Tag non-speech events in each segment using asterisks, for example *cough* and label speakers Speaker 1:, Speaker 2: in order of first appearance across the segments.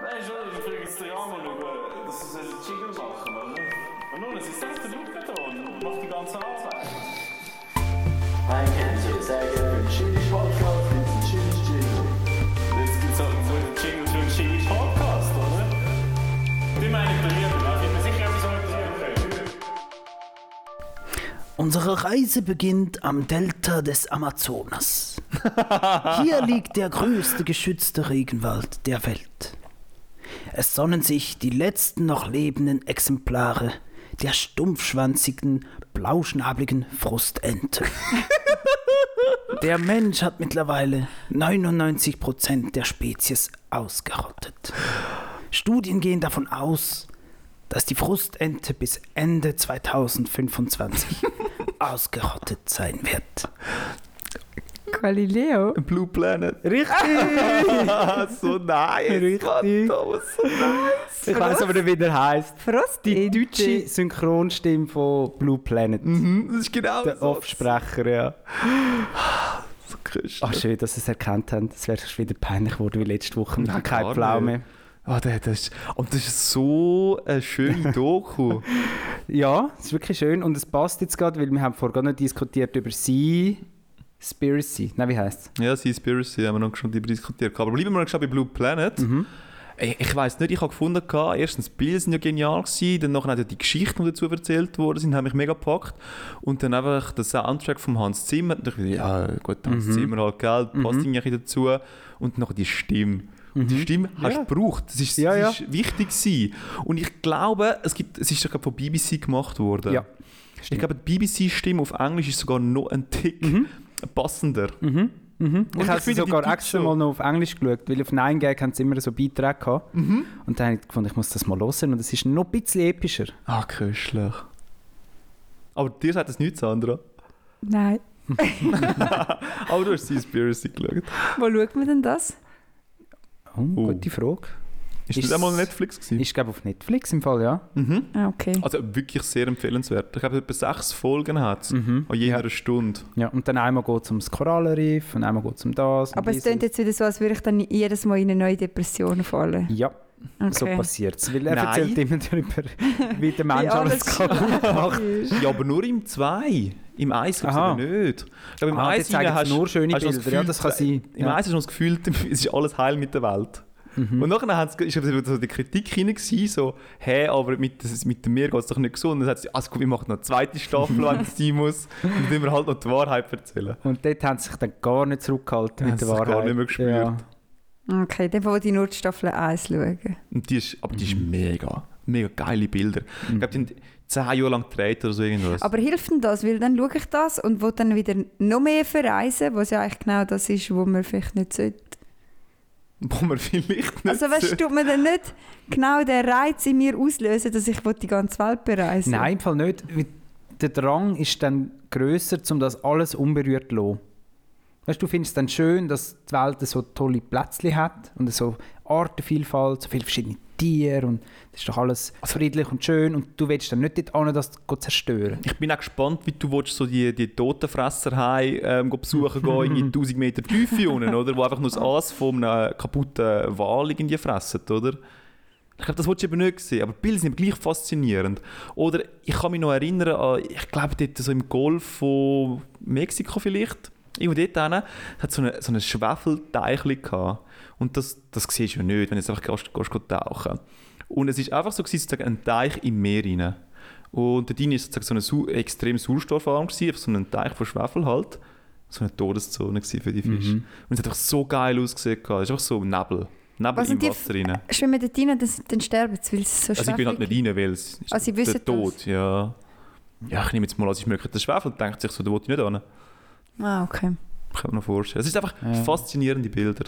Speaker 1: Nein, schon, ich bringe jetzt den Rahmen über. Das ist ein Jingle machen, oder? Und nun, es ist selbst der Luke da und macht die ganze Arbeit.
Speaker 2: Ein Kenntnis, sehr gerne. Schönes Podcast, ein schönes Jingle.
Speaker 1: Jetzt gibt es halt so einen Jingle für einen Jingle Podcast, oder? Die meine ich bei mir, da wird mir sicher etwas anderes einfallen.
Speaker 3: Unsere Reise beginnt am Delta des Amazonas. Hier liegt der größte geschützte Regenwald der Welt. Es sonnen sich die letzten noch lebenden Exemplare der stumpfschwanzigen, blauschnabeligen Frustente. Der Mensch hat mittlerweile 99% der Spezies ausgerottet. Studien gehen davon aus, dass die Frustente bis Ende 2025 *laughs* ausgerottet sein wird.
Speaker 4: Galileo.
Speaker 5: Blue Planet. *laughs* so nice.
Speaker 3: Richtig.
Speaker 5: Gott, Thomas, so nice. Ich
Speaker 4: weiss
Speaker 5: weiß
Speaker 4: aber
Speaker 5: aber nicht, wie der heißt.
Speaker 4: Frost
Speaker 3: Die deutsche Synchronstimme von Blue Planet.
Speaker 5: Mhm, das ist genau
Speaker 3: Der
Speaker 5: so.
Speaker 3: Offsprecher, ja.
Speaker 5: So Christ.
Speaker 3: Ach, schön, dass sie es erkannt haben. Es wäre sonst wieder peinlich geworden wie letzte Woche.
Speaker 5: Nein,
Speaker 3: Kein
Speaker 5: gar
Speaker 3: Pflaume.
Speaker 5: nicht. Ah, der, das ist, und das ist so ein *laughs* schönes Doku.
Speaker 3: Ja, es ist wirklich schön und es passt jetzt gerade, weil wir haben vorher gar nicht diskutiert über sie. Spiracy. Nein, wie heißt
Speaker 5: ja, Seaspiracy haben wir noch schon darüber diskutiert. Aber bleiben wir noch schnell bei Blue Planet. Ich, ich weiß nicht, ich habe gefunden, gehabt, erstens, die Bilder sind ja genial gewesen, dann nachher auch die Geschichten, die dazu erzählt worden sind, haben mich mega gepackt. Und dann einfach der Soundtrack von Hans Zimmer. Und ich dachte, ja gut, Hans Zimmer halt, gell, passt mhm. irgendwie dazu. Und nachher die Stimme. Und die Stimme hast du gebraucht. Das ist,
Speaker 3: Ja,
Speaker 5: das ist wichtig gewesen. Und ich glaube, es, gibt, es ist ja gerade von BBC gemacht worden.
Speaker 3: Ja,
Speaker 5: Ich glaube, die BBC-Stimme auf Englisch ist sogar noch ein Tick
Speaker 3: Mhm.
Speaker 5: passender.
Speaker 3: Ich, ich
Speaker 5: ich
Speaker 3: habe sie
Speaker 5: finde die
Speaker 3: sogar
Speaker 5: Deutschen-
Speaker 3: extra mal noch auf Englisch geschaut, weil auf 9gag haben sie immer so Beiträge gehabt.
Speaker 5: Mhm.
Speaker 3: Und dann habe ich gefunden, ich muss das mal hören und es ist noch ein bisschen epischer.
Speaker 5: Ah, köstlich. Aber dir sagt das nichts, Sandra.
Speaker 4: Nein.
Speaker 5: Aber du hast Seaspiracy geschaut.
Speaker 4: Wo schaut man denn das?
Speaker 3: Oh, Gute Frage.
Speaker 5: Ist,
Speaker 3: Ist-
Speaker 5: das einmal Netflix gewesen?
Speaker 3: Ist, glaube ich, auf Netflix im Fall, ja.
Speaker 5: mhm.
Speaker 4: Ah, okay.
Speaker 5: Also wirklich sehr empfehlenswert. Ich glaube, etwa sechs Folgen hat es. An jeder Stunde.
Speaker 3: Mhm. ja. Und dann einmal geht es ums Korallenriff und einmal geht es um das. und
Speaker 4: Aber es
Speaker 3: dieses.
Speaker 4: klingt jetzt wieder so, als würde ich dann jedes Mal in eine neue Depression fallen.
Speaker 3: Ja,
Speaker 4: Okay.
Speaker 3: so passiert es. Weil er
Speaker 5: Nein.
Speaker 3: erzählt immer darüber,
Speaker 4: *laughs*
Speaker 3: wie der Mensch
Speaker 4: Wie
Speaker 3: alles
Speaker 4: alles
Speaker 3: kaputt macht.
Speaker 5: Ja, aber nur im 2. Im 1 gibt es
Speaker 3: Aha.
Speaker 5: aber nicht. Ich glaube, im
Speaker 3: Ah,
Speaker 5: 1
Speaker 3: dort zeigen sie nur schöne
Speaker 5: hast du das
Speaker 3: Bilder. Ja, das kann sein. Ja.
Speaker 5: Im 1 hast du das Gefühl, *laughs* es ist alles heil mit der Welt. Und nachher hat's, ist eben so die Kritik hinein, gewesen, so, hä, aber mit, das, mit dem Meer geht es doch nicht gesund. Und dann sagt sie, also gut, wir machen noch eine zweite *laughs* Staffel, wenn es sein muss. Und dann müssen wir halt noch die Wahrheit erzählen.
Speaker 3: Und dort haben sie sich dann gar nicht zurückgehalten
Speaker 5: Ja,
Speaker 3: mit der
Speaker 5: das
Speaker 3: Wahrheit.
Speaker 5: hab ich gar nicht mehr gespürt.
Speaker 3: Ja.
Speaker 4: Okay, dann wollte ich nur die Staffel 1 schauen.
Speaker 5: Und die ist, aber die ist mega, mega geile Bilder. Ich glaube, die haben 10 Jahre lang gedreht oder so irgendwas.
Speaker 4: Aber hilft denn das? Weil dann schaue ich das und will dann wieder noch mehr verreisen, was ja eigentlich genau das ist, wo man vielleicht nicht sollte.
Speaker 5: *laughs* Wo man vielleicht nicht
Speaker 4: Also weißt du, tut man dann nicht genau den Reiz in mir auslösen, dass ich will die ganze Welt bereisen
Speaker 3: Nein, im Fall nicht. Weil Der Drang ist dann grösser, um das alles unberührt zu lassen. Weißt du, du findest es dann schön, dass die Welt so tolle Plätzchen hat und so Artenvielfalt, so viele verschiedene Tiere und das ist doch alles friedlich und schön und du willst dann nicht dort an, das zu zerstören.
Speaker 5: Ich bin auch gespannt, wie du willst, so die, die Totenfresser heim ähm, go besuchen gehen, irgendwie *laughs* 1000 Meter Tiefe unten, oder? Wo einfach nur das Aas von einem kaputten Wal irgendwie fressen, oder? Ich glaube, das wolltest du eben nicht sehen, aber die Bilder sind gleich faszinierend. Oder ich kann mich noch erinnern an, ich glaube, dort so im Golf von Mexiko vielleicht, irgendwo dort hinten, hat so eine, so eine Schwefelteichli gehabt. Und das, das siehst du ja nicht, wenn du jetzt einfach gehst, gehst, gehst tauchen. Und es ist einfach so gewesen, sozusagen ein Teich im Meer rein. Und dort drin war sozusagen so eine Sau extrem sauerstoffarm, gewesen, einfach so ein Teich von Schwefel halt. So eine Todeszone gewesen für die Fische. Und es hat einfach so geil ausgesehen. gehabt. Es ist einfach so Nebel. Nebel
Speaker 4: Was
Speaker 5: im
Speaker 4: sind Also die
Speaker 5: Wasser rein.
Speaker 4: Schwimmen dort rein, dann, dann sterben sie, weil es so
Speaker 5: Also ich bin
Speaker 4: schwefelig-
Speaker 5: halt nicht rein, weil es ist
Speaker 4: Ah, Sie wissen
Speaker 5: der Tod, ja. Ja, ich nehme jetzt mal an, es ist möglich, der Schwefel denkt sich so, da will ich nicht hin.
Speaker 4: Ah, okay.
Speaker 5: Ich kann mir noch vorstellen. Es ist einfach
Speaker 3: Ja.
Speaker 5: faszinierende Bilder.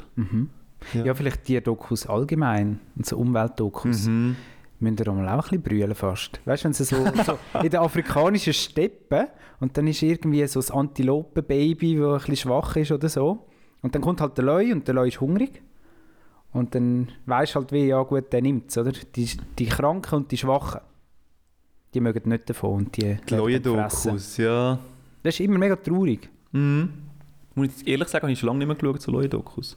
Speaker 3: Ja,
Speaker 5: Ja.
Speaker 3: vielleicht Tierdokus allgemein und so Umweltdokus.
Speaker 5: Mhm.
Speaker 3: müssen ihr auch mal auch ein bisschen brüllen fast. Weißt du, wenn sie
Speaker 5: *laughs*
Speaker 3: so, so in der afrikanischen Steppe und dann ist irgendwie so ein Antilopenbaby, das ein bisschen schwach ist oder so. Und dann kommt halt der Leu und der Leu ist hungrig. Und dann weisst halt, wie, ja gut, der nimmt es, oder? Die, die Kranken und die Schwachen, die mögen nicht davon und die
Speaker 5: Die
Speaker 3: werden gefressen.
Speaker 5: Leue-Dokus, ja.
Speaker 3: Das ist immer mega traurig.
Speaker 5: Mhm. Muss ich jetzt ehrlich sagen, habe ich schon lange nicht mehr geschaut, so Leue-Dokus.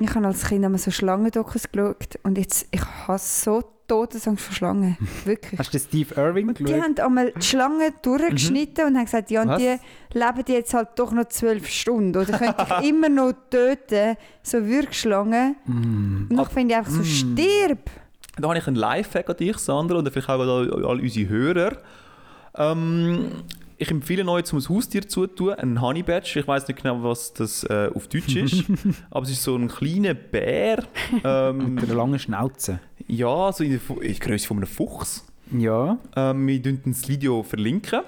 Speaker 4: Ich habe als Kind immer so Schlangendokus geschaut und jetzt, ich hasse so Todesangst
Speaker 3: *laughs*
Speaker 4: vor Schlangen. Wirklich.
Speaker 3: Hast du den Steve Irwin
Speaker 4: Die
Speaker 3: geschaut? Mhm.
Speaker 4: haben einmal die Schlangen durchgeschnitten und haben gesagt, ja,
Speaker 3: Was?
Speaker 4: und die leben die jetzt halt doch noch zwölf Stunden oder könnte ich immer noch töten, so Würgschlangen.
Speaker 3: Mm.
Speaker 4: Und dann finde ich einfach so, stirb! *laughs*
Speaker 5: Da habe ich einen Lifehack an dich, Sandra, und vielleicht auch an all, all unsere Hörer. Ähm, ich empfehle euch, zum ein Haustier zu tun, einen Honey Badge. Ich weiß nicht genau, was das äh, auf Deutsch
Speaker 3: *laughs*
Speaker 5: ist, aber es ist so ein kleiner Bär. Ähm,
Speaker 3: Mit *laughs* einer langen Schnauze.
Speaker 5: ja, so in der, Fu- in der Größe von einem Fuchs.
Speaker 3: Ja.
Speaker 5: Ähm, wir verlinken das Video. Verlinken.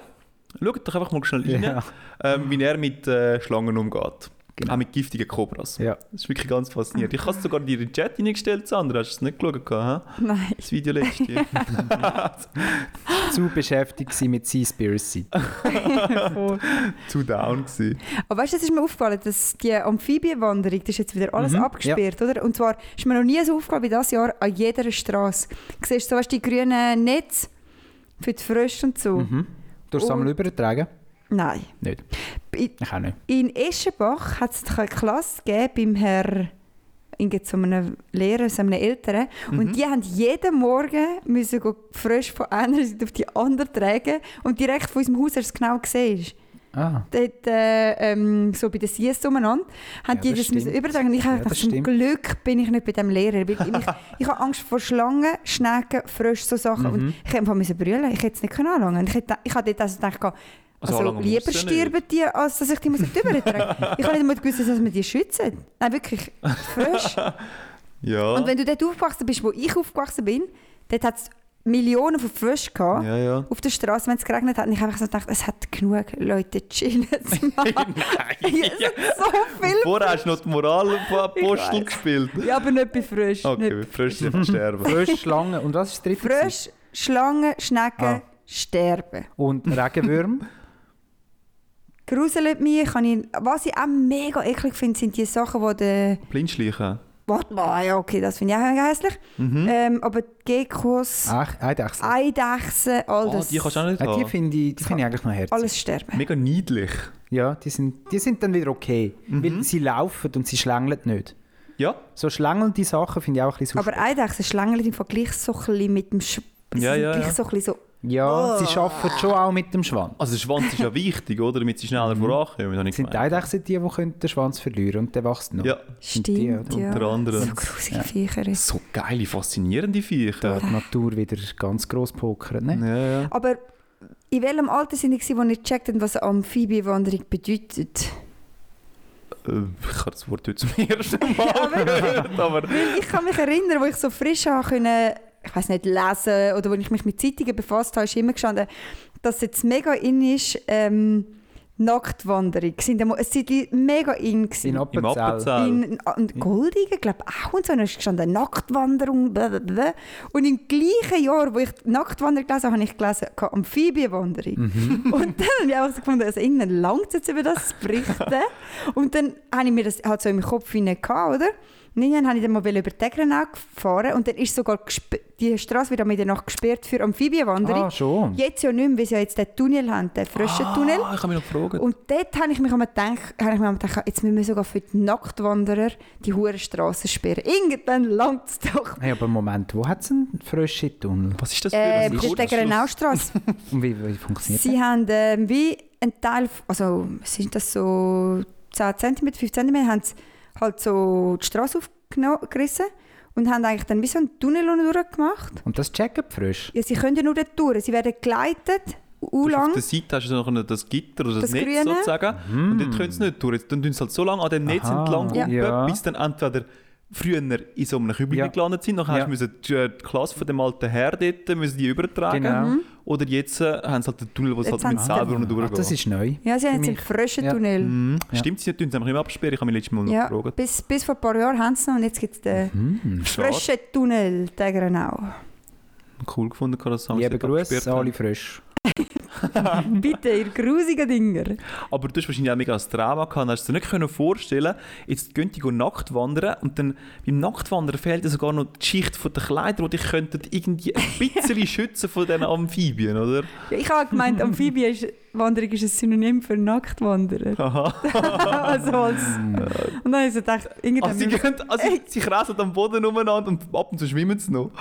Speaker 5: Schaut doch einfach mal schnell rein,
Speaker 3: Ja.
Speaker 5: ähm, wie er mit äh, Schlangen umgeht.
Speaker 3: Genau.
Speaker 5: Auch mit giftigen Kobras.
Speaker 3: Ja.
Speaker 5: Das ist wirklich ganz faszinierend. Ich habe es sogar in den Chat hineingestellt, Sandra. Hast du es nicht geschaut? gehabt, hä?
Speaker 4: Nein.
Speaker 5: Das Video *laughs* letzte.
Speaker 3: Zu beschäftigt gewesen mit Seaspiracy. *laughs*
Speaker 5: Zu down gewesen.
Speaker 4: Aber weißt du, das ist mir aufgefallen, dass die Amphibienwanderung, das ist jetzt wieder alles abgesperrt, oder? Und zwar ist mir noch nie so aufgefallen wie dieses Jahr an jeder Straße. Du siehst so, weißt, du, die grünen Netze für die Frösche und so.
Speaker 3: Du hast es
Speaker 4: Oh.
Speaker 3: einmal übertragen?
Speaker 4: Nein.
Speaker 3: Mhm. Nicht.
Speaker 4: In,
Speaker 3: Ich auch nicht.
Speaker 4: in Eschenbach hat es eine Klasse gegeben beim Herr irgend so einem Lehrer, so einem Eltern. Und die haben jeden Morgen müssen go die Frösche von einer *laughs* Seite auf die andere tragen. Und direkt von unserem Haus hast du es genau gesehen.
Speaker 3: Ah.
Speaker 4: dort äh, ähm, so bei den Sies umeinander,
Speaker 3: Ja,
Speaker 4: haben die
Speaker 3: das
Speaker 4: das müssen
Speaker 3: stimmt.
Speaker 4: übertragen. Und ich habe
Speaker 3: Ja,
Speaker 4: gedacht,
Speaker 3: das
Speaker 4: zum
Speaker 3: stimmt.
Speaker 4: Glück bin ich nicht bei dem Lehrer. Weil ich, ich habe Angst vor Schlangen, Schnecken, Fröschen, so Sachen.
Speaker 3: Mhm.
Speaker 4: Und ich hätte müssen brüllen. Ich hätte es nicht können anlangen. Ich hätte, ich habe dort also gedacht,
Speaker 5: Also
Speaker 4: also,
Speaker 5: anlangen
Speaker 4: lieber
Speaker 5: musst du
Speaker 4: sterben die, als dass ich die muss übertragen Ich habe nicht mal gewusst, dass man die schützen. Nein, wirklich.
Speaker 3: *laughs*
Speaker 4: Frösche.
Speaker 5: Ja.
Speaker 4: Und wenn du dort aufgewachsen bist, wo ich aufgewachsen bin, dort hat es Millionen von Fröschen gehabt.
Speaker 5: ja, ja.
Speaker 4: Auf der Straße, wenn es geregnet hat, und ich habe einfach so gedacht, es hat genug Leute chillen zu
Speaker 5: *laughs*
Speaker 4: machen. *laughs* Ja, es hat so viel.
Speaker 5: Vorher hast du noch
Speaker 4: *laughs*
Speaker 5: die Moralapostel
Speaker 4: Ich weiss.
Speaker 5: gespielt.
Speaker 4: Ja, aber nicht bei Frösch.
Speaker 5: Okay,
Speaker 4: Nicht.
Speaker 5: wir frisch einfach *laughs* sterben.
Speaker 3: Frösche, Schlangen und was ist das dritte? gewesen?
Speaker 4: Frösch, Schlangen, Schnecken,
Speaker 3: Ah.
Speaker 4: sterben.
Speaker 3: Und
Speaker 4: *laughs*
Speaker 3: Regenwürm.
Speaker 4: Gruselt mich. Kann ich, was ich auch mega eklig finde, sind die Sachen, die der...
Speaker 5: Blindschleichen.
Speaker 4: Warte mal, ja, okay, das finde ich auch mega hässlich.
Speaker 5: Mhm.
Speaker 4: Ähm, aber die Geckos,
Speaker 3: Ach, ah, Eidechse.
Speaker 4: Eidechsen, all
Speaker 5: Ah,
Speaker 4: das.
Speaker 5: die kannst du auch nicht
Speaker 3: Ja, die
Speaker 5: haben.
Speaker 3: finde ich, die finde ich eigentlich noch herzig.
Speaker 4: alles sterben.
Speaker 5: Mega niedlich.
Speaker 3: Ja, die sind, die sind dann wieder okay.
Speaker 5: Mhm.
Speaker 3: Weil sie laufen und sie schlängeln nicht.
Speaker 5: Ja,
Speaker 3: So schlängelnde Sachen finde ich auch ein bisschen
Speaker 4: Aber Eidechsen schlängeln im Vergleich so ein bisschen mit dem... Sch sie
Speaker 5: Ja,
Speaker 4: sind
Speaker 5: ja,
Speaker 4: gleich
Speaker 5: ja.
Speaker 4: so ein bisschen so... Oh.
Speaker 3: Ja, sie arbeiten schon auch mit dem Schwanz.
Speaker 5: also der Schwanz ist ja wichtig, oder? Damit sie schneller vorankommen. habe ich
Speaker 3: Sind die
Speaker 5: gemeint.
Speaker 3: Eidechsen die, die können den Schwanz verlieren und der wächst noch?
Speaker 5: Ja.
Speaker 3: Sind die,
Speaker 4: Stimmt,
Speaker 3: oder?
Speaker 4: ja.
Speaker 5: Unter anderem.
Speaker 4: So grusige Viecher.
Speaker 5: So geile, faszinierende
Speaker 3: Da
Speaker 5: Viecher.
Speaker 3: hat die Natur wieder ganz gross pokert. Ne?
Speaker 5: Ja, ja.
Speaker 4: Aber in welchem Alter sind ich, wo ich checkt was eine Amphibienwanderung bedeutet?
Speaker 5: Äh, Ich habe das Wort heute zum ersten Mal gehört, aber
Speaker 4: Weil ich kann mich erinnern, wo ich so frisch habe können, ich weiß nicht, lesen oder wo ich mich mit Zeitungen befasst habe, ist immer gestanden, dass jetzt mega in ist, ähm, Nacktwanderung. Sind einmal- es sind mega in. gewesen.
Speaker 3: In
Speaker 5: im
Speaker 3: Appenzell.
Speaker 5: Appenzell.
Speaker 4: In, und Goldigen, glaube ich, auch. Und so, und dann ist gestanden, Nacktwanderung, blablabla. Und im gleichen Jahr, wo ich die Nacktwanderung gelesen habe, habe ich gelesen, «Keine Amphibienwanderung.
Speaker 3: Mhm.
Speaker 4: *laughs* Und dann habe ich einfach so gefunden, also innen langt es jetzt über das zu
Speaker 3: *laughs*
Speaker 4: berichten. und dann habe ich mir das halt so im Kopf hinein gehabt, oder? Und dann habe ich dann mal über die Egrenau gefahren und dann ist sogar gesp- die Straße wieder mit der Nacht gesperrt für Amphibienwanderung.
Speaker 3: Ah, schon.
Speaker 4: Jetzt ja nicht mehr, weil sie ja jetzt den Tunnel haben, den frischen Tunnel.
Speaker 5: Ah, ich habe mich noch gefragt.
Speaker 4: Und dort habe ich mich einmal gedacht, habe ich mir einmal gedacht, jetzt müssen wir sogar für die Nacktwanderer die Hurenstraße sperren. Irgendwann langt es doch.
Speaker 3: Hey, aber Moment, wo hat es einen frischen Tunnel?
Speaker 5: Was ist das für
Speaker 4: Äh,
Speaker 5: ein
Speaker 4: bei der
Speaker 5: Kurzschluss?
Speaker 4: Tegernaustrasse.
Speaker 3: Und wie, wie funktioniert
Speaker 4: Sie haben ähm, wie einen Teil, f- also sind das so 10 cm, 5 cm, haben sie halt so die Straße aufgerissen und haben eigentlich dann wie so einen Tunnel unten durch gemacht.
Speaker 3: das? Und das checken die frisch.
Speaker 4: Ja, sie können ja nur dort durch, sie werden geleitet, u
Speaker 5: Du hast Auf
Speaker 4: lang.
Speaker 5: der Seite hast du noch ein- das Gitter oder
Speaker 4: Das
Speaker 5: das, Netz
Speaker 4: Grüne.
Speaker 5: sozusagen. Und dann können sie nicht durch. Jetzt- Dann tun sie halt so lange an dem Netz
Speaker 3: Aha.
Speaker 5: entlang
Speaker 3: Ja.
Speaker 5: pumpen,
Speaker 3: Ja.
Speaker 5: bis dann entweder früher in so einem Kübel
Speaker 3: Ja.
Speaker 5: gelandet sind. Nachher
Speaker 3: Ja.
Speaker 5: müssen die, äh, die Klasse von dem alten Herr dort müssen die übertragen.
Speaker 3: Genau. Mhm.
Speaker 5: Oder jetzt äh, haben sie halt den Tunnel, wo sie
Speaker 4: Jetzt
Speaker 5: halt mit
Speaker 4: haben sie
Speaker 5: selber unten
Speaker 3: Ach,
Speaker 5: durchgehen.
Speaker 3: das ist neu.
Speaker 4: Ja, sie
Speaker 3: Für
Speaker 4: haben jetzt einen
Speaker 3: mich.
Speaker 4: frischen
Speaker 3: Ja.
Speaker 4: Tunnel.
Speaker 5: Mhm. Stimmt, sie tun es einfach immer absperren. Ich habe mich letztes Mal noch
Speaker 4: Ja,
Speaker 5: gefragt.
Speaker 4: bis, bis vor ein paar Jahren haben sie noch und jetzt gibt es den
Speaker 3: Hm,
Speaker 5: Schade.
Speaker 4: frischen Tunnel Tegernau.
Speaker 5: Cool gefunden, dass sie es
Speaker 3: Liebe
Speaker 5: dort
Speaker 3: Grüße,
Speaker 5: abgesperrt haben.
Speaker 3: alle frisch.
Speaker 4: Bitte, ihr grusigen Dinger.
Speaker 5: Aber du hast wahrscheinlich auch mega ein Drama gehabt, hast du dir nicht können vorstellen jetzt könnt ihr nackt wandern und dann beim Nacktwandern fehlt dir sogar noch die Schicht von den Kleidern, die dich könnten irgendwie ein bisschen schützen von diesen Amphibien, oder?
Speaker 4: Ja, Ich habe gemeint, Amphibienwanderung ist ein Synonym für Nacktwandern.
Speaker 5: Aha.
Speaker 4: *laughs* also als, und dann habe ich so gedacht,
Speaker 5: *laughs* Also sie,
Speaker 4: irgendwie...
Speaker 5: gehen, also sie kräseln am Boden umeinander und ab und zu schwimmen sie noch.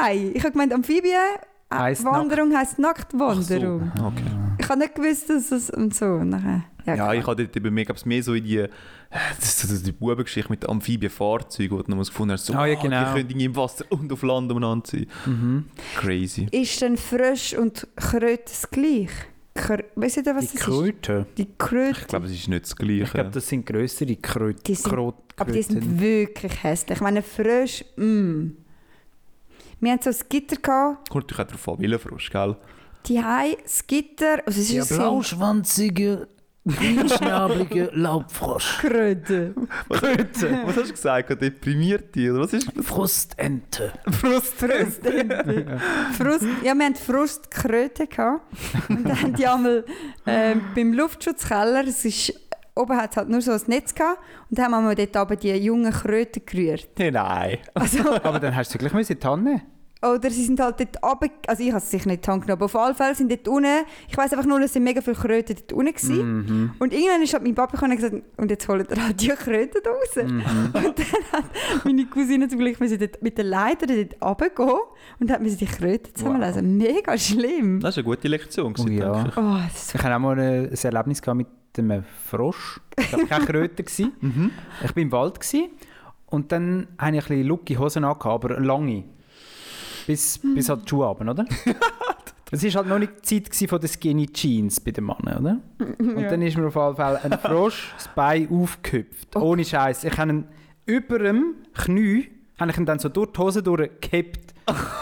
Speaker 4: Nein, ich habe gemeint,
Speaker 3: Heisst
Speaker 4: Amphibienwanderung heisst Nacktwanderung.
Speaker 5: Ach so, okay.
Speaker 4: Ich habe nicht gewusst, dass es... Und so, und nachher... Ja,
Speaker 5: Ja,
Speaker 4: klar.
Speaker 5: ich hatte dort eben mega mehr so in die, äh, das, das, das, die Bubengeschichte mit den Amphibienfahrzeugen, wo du noch gefunden hast, so,
Speaker 3: Ah, ja,
Speaker 5: ah,
Speaker 3: genau.
Speaker 5: die können irgendwie im Wasser und auf Land umeinander sein.
Speaker 3: Mhm.
Speaker 5: Crazy.
Speaker 4: Ist denn Frösch und Kröte das gleich? Kr weißt du, was
Speaker 3: Die
Speaker 4: das ist?
Speaker 3: Kröte.
Speaker 4: Die Kröte.
Speaker 5: Ich glaube, es ist nicht das Gleiche.
Speaker 3: Ich glaube, das sind größere Kröten.
Speaker 4: Die sind-
Speaker 3: Krot-
Speaker 4: Aber die
Speaker 3: Kröten.
Speaker 4: sind wirklich hässlich. Ich meine, Frösch, mm. Wir hatten so ein Gitter, gehabt,
Speaker 5: Kommt natürlich auch darauf an, welcher Frosch, gell?
Speaker 4: die haben das Gitter, also es
Speaker 6: Der
Speaker 4: ist *laughs* so
Speaker 6: blauschwanzige,
Speaker 4: *laughs*
Speaker 6: grünschnablige Laubfrosch.
Speaker 4: Kröte.
Speaker 5: Kröte. *laughs* Was hast du gesagt? Eine Deprimierte? Oder was ist
Speaker 6: Frustente.
Speaker 5: Frust?
Speaker 4: Frust, ja, wir hatten Frustkröte. gehabt. Und dann haben die einmal äh, beim Luftschutzkeller, es ist, oben hat es halt nur so ein Netz gehabt, und dann haben wir dort aber die jungen Kröten gerührt.
Speaker 5: Hey, nein.
Speaker 4: Also,
Speaker 3: Aber dann hast du gleich müssen in die Tanne.
Speaker 4: Oder sie sind halt dort runter, also ich habe es sicher nicht in die Hand genommen, aber auf alle Fälle sind dort unten, ich weiss einfach nur, es sind mega viele Kröten dort unten gewesen.
Speaker 5: Mhm.
Speaker 4: Und irgendwann ist halt mein Papa gekommen und hat gesagt, und jetzt holt er halt die Kröten da raus.
Speaker 3: Mhm.
Speaker 4: Und dann hat meine Cousine zum Glück müssen dort mit der Leiter dort runtergehen und hat müssen die Kröten zusammenlesen. Mega schlimm.
Speaker 5: Das war eine gute
Speaker 3: Oh
Speaker 5: Lektion. gewesen,
Speaker 3: ja.
Speaker 5: denke
Speaker 4: Oh,
Speaker 3: *laughs*
Speaker 4: das ist
Speaker 3: Ich hatte auch mal äh, ein Erlebnis gehabt mit einem Frosch. Ich glaube, keine Kröte. gsi. Ich war im Wald gsi und dann hatte ich ein bisschen lucky Hosen an, aber lange. Bis, bis halt die Schuhe runter, oder? Es war halt noch nicht die Zeit gsi von den Skinny Jeans bei dem Mann, oder? Und dann ist mir auf jeden Fall ein Frosch das Bein aufgehüpft. Ohne Scheiß. Ich habe ihn über dem Knie habe ich ihn dann so durch die Hose durchgekippt.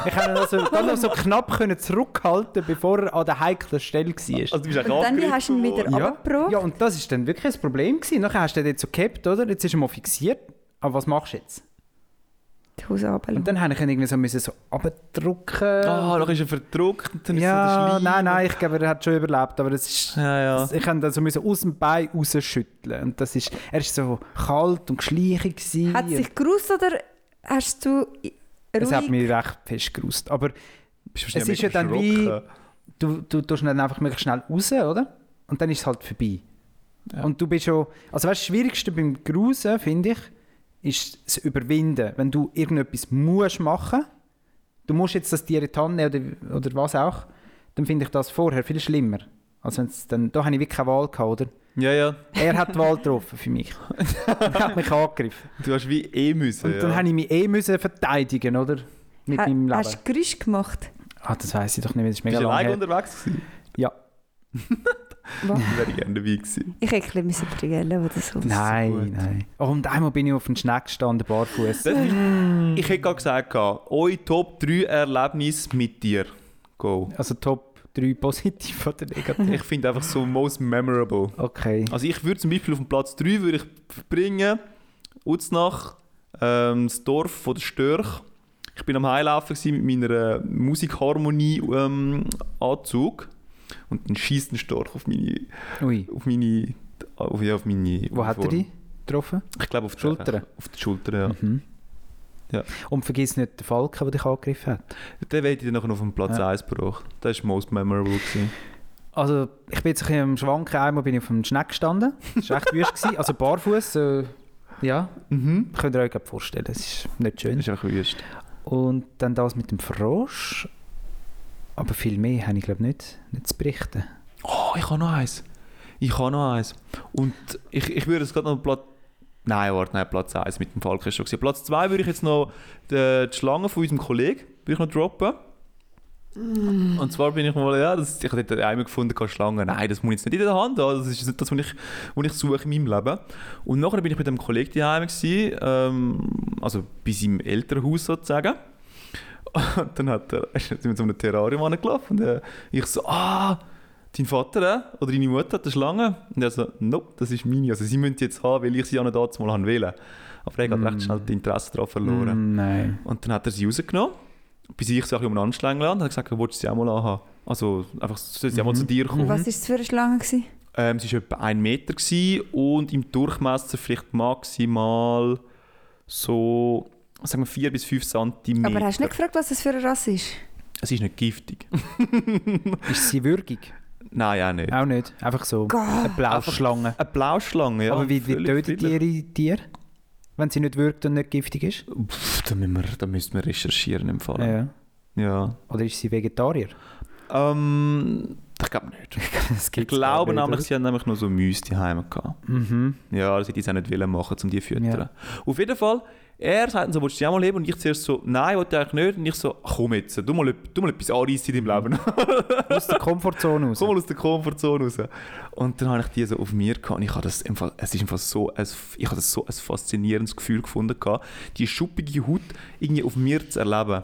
Speaker 3: Ich habe ihn also dann noch so knapp können zurückhalten, bevor er an der heiklen Stelle war.
Speaker 5: ich. Also, du bist
Speaker 4: Und dann wie hast du ihn wieder
Speaker 3: Ja,
Speaker 4: runtergebracht?
Speaker 3: ja, und das ist dann wirklich ein Problem gewesen. Nachher hast du den jetzt so gehabt, oder? Jetzt ist er mal fixiert. Aber was machst du jetzt?
Speaker 4: Die Hose
Speaker 3: Und
Speaker 4: runter.
Speaker 3: dann habe ich ihn irgendwie so müssen so abdrücken.
Speaker 5: Ah, dann ist er verdruckt und dann ist so
Speaker 3: ja,
Speaker 5: der Schleim.
Speaker 3: nein, nein, ich glaube, er hat schon überlebt, aber es ist...
Speaker 5: Ja, ja.
Speaker 3: das- Ich habe ihn dann so müssen aus dem Bein rausschütteln. Und das ist... Er ist so kalt und geschleichig gewesen.
Speaker 4: Hat es
Speaker 3: und
Speaker 4: sich gerusst oder hast du ruhig...
Speaker 3: es hat mich recht fest gerust. Aber
Speaker 5: Bist
Speaker 3: Es
Speaker 5: wahrscheinlich
Speaker 3: ist ja
Speaker 5: mega
Speaker 3: dann wie-
Speaker 5: erschrocken.
Speaker 3: du, du tust ihn dann einfach möglichst schnell raus, oder? Und dann ist es halt vorbei. Und du bist schon. Also, weißt, das Schwierigste beim Grusen, finde ich, ist das Überwinden. Wenn du irgendetwas musst machen du musst jetzt das Tier in die Hand nehmen oder, oder was auch, dann finde ich das vorher viel schlimmer. Also wenn's dann, da habe ich wirklich keine Wahl gehabt, oder?
Speaker 5: Ja, ja.
Speaker 3: Er hat die Wahl getroffen für mich. er hat mich angegriffen.
Speaker 5: Du hast wie eh müssen.
Speaker 3: Und dann
Speaker 5: ja.
Speaker 3: habe ich mich eh müssen verteidigen, oder? Mit
Speaker 4: Ha-
Speaker 3: meinem Leben.
Speaker 4: Hast du Geräusch gemacht?
Speaker 3: Ah, das weiß ich doch nicht mehr, das ist mega
Speaker 5: Bist du
Speaker 3: lange
Speaker 5: alleine
Speaker 3: her.
Speaker 5: unterwegs gewesen?
Speaker 3: Ja.
Speaker 5: *laughs* Ich wäre gerne dabei
Speaker 3: *laughs*
Speaker 5: gewesen.
Speaker 4: Ich hätte ein bisschen brüllen oder so.
Speaker 3: Nein,
Speaker 5: so gut.
Speaker 3: nein. Oh, und einmal bin ich auf den Schneck gestanden, barfuß.
Speaker 5: Das- Ich hätte gerade gesagt, euer Top 3 Erlebnis mit dir. Go.
Speaker 3: Also Top 3 positiv oder negativ.
Speaker 5: *laughs* Ich finde einfach so most memorable.
Speaker 3: Okay.
Speaker 5: Also ich würde zum Beispiel auf dem Platz 3 würde ich verbringen, Uznach, ähm, das Dorf von der Störch. Ich bin am Heilaufen gewesen mit meiner äh, Musikharmonie-Anzug. und dann schießt ein Storch auf meine...
Speaker 3: Ui.
Speaker 5: Auf meine auf, ja, auf meine
Speaker 3: Wo hat er
Speaker 5: Uniform.
Speaker 3: die getroffen?
Speaker 5: Ich glaube auf die
Speaker 3: Schulter?
Speaker 5: Auf die Schulter, ja.
Speaker 3: Mhm.
Speaker 5: Ja.
Speaker 3: Und vergiss nicht den Falken, der dich angegriffen hat.
Speaker 5: Den werde ich dann nachher auf dem Platz
Speaker 3: Ja.
Speaker 5: 1 gebracht. Das war most memorable. Gewesen.
Speaker 3: Also, ich bin jetzt ein bisschen am Schwanken. Einmal bin ich auf dem Schneck gestanden. Das war echt wüst. *laughs* gewesen. Also, barfuß. Äh, ja,
Speaker 5: Mhm.
Speaker 3: könnt ihr euch gerade vorstellen. Es ist nicht
Speaker 5: Das
Speaker 3: schön.
Speaker 5: ist einfach wüst.
Speaker 3: Und dann das mit dem Frosch. Aber viel mehr habe ich, glaube ich, nicht, nicht zu berichten.
Speaker 5: Oh, ich habe noch eins. Ich habe noch eins. Und ich, ich würde es gerade noch Platz. Nein, warte, nein, Platz 1 mit dem Falken ist schon. gewesen. Platz 2 würde ich jetzt noch die, die Schlange von unserem Kollegen würde ich noch droppen. Und zwar bin ich mal, ja, das, ich hätte einmal gefunden, keine Schlange. Nein, das muss ich jetzt nicht in der Hand haben. Das ist jetzt nicht das, was ich, was ich suche in meinem Leben. Und nachher bin ich mit dem Kollegen daheim gewesen, ähm, also bei seinem Elternhaus sozusagen. Und dann hat er, *laughs* sind wir zu einem Terrarium angelaufen und äh, ich so, ah, dein Vater äh, oder deine Mutter hat eine Schlange? Und er so, nope, das ist meine. Also sie müssen die jetzt haben, weil ich sie ja nicht damals mal haben will. Aber er hat recht schnell das Interesse daran verloren.
Speaker 3: Mm, Nein.
Speaker 5: um Und dann hat er sie rausgenommen, bis ich sie ein bisschen umeinander schlängeln und hat gesagt, willst du sie auch mal anhaben? Also einfach, sie mhm. mal zu dir kommen.
Speaker 4: Was war das für eine Schlange? Gewesen?
Speaker 5: Ähm, sie war etwa 1 Meter gewesen und im Durchmesser vielleicht maximal so sagen wir 4 bis 5 cm.
Speaker 4: Aber hast du nicht gefragt, was das für eine Rasse ist?
Speaker 5: Es ist
Speaker 4: *laughs*
Speaker 5: nicht giftig.
Speaker 3: Ist sie würgig?
Speaker 5: Nein, auch nicht.
Speaker 3: Auch nicht. Einfach so.
Speaker 4: Gott.
Speaker 3: Eine Blauschlange.
Speaker 5: Eine Blauschlange, ja.
Speaker 3: Aber wie, wie
Speaker 5: völlig
Speaker 3: tötet
Speaker 5: friedlich.
Speaker 3: ihr ihre Tiere? Wenn sie nicht wirkt und nicht giftig ist?
Speaker 5: Pff, da, müssen wir, da müssen wir recherchieren im Fall.
Speaker 3: Ja.
Speaker 5: Ja.
Speaker 3: Oder ist sie Vegetarier?
Speaker 5: Ähm, ich glaube nicht.
Speaker 3: Das
Speaker 5: Ich glaube nämlich, sie haben nämlich noch so Müsse die Heime gehabt.
Speaker 3: Mhm.
Speaker 5: Ja, das hätte ich es auch nicht wollen machen, um die zu füttern.
Speaker 3: Ja.
Speaker 5: Auf jeden Fall, er sagt so, willst du die auch mal leben? Und ich zuerst so, nein, wollte ich eigentlich nicht. Und ich so, komm jetzt, du mal, du mal etwas anreissen in deinem
Speaker 3: Mhm.
Speaker 5: Leben. *laughs*
Speaker 3: Aus der Komfortzone raus.
Speaker 5: Komm mal aus der Komfortzone raus. Und dann habe ich die so auf mir gehabt. Und ich habe das im Fall, es ist im Fall so, ein, ich habe das so ein faszinierendes Gefühl gefunden, gehabt, die schuppige Haut irgendwie auf mir zu erleben.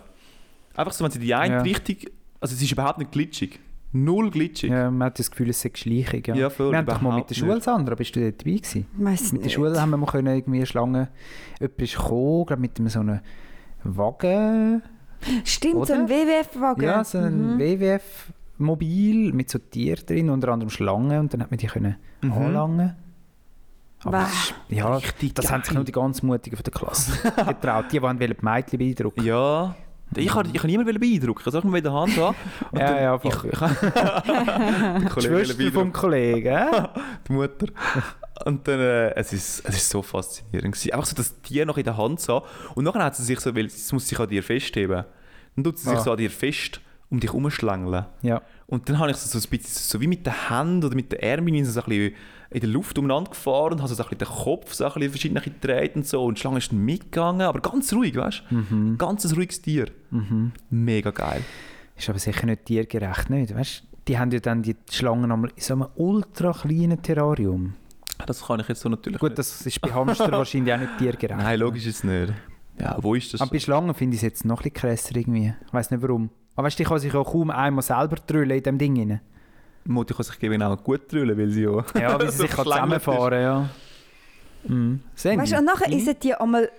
Speaker 5: Einfach so, wenn sie die eine
Speaker 3: Ja.
Speaker 5: Richtung, also es ist überhaupt nicht glitschig. Null glitschig.
Speaker 3: Ja, man hat das Gefühl, es sei schleichig. Ja.
Speaker 5: Ja, voll,
Speaker 3: wir haben doch mal mit
Speaker 5: überhaupt
Speaker 3: der Schule,
Speaker 5: nicht.
Speaker 3: Sandra, bist du dort dabei gewesen?
Speaker 4: Weiss
Speaker 3: Mit der
Speaker 4: nicht.
Speaker 3: Schule haben wir mal können irgendwie Schlangen... Jemand ist gekommen, glaub, mit einem so einem Wagen...
Speaker 4: Stimmt, so ein
Speaker 3: Oder?
Speaker 4: WWF-Wagen.
Speaker 3: Ja, so ein
Speaker 4: mhm.
Speaker 3: WWF-Mobil mit so Tieren drin, unter anderem Schlangen. Und dann hat man die können
Speaker 5: Mhm.
Speaker 3: anlangen. Aber das ist, ja, das haben sich nur die ganz Mutigen von der
Speaker 5: *laughs*
Speaker 3: Klasse getraut. Die, die haben die Mädchen beeindrucken
Speaker 5: Ja. Ich kann, ich kann niemanden beeindrucken. Ich kann mal in der Hand haben. Und
Speaker 3: Ja,
Speaker 5: dann-
Speaker 3: ja,
Speaker 5: ich,
Speaker 3: voll.
Speaker 5: ich Die
Speaker 3: Die
Speaker 5: Kollegin
Speaker 3: Schwester vom
Speaker 5: beeindruckt,
Speaker 3: Kollegen.
Speaker 5: *laughs*
Speaker 3: hä?
Speaker 5: die Mutter. Und dann, äh, es ist, es ist so faszinierend gewesen. Einfach so, dass die noch in der Hand sah. Und nachher hat sie sich so, weil sie muss sich an dir festheben. Dann tut sie sich
Speaker 3: Ah.
Speaker 5: so an dir fest, um dich umschlängeln.
Speaker 3: ja.
Speaker 5: Und dann habe ich so, so ein bisschen, so wie mit den Händen oder mit den Ärmeln so ein bisschen in der Luft umeinander gefahren und habe so ein bisschen den Kopf so ein bisschen verschiedene gedreht und so. Und die Schlange ist dann mitgegangen, aber ganz ruhig, weißt du? Ganz ein ruhiges Tier. Mega geil.
Speaker 3: Ist aber sicher nicht tiergerecht, nicht? Weißt, die haben ja dann die Schlangen einmal in so einem ultra kleinen Terrarium.
Speaker 5: Ah, Das kann ich jetzt so natürlich
Speaker 3: Gut,
Speaker 5: nicht.
Speaker 3: das ist bei
Speaker 5: *laughs*
Speaker 3: Hamster wahrscheinlich auch nicht tiergerecht.
Speaker 5: Nein, logisch ist es nicht. Ja, wo ist das?
Speaker 3: Aber bei Schlangen finde ich es jetzt noch ein bisschen krasser irgendwie. Ich weiß nicht warum. Aber weißt du, ich kann sich auch kaum einmal selber trüllen in dem Ding
Speaker 5: *laughs*
Speaker 3: rein.
Speaker 5: Mutti kann sich eben auch gut drüllen, weil sie ja...
Speaker 3: Ja,
Speaker 5: *laughs*
Speaker 3: weil sie sich kann zusammenfahren kann, ja. Mhm. ne? Sehen
Speaker 4: Weißt du,
Speaker 3: wir.
Speaker 4: und nachher
Speaker 5: Mhm.
Speaker 4: essen die einmal,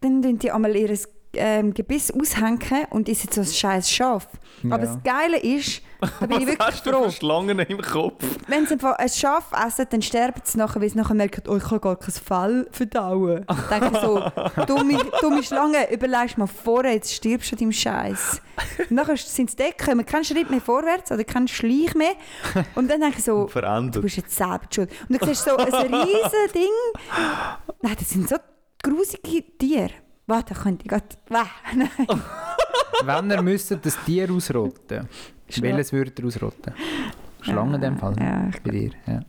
Speaker 4: dann tun die einmal ihr ähm, Gebiss aushängen und essen so ein scheiß Schaf.
Speaker 3: Ja.
Speaker 4: Aber das Geile ist, da
Speaker 5: *laughs*
Speaker 4: bin ich
Speaker 5: Was
Speaker 4: wirklich
Speaker 5: hast du für
Speaker 4: froh.
Speaker 5: Schlangen im Kopf?
Speaker 4: Wenn sie einfach ein Schaf essen, dann sterben sie nachher, weil sie nachher merken, oh, ich kann gar kein Fell verdauen. Ich denke
Speaker 5: *laughs*
Speaker 4: so, dumme, dumme Schlange, überlegst mal vorher, jetzt stirbst du an deinem Scheiß. Und Nachher sind sie weg, kommen keinen Schritt mehr vorwärts oder keinen Schleich mehr. Und dann denke ich so, du
Speaker 5: Verändert.
Speaker 4: bist jetzt selber die schuld. Und du siehst so ein
Speaker 3: *laughs*
Speaker 4: riesen Ding. Nein, das sind so grusige Tiere. Warte, da könnte ich gerade... Wäh, *laughs* Nein.
Speaker 3: Wenn ihr müsstet das Tier ausrotten,
Speaker 4: Schla-
Speaker 3: welches würdet ihr ausrotten? Schlangen in dem Fall, ne?
Speaker 4: Ja, ich-
Speaker 3: bei dir. Ja.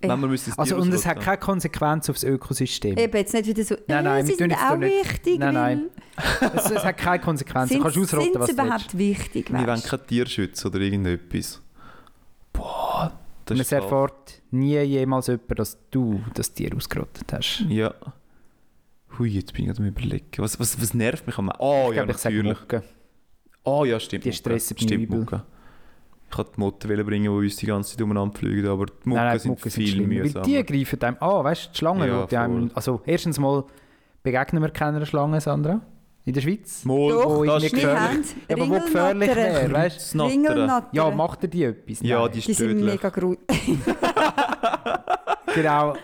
Speaker 5: Wenn man müsste das
Speaker 3: Also
Speaker 5: Tier
Speaker 3: und es hat
Speaker 5: ausrotten.
Speaker 3: keine Konsequenz aufs Ökosystem.
Speaker 4: Eben, jetzt nicht wieder so,
Speaker 3: Nein, nein,
Speaker 4: äh,
Speaker 3: wir
Speaker 4: sie
Speaker 3: tun
Speaker 4: sind
Speaker 3: jetzt so
Speaker 4: auch
Speaker 3: nicht-
Speaker 4: wichtig.
Speaker 3: Nein, nein,
Speaker 4: weil-
Speaker 3: Es, es hat keine Konsequenz. Du
Speaker 4: Sind,
Speaker 3: kannst ausrotten,
Speaker 4: sind
Speaker 3: was
Speaker 4: sie
Speaker 3: du willst.
Speaker 4: überhaupt wichtig?
Speaker 5: Wir wollen
Speaker 4: Weißt?
Speaker 5: kein Tier schützen oder irgendetwas. Boah, das
Speaker 3: Man
Speaker 5: ist krass.
Speaker 3: erfährt nie jemals jemand, dass du das Tier ausgerottet hast.
Speaker 5: Ja. Hui, jetzt bin ich gerade am überlegen. Was, was, was nervt mich am meisten? Oh, ja,
Speaker 3: glaub, sag
Speaker 5: natürlich.
Speaker 3: Mucke.
Speaker 5: Oh ja, stimmt.
Speaker 3: Die
Speaker 5: Mucke.
Speaker 3: stressen mich
Speaker 5: Stimmt,
Speaker 3: übel.
Speaker 5: Mucke. Ich wollte die Motten wollen bringen, die uns die ganze Zeit umeinander fliegen, aber die Mucke
Speaker 3: Nein, nein,
Speaker 5: sind
Speaker 3: Mucke sind
Speaker 5: viel
Speaker 3: schlimmer,
Speaker 5: mühsamer.
Speaker 3: Weil die greifen einem an, weißt du, die Schlangen.
Speaker 5: Ja,
Speaker 3: die einem,
Speaker 5: voll.
Speaker 3: also erstens mal begegnen wir keiner Schlange, Sandra, in der Schweiz.
Speaker 5: Mol,
Speaker 4: Doch,
Speaker 5: wo
Speaker 3: das
Speaker 5: ist
Speaker 3: nicht
Speaker 5: die-
Speaker 4: Wir
Speaker 3: gefährlich.
Speaker 4: haben
Speaker 3: Ja, aber wo gefährlich wäre,
Speaker 4: Ringelnattern.
Speaker 3: weißt
Speaker 5: Knattern.
Speaker 4: Ringelnattern.
Speaker 3: Ja, macht ihr die etwas?
Speaker 5: Ja,
Speaker 3: Nein.
Speaker 5: die
Speaker 4: Die
Speaker 5: ist
Speaker 4: sind
Speaker 5: tödlich.
Speaker 4: mega gruselig.
Speaker 3: Genau.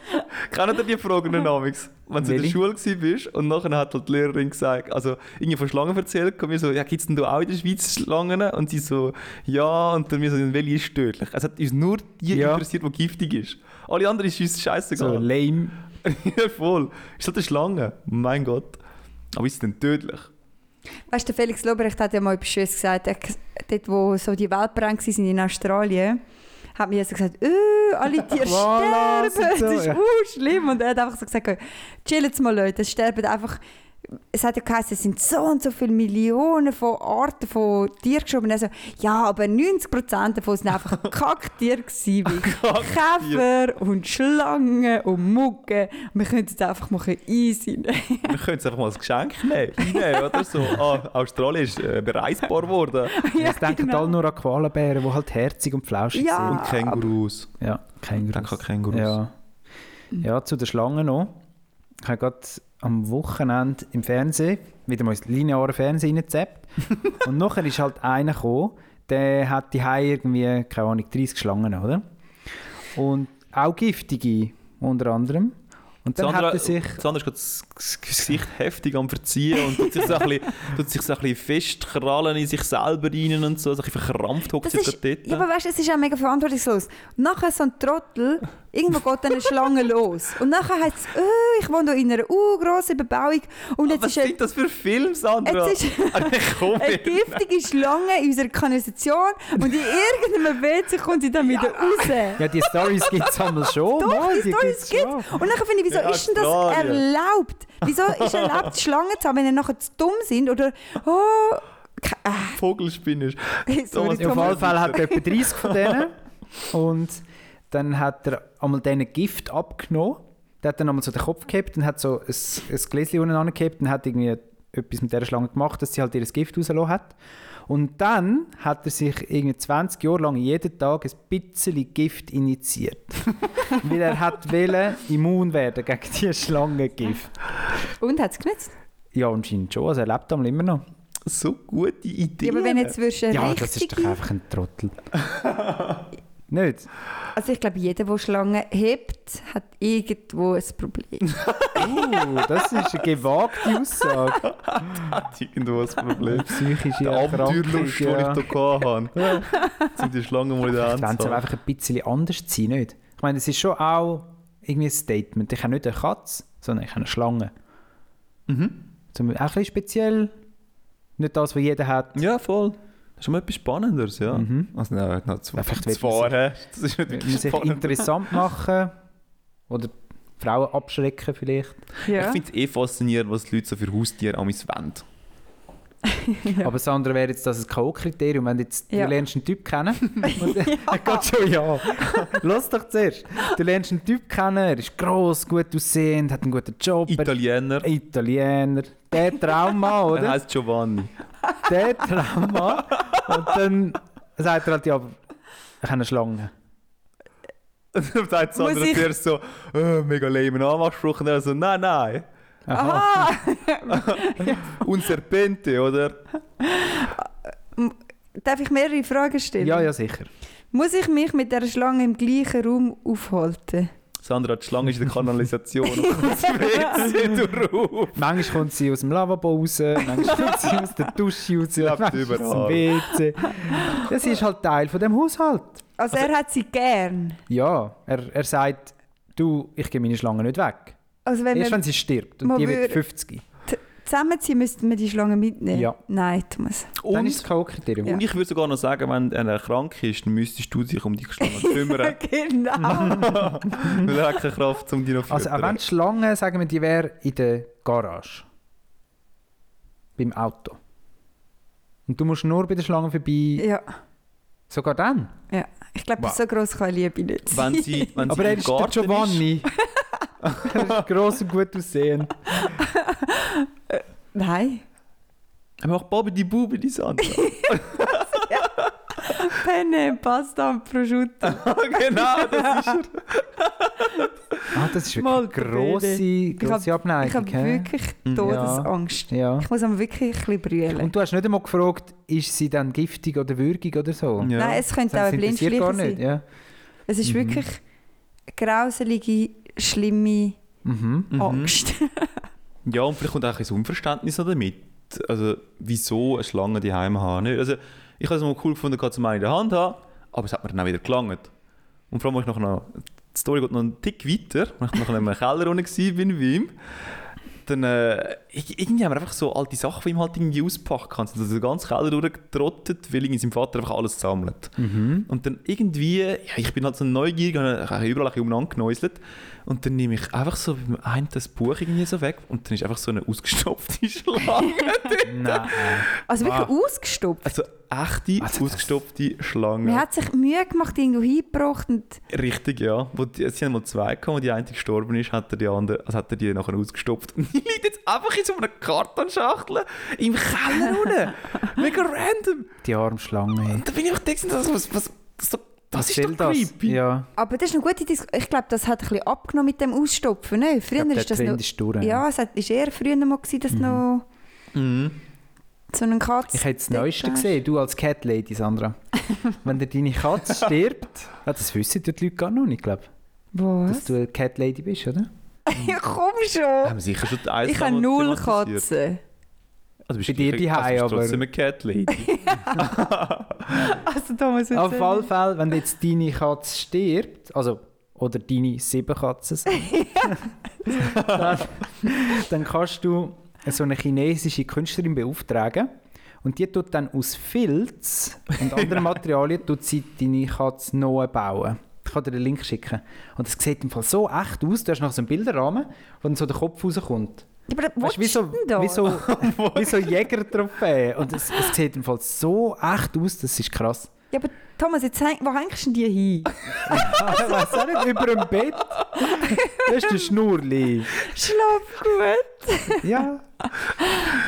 Speaker 5: Kennt ihr die Fragen noch damals? Wenn du in der
Speaker 3: Welche?
Speaker 5: Schule warst und nachher hat halt die Lehrerin gesagt, also irgendwie von Schlangen erzählt, und wir so, ja, gibt es denn da auch in der Schweiz Schlangen? Und sie so, ja, und dann wir so, welche ist tödlich? Also, Es hat uns nur die
Speaker 3: Ja.
Speaker 5: interessiert, die giftig ist. Alle anderen ist uns
Speaker 3: So
Speaker 4: *laughs*
Speaker 5: scheißegal.
Speaker 3: lame.
Speaker 5: ja, *laughs* voll. Ist halt eine Schlange. Mein Gott. Aber ist sie denn tödlich?
Speaker 4: Weißt du, der Felix Lobrecht hat ja mal etwas Schönes gesagt. Er, dort, wo so die Weltbrände waren in Australien, hat mir also gesagt, «Öh,
Speaker 3: *laughs*
Speaker 4: alle Tiere
Speaker 3: Voilà,
Speaker 4: sterben,
Speaker 3: sind so,
Speaker 4: das ist
Speaker 3: ja.
Speaker 4: uh, schlimm. Und er hat einfach so gesagt, chillt mal Leute, es sterben einfach, es hat ja geheißen, es sind so und so viele Millionen von Arten von Tieren geschoben. Also, ja, aber 90% davon
Speaker 3: *laughs*
Speaker 4: sind einfach Kacktiere gewesen, wie Käfer und Schlangen und Mücken. Und wir können jetzt einfach mal ein bisschen easy nehmen.
Speaker 5: Wir können es einfach mal als Geschenk nehmen. Nein, oder so. Ah, Australien ist äh, bereisbar geworden.
Speaker 3: Jetzt denken alle nur an Qualenbären, die halt herzig und flauschig
Speaker 4: genau. Ja.
Speaker 5: Und Kängurus.
Speaker 3: sind. Ja,
Speaker 5: Ich denke
Speaker 3: Kängurus.
Speaker 5: an Kängurus.
Speaker 3: Ja. ja, zu der Schlange noch. Ich habe gerade am Wochenende
Speaker 4: *laughs*
Speaker 3: im Fernsehen wieder mal ins lineare Fernsehen reingezappt. und nachher ist halt einer gekommen, der hat die Hai irgendwie, keine Ahnung, 30 Schlangen, oder? Und auch giftige, unter anderem. Und dann hat
Speaker 5: Sandra,
Speaker 3: er sich...
Speaker 5: Sandra ist gerade das das Gesicht heftig am Verziehen und tut sich so ein bisschen, *laughs* tut sich so ein bisschen festkrallen in sich selber rein und so, so ein bisschen verkrampft hockt
Speaker 4: Das
Speaker 5: sie
Speaker 4: ist,
Speaker 5: gerade dort.
Speaker 4: ja, aber weißt, du, es ist auch mega verantwortungslos. Nachher so ein Trottel, irgendwo geht dann eine Schlange los. Und nachher heißt es, oh, ich wohne hier in einer urgrossen Bebauung und
Speaker 5: Ah,
Speaker 4: jetzt
Speaker 5: Was
Speaker 4: ist eine,
Speaker 5: sind das für Filme, Sandra? *laughs*
Speaker 4: Jetzt ist-
Speaker 5: Ah, komm
Speaker 4: eine
Speaker 5: jetzt.
Speaker 4: giftige Schlange in unserer Kanalisation und in irgendeinem WC kommt sie dann wieder raus.
Speaker 3: Ja, die Stories gibt es einmal schon.
Speaker 4: *laughs* Doch,
Speaker 3: mal,
Speaker 4: die Storys
Speaker 3: schon.
Speaker 4: gibt's. Und nachher finde ich, wieso
Speaker 5: In
Speaker 4: ist denn das
Speaker 5: Australien.
Speaker 4: erlaubt? Wieso ist erlaubt, Schlangen zu haben, wenn ihr nachher zu dumm sind? Oder, oh, ke- ah, *laughs*
Speaker 5: Vogelspinner.
Speaker 4: Hey, sorry,
Speaker 3: Auf
Speaker 4: Thomas.
Speaker 3: jeden Fall hat er etwa 30 von denen. Und dann hat er einmal denen Gift abgenommen. Der hat dann einmal so den Kopf gehabt und hat so ein, ein Gläschen unten angehabt und hat irgendwie etwas mit dieser Schlange gemacht, dass sie halt ihr Gift rausgelassen hat. Und dann hat er sich irgendwie 20 Jahre lang jeden Tag ein bisschen Gift initiiert. *laughs* Weil er hat wollen, immun werden gegen dieses Schlangengift.
Speaker 4: Und hat es genützt?
Speaker 3: Ja, anscheinend schon. Also er lebt einmal immer noch.
Speaker 5: So gute Idee.
Speaker 4: Ja, aber wenn jetzt würdest du eine
Speaker 3: Ja, das ist
Speaker 4: richtige...
Speaker 3: doch einfach ein Trottel. Nicht?
Speaker 4: also ich glaube, jeder, der Schlangen hebt, hat irgendwo ein
Speaker 3: *laughs*
Speaker 4: Problem.
Speaker 3: Uh, das ist eine gewagte Aussage.
Speaker 5: hat irgendwo
Speaker 4: *laughs*
Speaker 5: ein Problem.
Speaker 3: Psychische
Speaker 5: Die Abenteuerlust,
Speaker 3: *laughs*
Speaker 5: die
Speaker 3: ja.
Speaker 5: ich hier hatte. Sind die Schlangen mal in der
Speaker 3: Wenn es aber
Speaker 5: Hand.
Speaker 3: einfach ein bisschen anders sein, nicht? Ich meine, es ist schon auch irgendwie ein Statement. Ich habe nicht eine Katze, sondern ich habe eine Schlange. Zum, auch ein bisschen speziell. Nicht das, was jeder hat.
Speaker 5: Ja, voll. Das ist schon mal etwas Spannenderes, ja. Also, nein, noch zu,
Speaker 3: Mhm. Ja, vielleicht
Speaker 5: zu
Speaker 3: wird
Speaker 5: fahren. Das ist nicht
Speaker 3: Man muss
Speaker 5: wirklich
Speaker 3: sich
Speaker 5: spannend.
Speaker 3: interessant machen. Oder Frauen abschrecken vielleicht.
Speaker 5: Ich finde es eh faszinierend, was die Leute so für Haustiere an mich wollen.
Speaker 3: Aber das andere wäre jetzt das ein K.O.-Kriterium. Wenn du jetzt,
Speaker 4: Ja.
Speaker 3: du lernst einen Typ
Speaker 4: *laughs*
Speaker 3: kennen und er geht schon ja. Lass doch zuerst. Du lernst einen Typ kennen, er ist gross, gut aussehend, hat einen guten Job. er-
Speaker 5: Italiener.
Speaker 3: Italiener. Der
Speaker 5: *laughs*
Speaker 3: Trauma,
Speaker 5: Er
Speaker 3: oder?
Speaker 5: heißt Giovanni. *laughs*
Speaker 3: Der Trauma. Und dann sagt er halt, ja, ich habe eine Schlange.
Speaker 5: Und dann sagt
Speaker 4: Muss
Speaker 5: Sandra
Speaker 4: ich-
Speaker 5: zuerst so, äh, mega lame Anmachspruch. Und er so, nein, nein.
Speaker 4: Aha!
Speaker 5: Un Serpente, oder?
Speaker 4: Darf ich mehrere Fragen stellen?
Speaker 3: Ja, ja, sicher.
Speaker 4: Muss ich mich mit der Schlange im gleichen Raum
Speaker 3: *laughs*
Speaker 4: aufhalten?
Speaker 5: Sandra, die Schlange ist in der Kanalisation. Und das WC drauf.
Speaker 3: Manchmal kommt sie aus dem Lavabo raus, manchmal kommt sie aus der Dusche raus,
Speaker 5: Läuft
Speaker 3: manchmal aus dem
Speaker 5: überall.
Speaker 3: WC. Das ist halt Teil von dem Haushalt.
Speaker 4: Also, er hat sie gern.
Speaker 3: Ja, er, er sagt, du, ich gehe meine Schlange nicht weg.
Speaker 4: Also wenn
Speaker 3: Erst
Speaker 4: wir
Speaker 3: wenn sie stirbt und
Speaker 4: man
Speaker 3: die wird
Speaker 4: würde-
Speaker 3: 50.
Speaker 4: zusammenziehen, müssten wir die Schlange mitnehmen.
Speaker 3: Ja.
Speaker 4: Nein, Thomas.
Speaker 3: Dann
Speaker 5: Und-
Speaker 3: ist es kein Kriterium.
Speaker 5: Und ich würde sogar noch sagen, wenn er krank ist, dann müsstest du dich um die Schlange
Speaker 3: *laughs*
Speaker 5: kümmern.
Speaker 4: *laughs*
Speaker 3: Mhm.
Speaker 4: Genau.
Speaker 5: weil er hat keine Kraft, um die noch zu
Speaker 3: Also auch wenn
Speaker 5: füttern.
Speaker 3: die Schlange, sagen wir, die wäre in der Garage. Beim Auto. Und du musst nur bei der Schlange vorbei.
Speaker 4: ja.
Speaker 3: Sogar dann.
Speaker 4: Ja, ich glaube,
Speaker 3: Wow.
Speaker 4: so gross kann Liebe nicht sein.
Speaker 5: Wenn sie, wenn
Speaker 3: Aber
Speaker 5: sie
Speaker 3: er
Speaker 5: im
Speaker 3: ist der
Speaker 5: Garten
Speaker 3: Giovanni. *laughs* er ist gross und gut aussehen.
Speaker 4: *laughs* Nein,
Speaker 5: Er macht Bobby die Bube, die Sandra. *laughs*
Speaker 4: Penne, Pasta und Prosciutto.
Speaker 5: genau, das ist
Speaker 3: Ah, das ist
Speaker 4: Mal
Speaker 3: wirklich grosse,
Speaker 4: Bede. Ich
Speaker 3: grosse Abneigung.
Speaker 4: ich habe
Speaker 3: hä?
Speaker 4: wirklich Todesangst.
Speaker 3: ja.
Speaker 4: Ich muss aber wirklich ein bisschen brüllen.
Speaker 3: Und du hast nicht einmal gefragt, ist sie dann giftig oder würgig oder so?
Speaker 5: Ja.
Speaker 4: Nein, es könnte auch
Speaker 3: Das
Speaker 4: ein
Speaker 3: interessiert gar
Speaker 4: Blindschleicher
Speaker 3: nicht, Mhm.
Speaker 4: sein.
Speaker 3: ja.
Speaker 4: Es ist wirklich grauselige, schlimme
Speaker 3: Mhm.
Speaker 4: Angst. *laughs*
Speaker 5: Ja, und vielleicht kommt auch ein bisschen Unverständnis noch damit. Also, wieso eine Schlange die Heim haben? Nicht? Also, ich habe es mal cool gefunden, gerade zum einen in der Hand haben, aber es hat mir dann auch wieder gelangt. Und vor allem, als ich nachher noch, die Story geht noch einen Tick weiter, als ich nachher in einem Keller unten war, bin wie ihm, dann äh, ir- irgendwie haben wir einfach so alte Sachen von ihm halt irgendwie ausgepackt. Haben sie also den ganzen Keller durchgetrottet, weil irgendwie sein Vater einfach alles sammelt. Und dann irgendwie, ja, ich bin halt so neugierig, habe habe überall ein bisschen umeinander genäuselt. Und dann nehme ich einfach so beim einen das Buch irgendwie so weg und dann ist einfach so eine *laughs* ausgestopfte Schlange.
Speaker 3: Nein.
Speaker 4: Also wirklich ausgestopft.
Speaker 5: also
Speaker 3: Also
Speaker 5: echte,
Speaker 3: das-
Speaker 5: ausgestopfte
Speaker 4: Man
Speaker 5: Schlange.
Speaker 4: hat sich Mühe gemacht, irgendwo hingebracht und
Speaker 5: Richtig, ja. Wo die, es sind mal zwei gekommen, wo die eine gestorben ist, hat er die andere, also hat er die nachher ausgestopft. *laughs* Und die liegt jetzt einfach in so einer Kartonschachtel im Keller unten. Mega random.
Speaker 3: Die arme Schlange. ey.
Speaker 5: Und da bin ich auch gedacht, das, was, was, das, das, das ist
Speaker 3: will
Speaker 5: doch creepy.
Speaker 3: Ja.
Speaker 4: Aber das ist eine gute Diskussion. Ich glaube, das hat ein bisschen abgenommen mit dem Ausstopfen. Ne? Früher
Speaker 3: Ich glaub, der
Speaker 4: ist das
Speaker 3: Trend
Speaker 4: noch.
Speaker 3: ist durch, ja.
Speaker 4: ja, es hat, ist eher früher mal gewesen, dass noch.
Speaker 5: Mhm.
Speaker 4: So einen Katz.
Speaker 3: Mhm. Ich hätte das Neueste gesehen, du als Cat Lady, *laughs* Sandra. Wenn dir deine Katze stirbt, ja, das wissen die Leute gar noch nicht, glaube Dass
Speaker 4: Was?
Speaker 3: du eine Cat Lady bist, oder?
Speaker 4: *laughs* Ja, komm
Speaker 5: Haben
Speaker 4: schon.
Speaker 5: sicher schon eins
Speaker 4: Ich habe null Katzen.
Speaker 5: Also bist
Speaker 3: Bei dir
Speaker 5: gleich-
Speaker 3: daheim,
Speaker 5: also bist du trotzdem
Speaker 3: aber-
Speaker 5: eine Cat Lady.
Speaker 4: Also Thomas,
Speaker 3: Auf alle Fälle, wenn jetzt deine Katze stirbt, also oder deine sieben Katzen
Speaker 4: *laughs*
Speaker 3: sind, dann, dann kannst du so eine chinesische Künstlerin beauftragen und die tut dann aus Filz
Speaker 4: *laughs*
Speaker 3: und anderen Materialien tut sie deine Katze neu bauen. Ich kann dir den Link schicken. Und es sieht im Fall so echt aus. Du hast noch so einen Bilderrahmen, wo dann so der Kopf rauskommt.
Speaker 4: Aber
Speaker 3: Weißt,
Speaker 4: was
Speaker 3: wie so,
Speaker 4: denn da?
Speaker 3: wie
Speaker 4: *laughs*
Speaker 3: so, wie so Jägertrophäe. Und es, es sieht im Fall so echt aus, das ist krass.
Speaker 4: Ja, aber Thomas, jetzt häng, wo hängst du denn die hin?
Speaker 3: Ich weiß auch nicht, über dem Bett. Das ist der Schnurli.
Speaker 4: Schlaf gut.
Speaker 3: Ja.
Speaker 5: *laughs*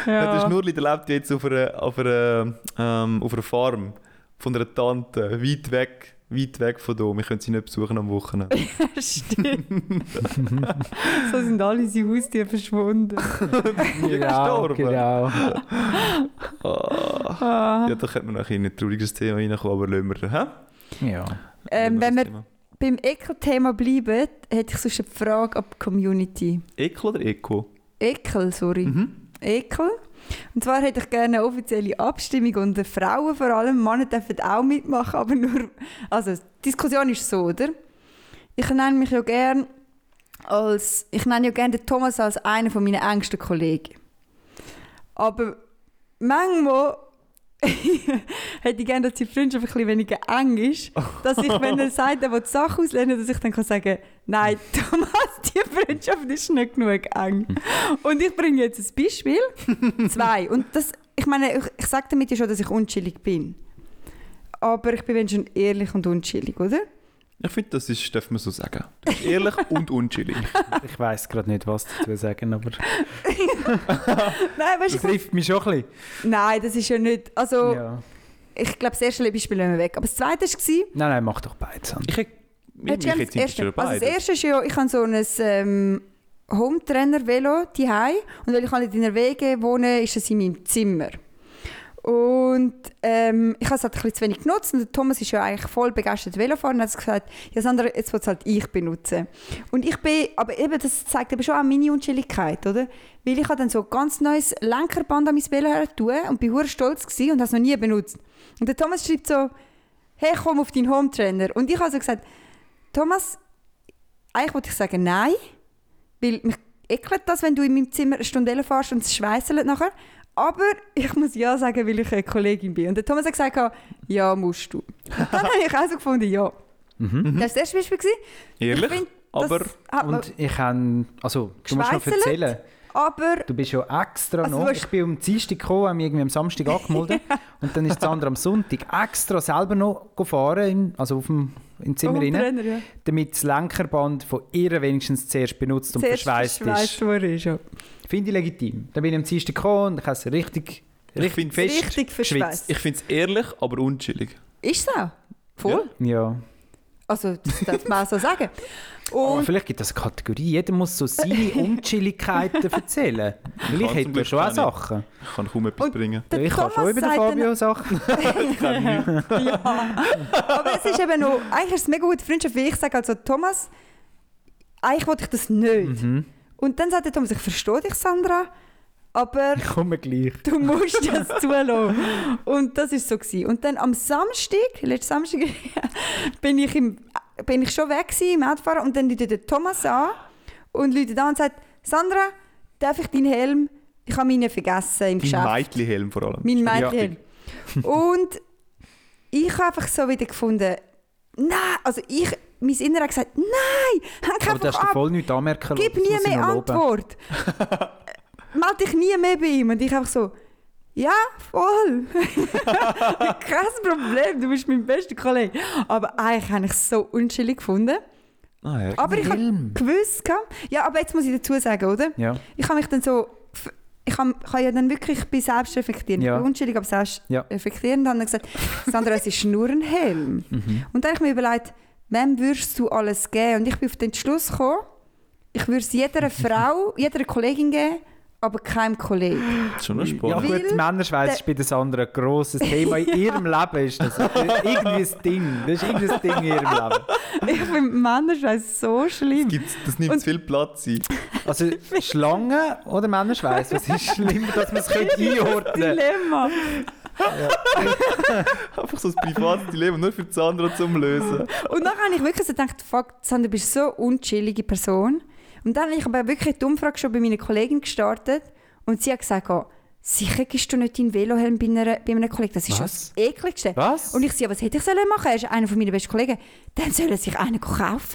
Speaker 5: Ja. Der Schnurli der lebt jetzt auf einer, auf, einer, ähm, auf einer Farm von einer Tante, weit weg, weit weg von hier. Wir können sie nicht besuchen am Wochenende.
Speaker 4: Stimmt. so sind alle seine Haustiere verschwunden.
Speaker 3: Genau,
Speaker 5: gestorben.
Speaker 3: genau.
Speaker 5: Ah. Ja, da könnte man noch in ein trauriges Thema reinkommen, aber lassen wir. Hä?
Speaker 3: Ja.
Speaker 4: Ähm, wenn
Speaker 5: das
Speaker 4: wir
Speaker 5: Thema.
Speaker 4: beim Ekel-Thema bleiben, hätte ich sonst eine Frage an die Community.
Speaker 5: Ekel oder Eko?
Speaker 4: Ekel, sorry.
Speaker 5: Mhm.
Speaker 4: Ekel. Und zwar hätte ich gerne eine offizielle Abstimmung unter Frauen vor allem. Männer dürfen auch mitmachen, aber nur... Also, die Diskussion ist so, oder? Ich nenne mich ja gerne als... Ich nenne ja gerne den Thomas als einen von meinen engsten Kollegen. Aber manchmal *laughs* hätte ich gerne, dass die Freundschaft ein bisschen weniger eng ist. Dass ich, wenn er sagt, er will die Sache auslehnen, dass ich dann kann sagen nein, *laughs* Thomas, die Freundschaft ist nicht genug eng. Und ich bringe jetzt ein Beispiel. *laughs* Zwei. Und das, ich meine, ich, ich sage damit ja schon, dass ich unschillig bin. Aber ich bin wenn schon ehrlich und unschillig, oder?
Speaker 5: Ich finde, das ist, darf man so sagen. Du bist ehrlich und unchillig.
Speaker 3: Ich weiß gerade nicht, was dazu sagen, *laughs* aber
Speaker 4: *laughs* Nein, weißt
Speaker 3: das
Speaker 4: du, ich-
Speaker 3: trifft mich schon ein
Speaker 4: nein, das ist ja nicht. Also,
Speaker 3: bisschen. Ja.
Speaker 4: ich glaube, das erste Beispiel lassen wir weg. Aber das zweite war,
Speaker 3: Nein, nein, mach doch beides. Sandra.
Speaker 5: Ich hätte mich
Speaker 4: Hättest du
Speaker 5: jetzt
Speaker 4: gerne das erste?
Speaker 5: interessiert
Speaker 4: Also das
Speaker 5: beide.
Speaker 4: erste ist ja, ich habe so ein ähm, Home-Trainer-Velo daheim und weil ich halt in der Wege wohne, ist es in meinem Zimmer. Und ähm, ich habe es halt ein bisschen zu wenig genutzt und der Thomas ist ja eigentlich voll begeistert Velofahren und hat gesagt, ja Sandra, jetzt will es halt ich benutzen. Und ich bin, aber eben, das zeigt eben schon auch meine Unschilligkeit, oder? Weil ich habe dann so ein ganz neues Lenkerband an mein Velo tun und bin hure stolz gewesen und habe es noch nie benutzt. Und der Thomas schreibt so, hey komm auf deinen Home-Trainer. Und ich habe so gesagt, Thomas, eigentlich wollte ich sagen nein, weil mich ekelt das, wenn du in meinem Zimmer eine Stunde Velo fährst und es schweisselt nachher. Aber ich muss ja sagen, weil ich eine Kollegin bin. Und der Thomas hat gesagt, ja, musst du. Und dann habe ich auch so gefunden, ja. Das war das erste Beispiel. gewesen.
Speaker 5: Ehrlich,
Speaker 4: Ich finde, das
Speaker 5: aber
Speaker 4: hat man-
Speaker 3: Und ich habe. Also, du musst noch
Speaker 4: Geschweißelt?
Speaker 3: erzählen.
Speaker 4: aber
Speaker 3: Du bist ja extra
Speaker 4: Also,
Speaker 3: noch.
Speaker 4: du hast-
Speaker 3: Ich bin am Dienstag gekommen, habe mich irgendwie am *laughs* Samstag angemeldet. und dann ist Sandra am Sonntag extra selber noch gefahren, in, also auf dem, im Zimmer rein.
Speaker 4: Home-Trainer, Oh, ja.
Speaker 3: damit das Lenkerband von ihr wenigstens zuerst benutzt und
Speaker 4: Zuerst
Speaker 3: verschweißt
Speaker 4: verschweißt
Speaker 3: ist.
Speaker 4: wurde ich schon.
Speaker 3: Finde ich legitim. Dann bin ich am Dienstag gekommen und ich habe es richtig,
Speaker 5: Ich
Speaker 3: richtig
Speaker 5: find's
Speaker 3: fest
Speaker 4: Richtig
Speaker 3: geschwitzt.
Speaker 4: verschweißt.
Speaker 5: ich finde es ehrlich, aber unchillig.
Speaker 4: Ist es auch. Voll.
Speaker 3: Ja.
Speaker 4: Also, das darf man auch so sagen.
Speaker 3: *laughs* Aber
Speaker 4: Und
Speaker 3: vielleicht gibt es eine Kategorie, jeder muss so
Speaker 4: *laughs*
Speaker 3: seine Unchilligkeiten erzählen. Weil ich
Speaker 5: zum
Speaker 3: hätte ja
Speaker 5: Glück
Speaker 3: schon auch
Speaker 5: keine.
Speaker 3: Sachen.
Speaker 5: Ich kann kaum etwas
Speaker 4: Und-
Speaker 5: bringen.
Speaker 4: der
Speaker 3: ich kann schon
Speaker 4: Thomas
Speaker 3: über den
Speaker 4: sagt dann-
Speaker 3: Fabio Sachen.
Speaker 4: ja. Aber es ist eben noch, eigentlich ist es eine mega gute Freundschaft, weil ich sage also, Thomas, eigentlich wollte ich das nicht. Und dann sagt der Thomas, ich verstehe dich, Sandra, aber
Speaker 3: Ich komme gleich.
Speaker 4: du musst das zulassen. Und das ist so. Gewesen. Und dann am Samstag, letzten Samstag, *laughs* bin ich, im, bin ich schon weg gewesen, im Autofahren und dann läutet der Thomas an und läutet an und sagt, Sandra, darf ich deinen Helm, ich habe meinen vergessen im
Speaker 5: Dein
Speaker 4: Geschäft.
Speaker 5: Mädchenhelm vor allem.
Speaker 4: Mein
Speaker 5: Ja.
Speaker 4: Mädchen. Und ich habe einfach so wieder gefunden, nein, also ich, mein Innerer hat gesagt, nein, hang
Speaker 3: Aber du hast
Speaker 4: einfach
Speaker 3: dir
Speaker 4: ab,
Speaker 3: voll nichts anmerken lassen.
Speaker 4: gib
Speaker 3: das
Speaker 4: nie
Speaker 3: muss ich
Speaker 4: mehr
Speaker 3: noch loben. *laughs*
Speaker 4: Antwort. Meld dich nie mehr bei ihm. Und ich einfach so, ja,
Speaker 3: *laughs*
Speaker 4: voll. Kein Problem, du bist mein bester Kollege. Aber eigentlich habe ich es so unschillig gefunden.
Speaker 5: Ah, ja.
Speaker 4: Aber ich habe
Speaker 3: Film.
Speaker 4: gewusst, gehabt- ja, aber jetzt muss ich dazu sagen, oder?
Speaker 3: Ja.
Speaker 4: Ich habe mich dann so. gef- Ich habe, ich habe ja dann wirklich, ich bin selbst reflektierend.
Speaker 3: Ja.
Speaker 4: Ich bin unschuldig, aber selbst
Speaker 3: Ja.
Speaker 4: reflektierend. Und habe dann gesagt, Sandra, es ist nur
Speaker 3: *laughs*
Speaker 4: ein Helm.
Speaker 3: Mhm.
Speaker 4: Und dann habe ich mir überlegt, wem würdest du
Speaker 3: *laughs*
Speaker 4: alles geben? Und ich bin auf den Entschluss gekommen, ich würde es jeder Frau, jeder Kollegin geben, aber keinem Kollegen.
Speaker 3: *laughs*
Speaker 5: Das ist schon noch
Speaker 3: Ja
Speaker 5: spannend.
Speaker 4: Weil
Speaker 3: gut, Männerschweiß ist bei den Sandra ein grosses Thema.
Speaker 4: *laughs*
Speaker 3: In ihrem Leben ist das irgendwie ein Ding. Das ist irgendwie ein Ding in ihrem Leben.
Speaker 4: Ich finde Männerschweiß so
Speaker 5: Das,
Speaker 4: schlimm.
Speaker 5: gibt's, das nimmt
Speaker 4: Und-
Speaker 5: zu viel Platz ein. *laughs*
Speaker 4: *laughs*
Speaker 3: Also Schlangen oder Männerschweiß, was ist schlimmer, dass
Speaker 4: *laughs*
Speaker 3: man es könnte einordnen *laughs*
Speaker 4: Dilemma.
Speaker 5: Einfach so ein privates Dilemma, nur für die Sandra zum Lösen.
Speaker 4: Und dann habe ich wirklich so gedacht, fuck, Sandra, du bist so unchillige Person. Und dann habe ich aber wirklich die Umfrage schon bei meiner Kollegin gestartet und sie hat gesagt, oh, sicher gibst du nicht deinen Velohelm bei, einer, bei einem Kollegen, das ist
Speaker 3: Was?
Speaker 4: das Ekligste.
Speaker 3: Was?
Speaker 4: Und ich sage, was hätte ich sollen machen? Er ist einer von meinen besten Kollegen. Dann soll er sich einen kaufen.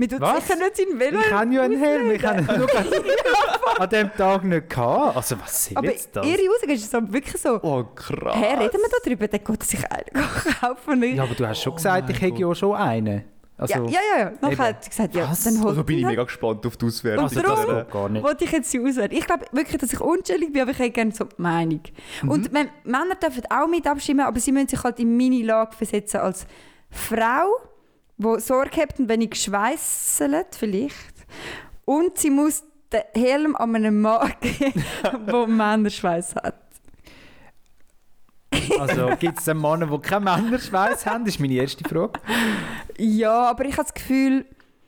Speaker 4: Mir tut
Speaker 3: Was?
Speaker 4: sicher nicht seinen Velohelm
Speaker 3: Ich habe ja einen Helm, ich
Speaker 4: auslegen.
Speaker 3: habe ihn nur *laughs* an dem Tag nicht gehabt. Also was ist
Speaker 4: Aber
Speaker 3: jetzt das?
Speaker 4: ihre Aussage ist so, wirklich so,
Speaker 5: Oh, krass.
Speaker 4: hey, reden wir darüber, dann geht er sich einen *laughs* kaufen. Und ich-
Speaker 3: Ja, aber du hast schon gesagt, ich hätte ja schon einen. Also,
Speaker 4: Oh ja, ja, ja. Nachher
Speaker 3: eben.
Speaker 4: hat sie gesagt, ja,
Speaker 3: Was?
Speaker 4: dann holt
Speaker 5: Also bin ich
Speaker 4: ihn
Speaker 5: mega gespannt auf die Auswertung.
Speaker 4: Und
Speaker 3: Also das
Speaker 4: darum-
Speaker 3: geht
Speaker 4: *laughs*
Speaker 3: gar nicht.
Speaker 4: Wollte ich jetzt die auswählen. Ich glaube wirklich, dass ich unschuldig bin, aber ich hätte gerne so die Meinung. Und wenn- Männer dürfen auch mit abstimmen, aber sie müssen sich halt in meine Lage versetzen als Frau, die Sorge hat und wenig schweisselt vielleicht. Und sie muss den Helm an einem Mann *laughs* geben, der Männerschweiß hat.
Speaker 3: also gibt es einen Mann, der keinen Männerschweiß hat? Das ist meine erste Frage.
Speaker 4: Ja, aber ich habe das Gefühl,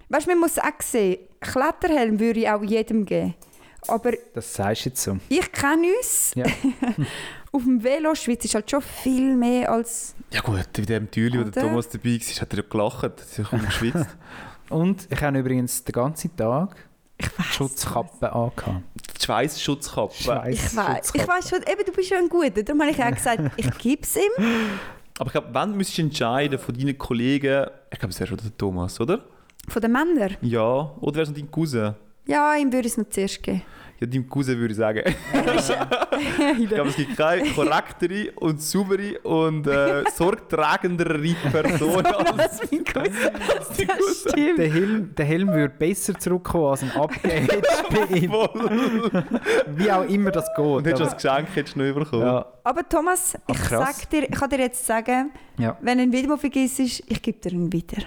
Speaker 4: weißt du, man muss auch sehen, Kletterhelm würde ich auch jedem geben. Aber
Speaker 3: Das sagst du jetzt so.
Speaker 4: ich kenne uns. *laughs*
Speaker 3: Ja.
Speaker 4: Auf dem Velo Schweiz ist halt schon viel mehr als.
Speaker 5: Ja gut, bei dem Tüli, wo der
Speaker 4: Oder?
Speaker 5: Thomas dabei war, hat er ja gelacht. Sie
Speaker 3: *laughs*
Speaker 5: hat geschwitzt.
Speaker 3: Und ich habe übrigens den ganzen Tag
Speaker 4: Ich weiß.
Speaker 3: Schutzkappe angehabt.
Speaker 5: Die Schweißschutzkappe.
Speaker 4: Ich weiß. Ich weiß schon, eben, du bist ja ein guter. Darum habe ich auch gesagt, ich gebe es ihm.
Speaker 5: Aber ich glaube, wenn müsstest du entscheiden von deinen Kollegen, ich glaube, es wäre schon der Thomas, oder?
Speaker 4: Von den Männern.
Speaker 5: Ja. Oder wäre es noch dein Cousin?
Speaker 4: Ja, ihm würde ich es noch zuerst geben. *laughs*
Speaker 5: Ja, deinem Cousin würde
Speaker 3: *laughs*
Speaker 5: ich sagen. ich glaube, es gibt keine korrektere und saubere
Speaker 3: *laughs*
Speaker 5: und äh, sorgtragendere Person
Speaker 4: *laughs*
Speaker 5: als
Speaker 4: Das ist mein Cousin.
Speaker 5: dein
Speaker 4: Das
Speaker 5: Cousin.
Speaker 4: stimmt.
Speaker 3: Der Helm, der Helm würde besser zurückkommen als ein
Speaker 4: *laughs*
Speaker 3: Upgrade.
Speaker 5: Voll.
Speaker 3: Wie auch immer das geht.
Speaker 5: Und hättest du
Speaker 3: aber-
Speaker 5: das Geschenk hättest du noch bekommen.
Speaker 3: ja,
Speaker 4: Aber Thomas, ich,
Speaker 3: Ach, krass.
Speaker 4: sag dir, ich kann dir jetzt sagen,
Speaker 3: ja,
Speaker 4: wenn du ihn wieder mal vergisst, ich gebe dir ihn wieder.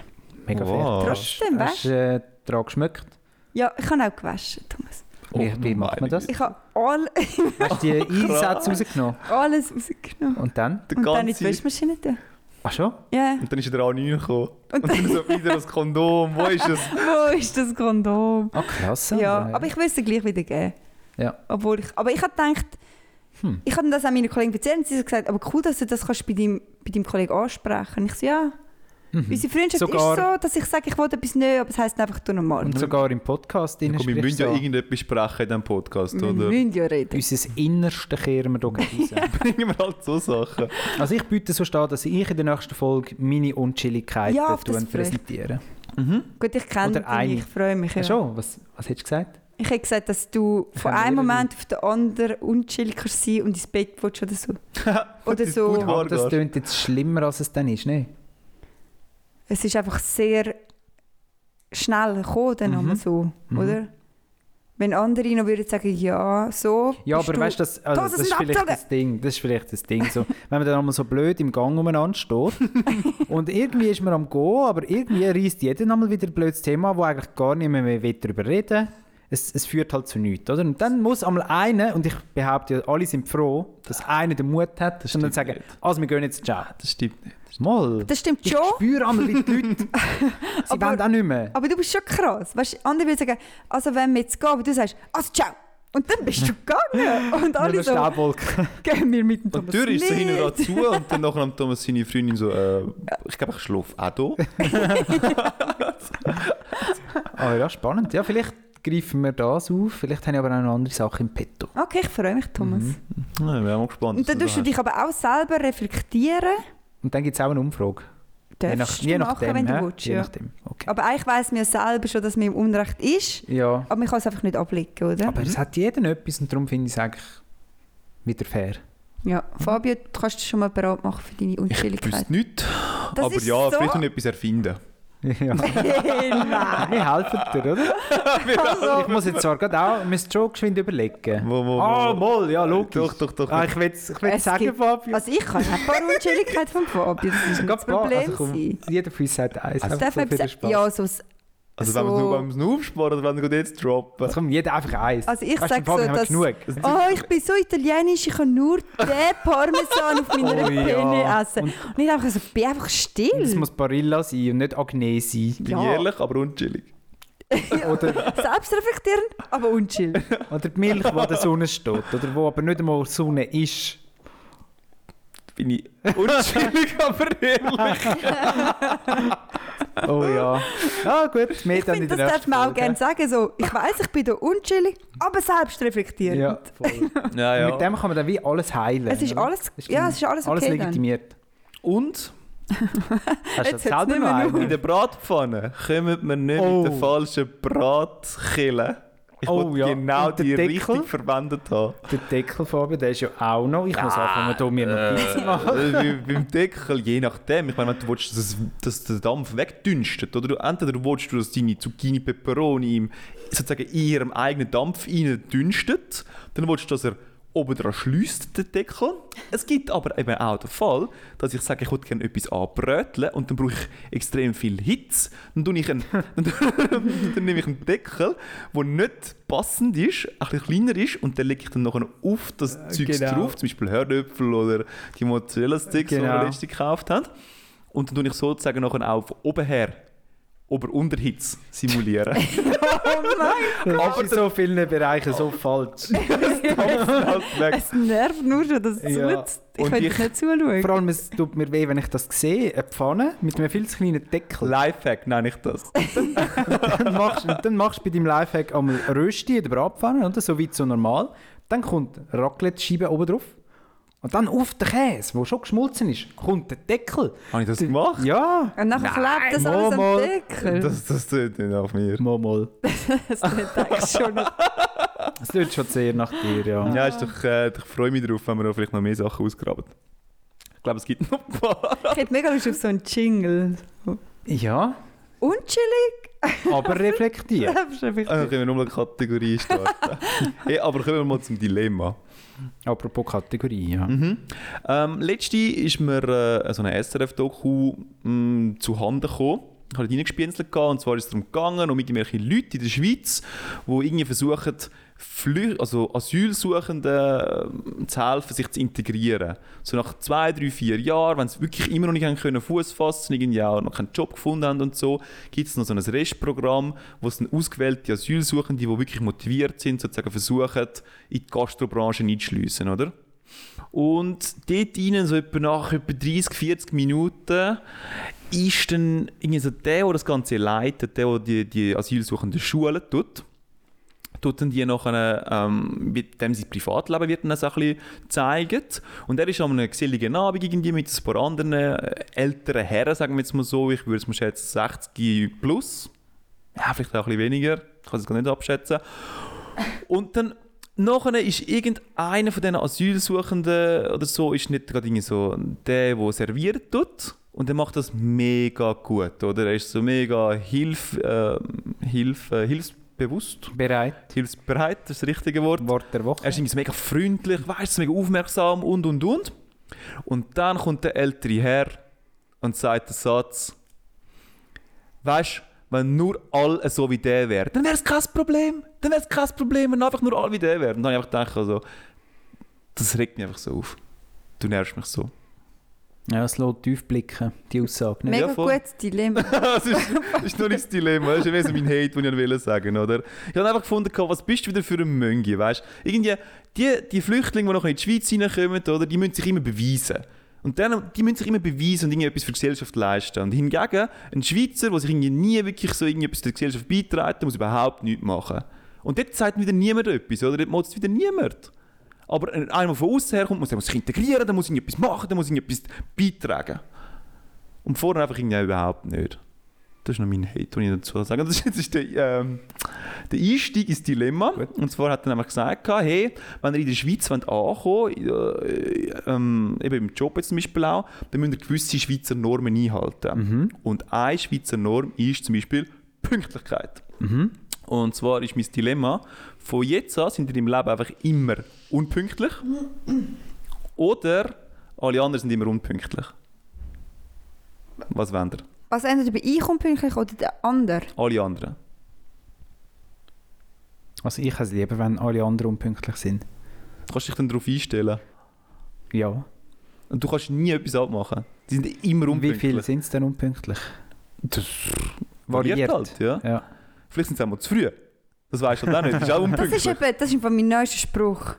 Speaker 3: mega
Speaker 5: Wow.
Speaker 3: fair.
Speaker 4: Trotzdem,
Speaker 3: Hast
Speaker 4: weißt
Speaker 3: du
Speaker 4: du?
Speaker 3: äh, daran geschmeckt?
Speaker 4: Ja, ich habe auch gewaschen, Thomas.
Speaker 5: Oh,
Speaker 3: wie, wie macht man das?
Speaker 4: Ich habe all, *laughs*
Speaker 3: Hast du die Einsätze rausgenommen?
Speaker 4: alles rausgenommen.
Speaker 3: Und dann?
Speaker 5: Der
Speaker 4: Und dann in die
Speaker 5: ganze...
Speaker 4: Waschmaschine tun.
Speaker 3: Ach schon?
Speaker 5: *laughs*
Speaker 4: Ja.
Speaker 5: Und dann ist er auch nicht gekommen.
Speaker 4: *laughs* Und
Speaker 5: Und dann so wieder das Kondom. Wo ist es?
Speaker 4: Wo ist das Kondom?
Speaker 3: Ah, krass.
Speaker 4: Ja, aber ich will es dir gleich wieder geben.
Speaker 3: Ja.
Speaker 4: Obwohl ich, aber ich habe gedacht,
Speaker 3: Hm.
Speaker 4: ich habe das an meine Kollegen erzählt und sie haben gesagt, aber cool, dass du das kannst bei deinem, bei deinem Kollegen ansprechen Und ich so, ja.
Speaker 3: Mhm.
Speaker 4: Unsere Freundschaft
Speaker 3: Sogar- Mhm.
Speaker 4: ist so, dass ich sage, ich will etwas Neues, aber es heisst einfach, du normal.
Speaker 3: Und sogar im Podcast drin
Speaker 5: Komm, wir
Speaker 3: sprichst
Speaker 5: müssen ja
Speaker 3: du an.
Speaker 5: irgendetwas sprechen in diesem Podcast,
Speaker 4: Wir
Speaker 5: *laughs* oder?
Speaker 4: müssen ja reden.
Speaker 3: Unser Innerste kehren wir doch
Speaker 4: *laughs*
Speaker 3: raus.
Speaker 5: Bringen wir halt so Sachen.
Speaker 3: Also ich biete so an, dass ich in der nächsten Folge meine Unchilligkeiten
Speaker 4: Ja,
Speaker 3: ja,
Speaker 4: auf das freue ich mich.
Speaker 3: präsentiere.
Speaker 4: Gut, ich
Speaker 3: Oder
Speaker 4: kenne dich,
Speaker 3: eine.
Speaker 4: ich freue mich.
Speaker 3: Ja.
Speaker 4: Ja.
Speaker 3: Schon, was, was hättest du gesagt?
Speaker 4: Ich habe gesagt, dass du von
Speaker 3: kann
Speaker 4: einem
Speaker 3: mehrere
Speaker 4: Moment auf den anderen unchillig kannst sein und ins Bett willst
Speaker 3: *laughs*
Speaker 4: oder so. oder
Speaker 5: Das ist gut,
Speaker 4: so.
Speaker 5: Mann.
Speaker 3: Aber das klingt jetzt schlimmer, als es dann ist, ne?
Speaker 4: Es ist einfach sehr schnell gekommen, dann
Speaker 3: Mhm.
Speaker 4: einmal so, oder? Wenn andere noch würden sagen, ja, so
Speaker 3: Ja,
Speaker 4: bist
Speaker 3: aber
Speaker 4: du
Speaker 3: weißt du, das, also,
Speaker 4: Das
Speaker 3: das,
Speaker 4: ist
Speaker 3: ist
Speaker 4: ein
Speaker 3: vielleicht
Speaker 4: Abzug.
Speaker 3: das Ding. Das ist vielleicht das Ding.
Speaker 4: *laughs*
Speaker 3: So, wenn man dann einmal so blöd im Gang umeinander steht und irgendwie ist man am Gehen, aber irgendwie reißt jeder einmal wieder ein blödes Thema, an, wo eigentlich gar niemand mehr will darüber reden es, es führt halt zu nichts, oder? Und dann muss einmal einer, und ich behaupte ja, alle sind froh, dass einer den Mut hat, und dann
Speaker 5: stimmt
Speaker 3: sagen,
Speaker 5: nicht.
Speaker 3: also wir gehen jetzt ciao.
Speaker 5: Das stimmt nicht.
Speaker 3: Mal.
Speaker 4: Das stimmt
Speaker 3: Ich
Speaker 4: schon.
Speaker 3: spüre einmal wie die
Speaker 4: *laughs*
Speaker 3: Leute. Sie
Speaker 4: Aber-
Speaker 3: wollen auch nicht mehr.
Speaker 4: Aber du bist schon krass. Weißt, andere würden sagen, also wenn wir jetzt gehen, aber du sagst, also ciao. Und dann bist du
Speaker 3: *laughs*
Speaker 4: gegangen. Und alle
Speaker 3: Nicht
Speaker 4: so,
Speaker 3: mehr Staubwolke.
Speaker 4: gehen wir mit dem
Speaker 5: Und die
Speaker 4: Thomas
Speaker 5: Tür ist so
Speaker 4: mit.
Speaker 5: hinten dran *laughs* zu und dann nachher am Thomas seine Freundin so,
Speaker 3: eh,
Speaker 5: äh, ich glaube, ich schlafe auch da.
Speaker 3: Ah ja, spannend. Ja, vielleicht greifen wir das auf. Vielleicht haben wir aber auch noch andere Sachen im Petto.
Speaker 4: Okay, ich freue mich, Thomas.
Speaker 3: Mhm.
Speaker 5: Ja, ich bin auch mal gespannt.
Speaker 4: Und dann
Speaker 5: was
Speaker 4: darfst du
Speaker 5: da
Speaker 4: dich aber auch selber reflektieren.
Speaker 3: Und dann gibt es auch eine Umfrage.
Speaker 4: Darfst du machen, wenn
Speaker 3: hä?
Speaker 4: du willst.
Speaker 3: Je
Speaker 4: Ja.
Speaker 3: nachdem. Okay.
Speaker 4: Aber eigentlich weiss man ja selber schon, dass man im Unrecht ist.
Speaker 3: ja. Mhm.
Speaker 4: Aber man kann es einfach nicht ablegen, oder?
Speaker 3: Aber es hat jeden etwas und darum finde ich es eigentlich wieder fair.
Speaker 4: ja.
Speaker 3: Mhm.
Speaker 4: Fabio, du kannst dich schon mal bereit machen für deine
Speaker 5: hast. Ich
Speaker 4: Unschuldigkeit.
Speaker 5: wüsste nicht,
Speaker 4: Das
Speaker 5: aber
Speaker 4: ist so...
Speaker 5: ja, vielleicht noch etwas erfinden.
Speaker 3: *laughs* ja.
Speaker 4: *laughs* Hey, nein.
Speaker 3: Wir helfen dir,
Speaker 5: *laughs*
Speaker 3: oder?
Speaker 4: Also-
Speaker 3: Ich muss jetzt zwar gerade auch, müsst schon geschwind überlegen.
Speaker 5: Wo, wo, wo.
Speaker 3: Ah, mal, ja, logisch.
Speaker 5: Doch, doch, doch.
Speaker 3: Ah, ich will ich will's
Speaker 4: Es
Speaker 3: sagen,
Speaker 4: gibt-
Speaker 3: Fabio.
Speaker 4: Also ich kann auch ein paar Unschuldigkeiten von Fabio. Das ist nicht
Speaker 3: Gerade ein
Speaker 4: das
Speaker 3: paar.
Speaker 4: Problem
Speaker 3: Also komm,
Speaker 4: sein.
Speaker 3: Jeder von uns sagt eins.
Speaker 4: Also
Speaker 3: einfach
Speaker 4: darf
Speaker 3: so
Speaker 4: man
Speaker 3: für den
Speaker 4: sagen,
Speaker 3: Spaß.
Speaker 4: ja, so das
Speaker 5: Also wenn wir es
Speaker 4: So.
Speaker 5: nur, wenn wir es nur aufsparen oder wenn wir es jetzt droppen.
Speaker 3: Es kommt Also jeder einfach eins.
Speaker 4: Also
Speaker 3: Weißt
Speaker 4: ich
Speaker 3: du, im
Speaker 4: sage
Speaker 3: Fall,
Speaker 4: so,
Speaker 3: wir haben
Speaker 4: dass...
Speaker 3: genug.
Speaker 4: Oh, ich bin so italienisch, ich kann nur den Parmesan auf meiner
Speaker 3: *laughs* Oh ja.
Speaker 4: Penne essen.
Speaker 3: Und-
Speaker 4: Und ich einfach so, bin einfach
Speaker 3: Und Es
Speaker 4: still.
Speaker 3: muss Barilla sein und nicht Agne sein.
Speaker 5: Ich bin
Speaker 4: ja. *laughs*
Speaker 5: ehrlich, aber unchillig.
Speaker 3: Oder,
Speaker 4: Selbstreflektieren, aber unchill.
Speaker 3: oder die Milch, die in der Sonne steht. Oder wo aber nicht einmal Sonne ist. *laughs*
Speaker 5: Bin ich unchillig, aber ehrlich.
Speaker 3: Oh ja. Ah gut, mehr *laughs*
Speaker 4: Ich
Speaker 3: dann
Speaker 4: finde,
Speaker 3: in der
Speaker 4: das darf
Speaker 3: nächsten
Speaker 4: man auch
Speaker 3: Folge.
Speaker 4: gerne sagen. So, ich weiß, ich bin da unchillig, aber selbstreflektierend. *laughs*
Speaker 3: Ja, voll.
Speaker 5: Ja,
Speaker 3: Mit dem kann man dann wie alles heilen.
Speaker 4: Es ist
Speaker 3: oder?
Speaker 4: alles, ja, es ist alles
Speaker 3: Alles
Speaker 4: okay dann.
Speaker 3: legitimiert.
Speaker 5: Und
Speaker 3: Hast du
Speaker 4: Jetzt hört's
Speaker 3: selber
Speaker 4: nicht
Speaker 3: noch
Speaker 4: mehr
Speaker 5: in
Speaker 3: einen?
Speaker 5: der Bratpfanne kommt man nicht
Speaker 3: Oh.
Speaker 5: mit der falschen Bratkille. Ich
Speaker 3: Oh,
Speaker 5: wollte
Speaker 3: ja.
Speaker 5: genau
Speaker 3: Und der
Speaker 5: nou die
Speaker 3: Deckel?
Speaker 5: richtig verwendet haben.
Speaker 3: Der Deckel, Fabian, der ist ja auch noch. Ich muss anfangen, hier mir Notizen zu
Speaker 5: *laughs*
Speaker 3: machen.
Speaker 5: Ah. Äh, bei- beim Deckel, je nachdem. Ich meine, wenn du willst, dass, dass der Dampf wegdünstet, oder du, entweder du willst, dass deine Zucchini Peperoni im, sozusagen in ihrem eigenen Dampf dünstet, dann willst du, dass er oben dran schliesst, den Deckel. Es gibt aber eben auch den Fall, dass ich sage, ich würde gerne etwas anbröteln und dann brauche ich extrem viel Hitze. Dann, tue ich einen, *laughs* dann, dann nehme ich einen Deckel, der nicht passend ist, ein bisschen kleiner ist und den lege ich dann nachher auf das Zeugs
Speaker 3: genau.
Speaker 5: drauf, zum Beispiel Hörnöpfel oder die Mozzarella-Sticks, die wir
Speaker 3: Genau.
Speaker 5: letztens gekauft haben. Und dann tue ich sozusagen nachher auch von oben her Ober-Unterhitze simulieren.
Speaker 3: Das ist in so vielen Bereichen so falsch.
Speaker 5: Halt weg.
Speaker 4: Es nervt nur schon, dass es
Speaker 3: Ja.
Speaker 4: nutzt. Ich
Speaker 5: Und
Speaker 4: könnte
Speaker 5: ich-
Speaker 4: nicht zuschauen.
Speaker 3: Vor allem, es tut mir weh, wenn ich das sehe, eine Pfanne mit einem viel zu kleinen Deckel.
Speaker 5: Lifehack nenne ich das.
Speaker 3: Dann machst, und dann machst du bei deinem Lifehack einmal Rösti in der Bratpfanne, oder? so wie so normal. Dann kommt Raclette-Scheibe oben drauf. Und dann auf den Käse, der schon geschmolzen ist, kommt der Deckel.
Speaker 5: Habe ich das gemacht?
Speaker 3: Ja,
Speaker 4: Und nachher klebt das
Speaker 3: mal,
Speaker 4: alles am
Speaker 3: mal.
Speaker 4: Deckel. *laughs* Das,
Speaker 5: Das, das tut nicht auf mir.
Speaker 3: mal mal.
Speaker 4: das denke ich schon noch.
Speaker 3: Es tut schon sehr nach dir, ja.
Speaker 5: Ja, ist doch, äh, ich freue mich drauf, wenn wir noch vielleicht noch mehr Sachen ausgraben. Ich glaube, es gibt noch ein paar.
Speaker 4: Ich hätte mega Lust auf so einen Jingle.
Speaker 3: Ja,
Speaker 4: Unchillig?
Speaker 3: aber
Speaker 4: *laughs*
Speaker 3: reflektiert.
Speaker 5: Dann
Speaker 4: Selbstreflektiert.
Speaker 5: Also können wir nochmal eine Kategorie starten. hey, aber kommen wir mal zum Dilemma.
Speaker 3: Apropos Kategorie, ja.
Speaker 5: Ähm, letzte ist mir äh, so eine SRF-Doku mh, zu Handen mm, gekommen. Ich habe reingespienzelt gehabt, und zwar ist es darum gegangen, um irgendwelche Leute in der Schweiz, die irgendwie versuchen, Flü also Asylsuchenden äh, zu helfen, sich zu integrieren. So nach zwei, drei, vier Jahren, wenn sie wirklich immer noch nicht haben können Fuß fassen, irgendwie auch noch keinen Job gefunden haben und so, gibt es noch so ein Restprogramm, wo es dann ausgewählte Asylsuchende, die wirklich motiviert sind, sozusagen versuchen, in die Gastrobranche einzuschliessen, oder? Und dort rein, so etwa nach etwa 30, 40 Minuten, ist dann irgendwie so der, der das Ganze leitet, der, der die, die Asylsuchenden schulen tut, tut dann die nachher, ähm, mit dem sein Privatleben wird dann auch so ein bisschen gezeigt. Und er ist an einem geselligen Abend irgendwie mit ein paar anderen äh, älteren Herren, sagen wir jetzt mal so, ich würde es mal schätzen, 60 plus. Ja, vielleicht auch ein bisschen weniger, ich kann es gar nicht abschätzen. Und dann nachher ist irgendeiner von diesen Asylsuchenden oder so, ist nicht gerade irgendwie so der, der serviert tut. Und der macht das mega gut, oder? Er ist so mega hilf, äh, hilf, äh, hilfsbewusst,
Speaker 3: Bereit.
Speaker 5: hilfsbereit, das ist das richtige Wort.
Speaker 3: Wort der
Speaker 5: Er
Speaker 3: Woche.
Speaker 5: ist irgendwie so mega freundlich, weißt du, mega aufmerksam und und und. Und dann kommt der ältere Herr und sagt den Satz: Weißt du, wenn nur alle so wie der wären, dann wäre es kein Problem. Dann wäre es kein Problem, wenn einfach nur alle wie der wären. Und dann habe ich einfach gedacht, also, das regt mich einfach so auf. Du nervst mich so.
Speaker 3: Ja, es lässt tief blicken, die Aussage. nicht?
Speaker 4: Mega
Speaker 5: voll.
Speaker 4: gutes Dilemma.
Speaker 5: *laughs* das ist, ist noch nicht das Dilemma. Das ist gewesen mein Hate, den ich wollte sagen oder? Ich habe einfach gefunden, was bist du wieder für ein Mönchi, weißt du? Irgendwie, die, die Flüchtlinge, die nachher in die Schweiz reinkommen, oder, die müssen sich immer beweisen. Und dann, die müssen sich immer beweisen und irgendetwas für die Gesellschaft leisten. Und hingegen, ein Schweizer, der sich irgendwie nie wirklich so irgendetwas der Gesellschaft beiträgt, der muss überhaupt nichts machen. Und dort sagt wieder niemand etwas, oder? Dort motzt wieder niemand. Aber ein- einer von außen herkommt, muss, der muss sich integrieren, der muss irgendetwas machen, der muss irgendetwas beitragen. Und vorher einfach irgendwie überhaupt nicht. Das ist noch mein Hate, den ich dazu sagen kann. Das ist, das ist der, ähm, der Einstieg ins Dilemma. Und zwar hat er nämlich gesagt, hey, wenn ihr in der Schweiz wollt ankommen wollt, äh, ähm, eben im Job jetzt zum Beispiel auch, dann müsst ihr gewisse Schweizer Normen einhalten. Und eine Schweizer Norm ist zum Beispiel Pünktlichkeit. Und zwar ist mein Dilemma, von jetzt an sind ihr im Leben einfach immer unpünktlich oder alle anderen sind immer unpünktlich. Was wollt ihr?
Speaker 4: Also entweder bin ich unpünktlich oder der andere.
Speaker 5: Alle anderen.
Speaker 3: Also ich hätte es lieber, wenn alle anderen unpünktlich sind.
Speaker 5: Du kannst dich dann darauf einstellen.
Speaker 3: Ja.
Speaker 5: Und du kannst nie etwas abmachen. Die sind immer
Speaker 3: Und wie
Speaker 5: unpünktlich.
Speaker 3: viele sind es denn unpünktlich?
Speaker 5: Das variiert halt, ja.
Speaker 3: Ja.
Speaker 5: Vielleicht sind sie auch mal zu früh. Das weißt du halt auch nicht.
Speaker 3: *laughs*
Speaker 5: Das ist auch
Speaker 4: Das ist,
Speaker 5: unpünktlich.
Speaker 4: eben, das ist eben mein neuester Spruch.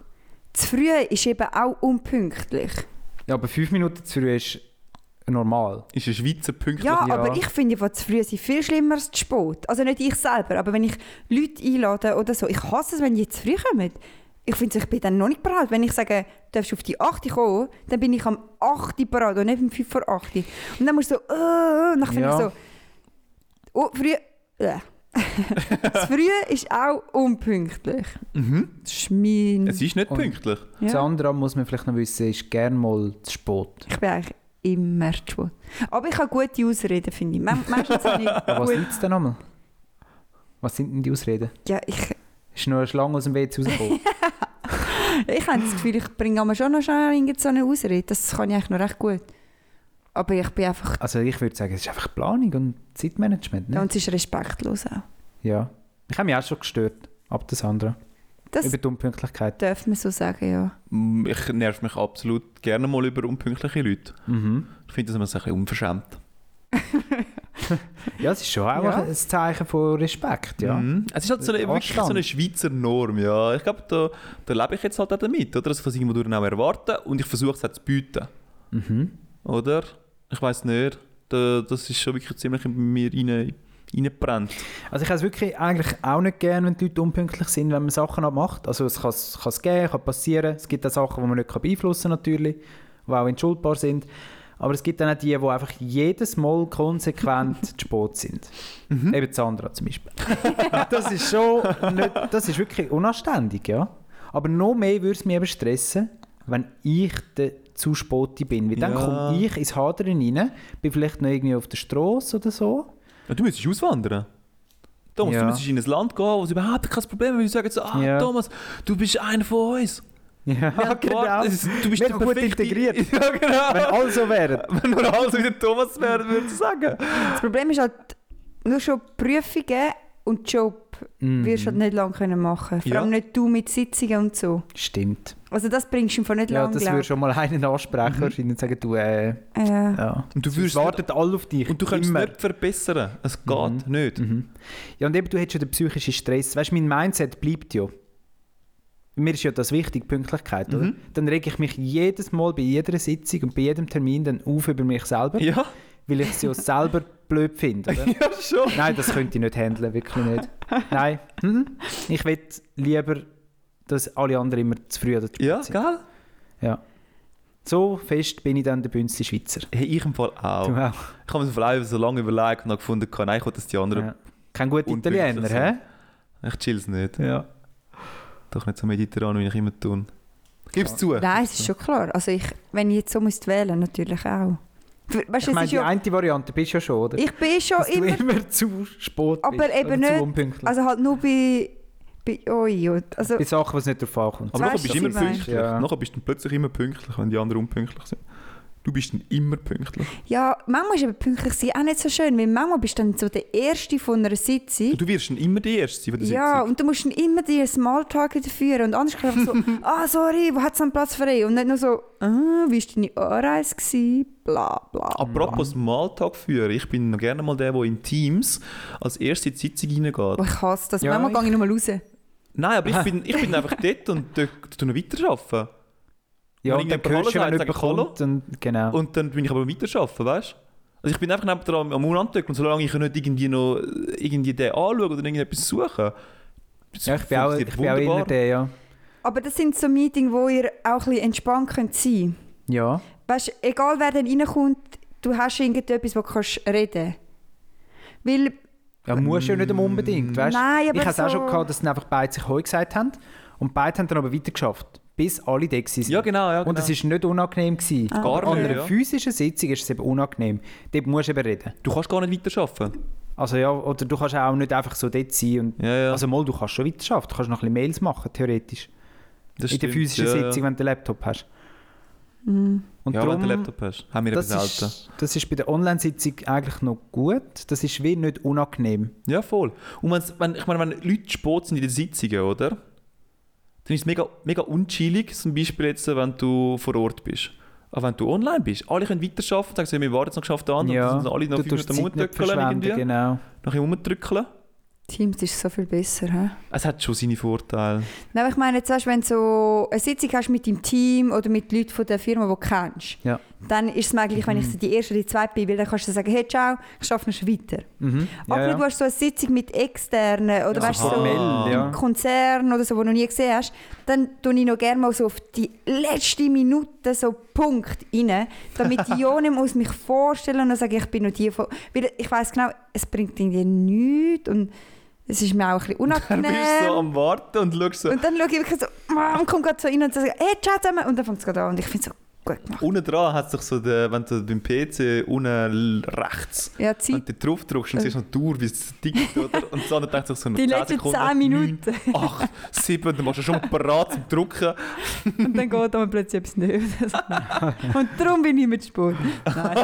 Speaker 4: Zu früh ist eben auch unpünktlich.
Speaker 3: ja, aber fünf Minuten zu früh ist normal.
Speaker 5: ist ein Schweizer pünktlich.
Speaker 4: Ja,
Speaker 3: ja.
Speaker 4: aber ich finde, von zu früh sind viel schlimmer als zu spät. Also nicht ich selber, aber wenn ich Leute einlade oder so. Ich hasse es, wenn die zu früh kommen. Ich finde, ich bin dann noch nicht bereit. Wenn ich sage, du darfst auf die 8 Uhr kommen, dann bin ich am 8 Uhr bereit und nicht um 5 vor 8 Uhr. Und dann musst du so, äh, und dann finde
Speaker 3: Ja.
Speaker 4: ich so, oh, früh, äh. zu früh ist auch unpünktlich.
Speaker 5: Mhm.
Speaker 4: Das ist mein...
Speaker 5: Es ist nicht
Speaker 3: Und-
Speaker 5: pünktlich.
Speaker 4: Ja.
Speaker 3: Das andere muss man vielleicht noch wissen, ist gerne mal zu spät.
Speaker 4: Ich bin eigentlich immer zu spät. Aber ich habe gute Ausreden, finde ich. Man- Meistens habe ich
Speaker 3: Aber was
Speaker 4: gut.
Speaker 3: liegt es denn nochmal? Was sind denn die Ausreden?
Speaker 4: Ja, ich,
Speaker 3: Ist nur eine Schlange aus dem WC
Speaker 4: *laughs*
Speaker 3: rausgekommen? *sighs*
Speaker 4: ich habe das Gefühl, ich bringe aber schon noch schnell irgend so eine Ausrede. Das kann ich eigentlich noch recht gut. Aber ich bin einfach...
Speaker 3: also ich würde sagen, es ist einfach Planung und Zeitmanagement.
Speaker 4: Ja,
Speaker 3: Ne?
Speaker 4: und es ist respektlos auch.
Speaker 3: Ja. Ich habe mich auch schon gestört. Ab das andere.
Speaker 4: Das
Speaker 3: Über die Unpünktlichkeit.
Speaker 4: darf man so sagen, ja.
Speaker 5: Mm, Ich nerv mich absolut gerne mal über unpünktliche Leute.
Speaker 4: Mhm.
Speaker 5: Ich finde das immer so ein bisschen unverschämt.
Speaker 3: Ja, es ist schon auch
Speaker 4: Ja.
Speaker 3: ein Zeichen von Respekt. Ja.
Speaker 5: Mhm. Es ist halt so eine, wirklich so
Speaker 3: Anstand.
Speaker 5: eine Schweizer Norm, ja. Ich glaube, da, da lebe ich jetzt halt auch damit, oder? Dass ich das irgendwo durch auch erwarte und ich versuche es auch zu bieten,
Speaker 3: Mhm.
Speaker 5: oder? Ich weiß nicht. Da, das ist schon wirklich ziemlich in mir rein, reingebrannt.
Speaker 3: Also ich habe es wirklich eigentlich auch nicht gern, wenn die Leute unpünktlich sind, wenn man Sachen noch macht. Also es kann es kann es geben, kann passieren. Es gibt auch Sachen, die man nicht beeinflussen kann natürlich, die auch entschuldbar sind. Aber es gibt dann auch die, die einfach jedes Mal konsequent zu spät sind. Eben Sandra zum Beispiel. das ist schon nicht, das ist wirklich unanständig, ja. Aber noch mehr würde es mich eben stressen, wenn ich der zu spät bin. Weil dann
Speaker 5: Ja.
Speaker 3: komme ich ins Hadern rein, bin vielleicht noch irgendwie auf der Straße oder so.
Speaker 5: Ja, du müsstest auswandern. Thomas, du
Speaker 3: Ja.
Speaker 5: müsstest in ein Land gehen, wo sie überhaupt kein Problem haben, weil sie sagen so, ah,
Speaker 3: Ja.
Speaker 5: Thomas, du bist einer von uns.
Speaker 3: Ja, *laughs*
Speaker 5: Warte, es ist- Du bist
Speaker 3: Wir
Speaker 5: der
Speaker 3: haben gut
Speaker 5: perfekte- *laughs*
Speaker 3: integriert.
Speaker 5: ja, genau.
Speaker 3: Wenn alle so wären.
Speaker 5: Wenn nur alles wieder Thomas wäre, würde ich *laughs* sagen.
Speaker 4: Das Problem ist halt, nur schon Prüfungen und Job
Speaker 3: Mm. Mhm.
Speaker 4: wirst du halt nicht lange können machen können.
Speaker 5: Ja.
Speaker 4: Vor allem nicht du mit Sitzungen und so.
Speaker 3: Stimmt.
Speaker 4: Also das bringst du einfach nicht
Speaker 3: Ja,
Speaker 4: lange,
Speaker 3: das würde schon mal einen ansprechen wahrscheinlich und sagen, du, äh,
Speaker 4: ich. Ja.
Speaker 3: ja.
Speaker 5: Und du
Speaker 3: Es
Speaker 5: würdest
Speaker 3: warten alle auf dich.
Speaker 5: Und du kannst
Speaker 3: immer.
Speaker 5: es nicht verbessern. Es geht nicht.
Speaker 3: Ja, und eben, du hättest schon den psychischen Stress. Weißt du, mein Mindset bleibt ja. Mir ist ja das wichtig, Pünktlichkeit, oder?
Speaker 5: Mhm.
Speaker 3: Dann reg ich mich jedes Mal bei jeder Sitzung und bei jedem Termin dann auf über mich selber,
Speaker 5: Ja,
Speaker 3: weil ich es ja selber blöd finde, oder?
Speaker 5: *laughs* ja schon.
Speaker 3: Nein, das könnte ich nicht handeln, wirklich nicht. Nein, mhm. ich will lieber, dass alle anderen immer zu früh oder zu spät
Speaker 5: Ja,
Speaker 3: sind.
Speaker 5: gell?
Speaker 3: Ja. So fest bin ich dann der bünzli Schweizer.
Speaker 5: Hey, ich im Fall auch.
Speaker 3: Du auch.
Speaker 5: Ich habe mir vor allem so lange überlegt und habe gefunden, kann, nein, ich will, dass die anderen...
Speaker 3: Ja. Kein guter
Speaker 5: Und also.
Speaker 3: Italiener,
Speaker 5: pünktlich
Speaker 3: hä?
Speaker 5: Ich chill's nicht.
Speaker 3: Ja.
Speaker 5: Doch nicht so mediterran, wie ich immer tue. Gib's zu.
Speaker 4: Nein, es ist schon klar. Also ich, wenn ich jetzt so müsste wählen, natürlich auch. Für- Weißt,
Speaker 3: Ich meine,
Speaker 4: es ist
Speaker 3: die
Speaker 4: ja,
Speaker 3: eine Variante bist du ja schon, oder?
Speaker 4: ich bin schon
Speaker 3: Dass du
Speaker 4: immer,
Speaker 3: immer zu spät
Speaker 4: Aber
Speaker 3: bist.
Speaker 4: eben
Speaker 3: oder
Speaker 4: nicht.
Speaker 3: Zu unpünktlich.
Speaker 4: also halt nur bei, bei euch. und- Also
Speaker 3: Bei Sachen, die es nicht drauf ankommt.
Speaker 5: Aber nachher
Speaker 4: Weißt du,
Speaker 5: bist du immer
Speaker 4: was ich meine?
Speaker 5: pünktlich.
Speaker 3: Ja.
Speaker 5: Nachher bist du plötzlich immer pünktlich, wenn die anderen unpünktlich sind. Du bist dann immer pünktlich.
Speaker 4: ja, manchmal ist eben pünktlich sein auch nicht so schön, weil manchmal bist du dann so der Erste von einer Sitzung.
Speaker 5: Du wirst dann immer die Erste sein von der
Speaker 4: Ja,
Speaker 5: Sitzung.
Speaker 4: und du musst dann immer dir Smalltalk führen und anders kannst du einfach so,
Speaker 5: *laughs*
Speaker 4: ah, sorry, wo hat es einen Platz frei? Und nicht nur so, ah, wie war deine Anreise? gewesen? Bla, bla.
Speaker 5: Apropos
Speaker 3: Mhm.
Speaker 5: Maltag führen, ich bin noch gerne mal der, der in Teams als erste in die Sitzung reingeht.
Speaker 4: Aber ich hasse das.
Speaker 3: Ja,
Speaker 4: manchmal
Speaker 3: ich-
Speaker 4: gehe ich nur mal raus.
Speaker 5: Nein, aber ich bin, ich
Speaker 4: *laughs*
Speaker 5: bin einfach dort und dort tue noch weiterarbeiten.
Speaker 3: ja,
Speaker 5: wenn
Speaker 3: und dann
Speaker 5: irgendjemand
Speaker 3: hörst du, wenn
Speaker 5: Hallo
Speaker 3: jemand
Speaker 5: sagt, sag ich
Speaker 3: kommt. Und, genau.
Speaker 5: Und dann bin ich aber weiterarbeiten, weißt du? Also ich bin einfach neben dran am Unantück und solange ich nicht irgendwie noch äh, irgendwie den anschaue oder irgendetwas suche,
Speaker 3: ja, ich bin auch, ich bin auch
Speaker 5: wunderbar.
Speaker 3: eher der, ja.
Speaker 4: Aber das sind so Meetings, wo ihr auch ein bisschen entspannt könnt sein könnt.
Speaker 3: Ja.
Speaker 4: Weißt, egal wer dann reinkommt, du hast irgendetwas, wo du kannst reden Weil,
Speaker 3: Ja, musst du ja nicht
Speaker 5: Mm.
Speaker 3: unbedingt, weißt du?
Speaker 4: Nein, aber
Speaker 3: Ich habe es auch
Speaker 4: so-
Speaker 3: schon gehabt, dass dann einfach beide sich heu gesagt haben und beide haben dann aber weitergeschafft, bis alle da waren.
Speaker 5: Ja, genau, ja,
Speaker 3: Und
Speaker 5: genau.
Speaker 3: es war nicht unangenehm. Gewesen.
Speaker 4: Ah.
Speaker 5: Gar
Speaker 3: Aber An
Speaker 5: nicht,
Speaker 3: einer
Speaker 5: ja.
Speaker 3: physischen Sitzung ist es eben unangenehm. Dort musst du eben reden.
Speaker 5: Du kannst gar nicht weiterarbeiten.
Speaker 3: Also ja, oder du kannst auch nicht einfach so dort sein. Und
Speaker 5: Ja, ja.
Speaker 3: Also mal, du kannst schon weiterarbeiten, du kannst noch ein bisschen Mails machen, theoretisch.
Speaker 5: Das
Speaker 3: in der
Speaker 5: stimmt,
Speaker 3: physischen
Speaker 5: ja, ja.
Speaker 3: Sitzung, wenn du den Laptop hast.
Speaker 4: Mm.
Speaker 3: Und
Speaker 5: ja, wenn du einen
Speaker 3: darum,
Speaker 5: Laptop hast. Haben wir
Speaker 3: das,
Speaker 5: etwas Alter.
Speaker 3: ist, das ist bei der Online-Sitzung eigentlich noch gut. Das ist wie nicht unangenehm.
Speaker 5: Ja, voll. Und wenn's, wenn, ich meine, wenn Leute spät sind in den Sitzungen, oder? Dann ist es mega, mega unchillig, zum Beispiel jetzt, wenn du vor Ort bist. Aber wenn du online bist, alle können weiterarbeiten, sagen sie, wir warten jetzt noch geschafft an, und Ah, dann sind alle noch
Speaker 3: du
Speaker 5: fünf
Speaker 3: tust
Speaker 5: Minuten
Speaker 3: die Zeit nicht
Speaker 5: rumdrückeln
Speaker 3: verschwenden,
Speaker 5: irgendwie.
Speaker 3: genau.
Speaker 5: Nachher rumdrückeln.
Speaker 4: Teams ist so viel besser. He?
Speaker 5: Es hat schon
Speaker 3: *laughs*
Speaker 5: seine Vorteile.
Speaker 4: Nein, aber ich meine, jetzt weißt, wenn du so eine Sitzung hast mit deinem Team oder mit Leuten von der Firma, die du kennst,
Speaker 3: Ja.
Speaker 4: dann ist es möglich, wenn ich so die erste oder die zweite bin, weil dann kannst du sagen, hey, ciao, ich arbeite noch weiter.
Speaker 5: Hm?
Speaker 3: Mhm.
Speaker 4: Aber
Speaker 3: ja,
Speaker 4: du
Speaker 3: ja.
Speaker 4: hast so eine Sitzung mit Externen oder weißt, du, so
Speaker 3: formell, ja.
Speaker 4: Konzern oder so, wo du noch nie gesehen hast, dann tue ich noch gerne mal so auf die letzte Minute so Punkt rein, damit
Speaker 3: *laughs*
Speaker 4: Jone muss mich vorstellen und dann sage ich, ich bin noch die von... Weil ich weiss genau, es bringt irgendwie nichts und es ist mir auch ein
Speaker 3: *laughs*
Speaker 4: bisschen
Speaker 5: Dann
Speaker 4: unangenehm.
Speaker 5: bist du so am Warten und schaust so.
Speaker 4: Und dann schaue ich wirklich so, Mann, komm gerade so rein und sage, hey, ciao zusammen. Und dann fängt es gerade an und ich finde es so gut gemacht.
Speaker 5: Unten dran hat sich so, der, wenn du beim PC unten rechts,
Speaker 4: Ja, Zeit.
Speaker 5: wenn du drauf drückst, dann siehst du noch die Uhr, wie es tickt,
Speaker 4: *laughs*
Speaker 5: oder? Und dann denkt sich so noch
Speaker 4: Die
Speaker 5: 10
Speaker 4: letzten
Speaker 5: Sekunden,
Speaker 4: 10 Minuten.
Speaker 5: 8, 7, dann machst du schon parat zum Drucken.
Speaker 4: Und dann geht aber plötzlich etwas nicht.
Speaker 3: *laughs*
Speaker 4: und darum bin ich mit Sport. Nein.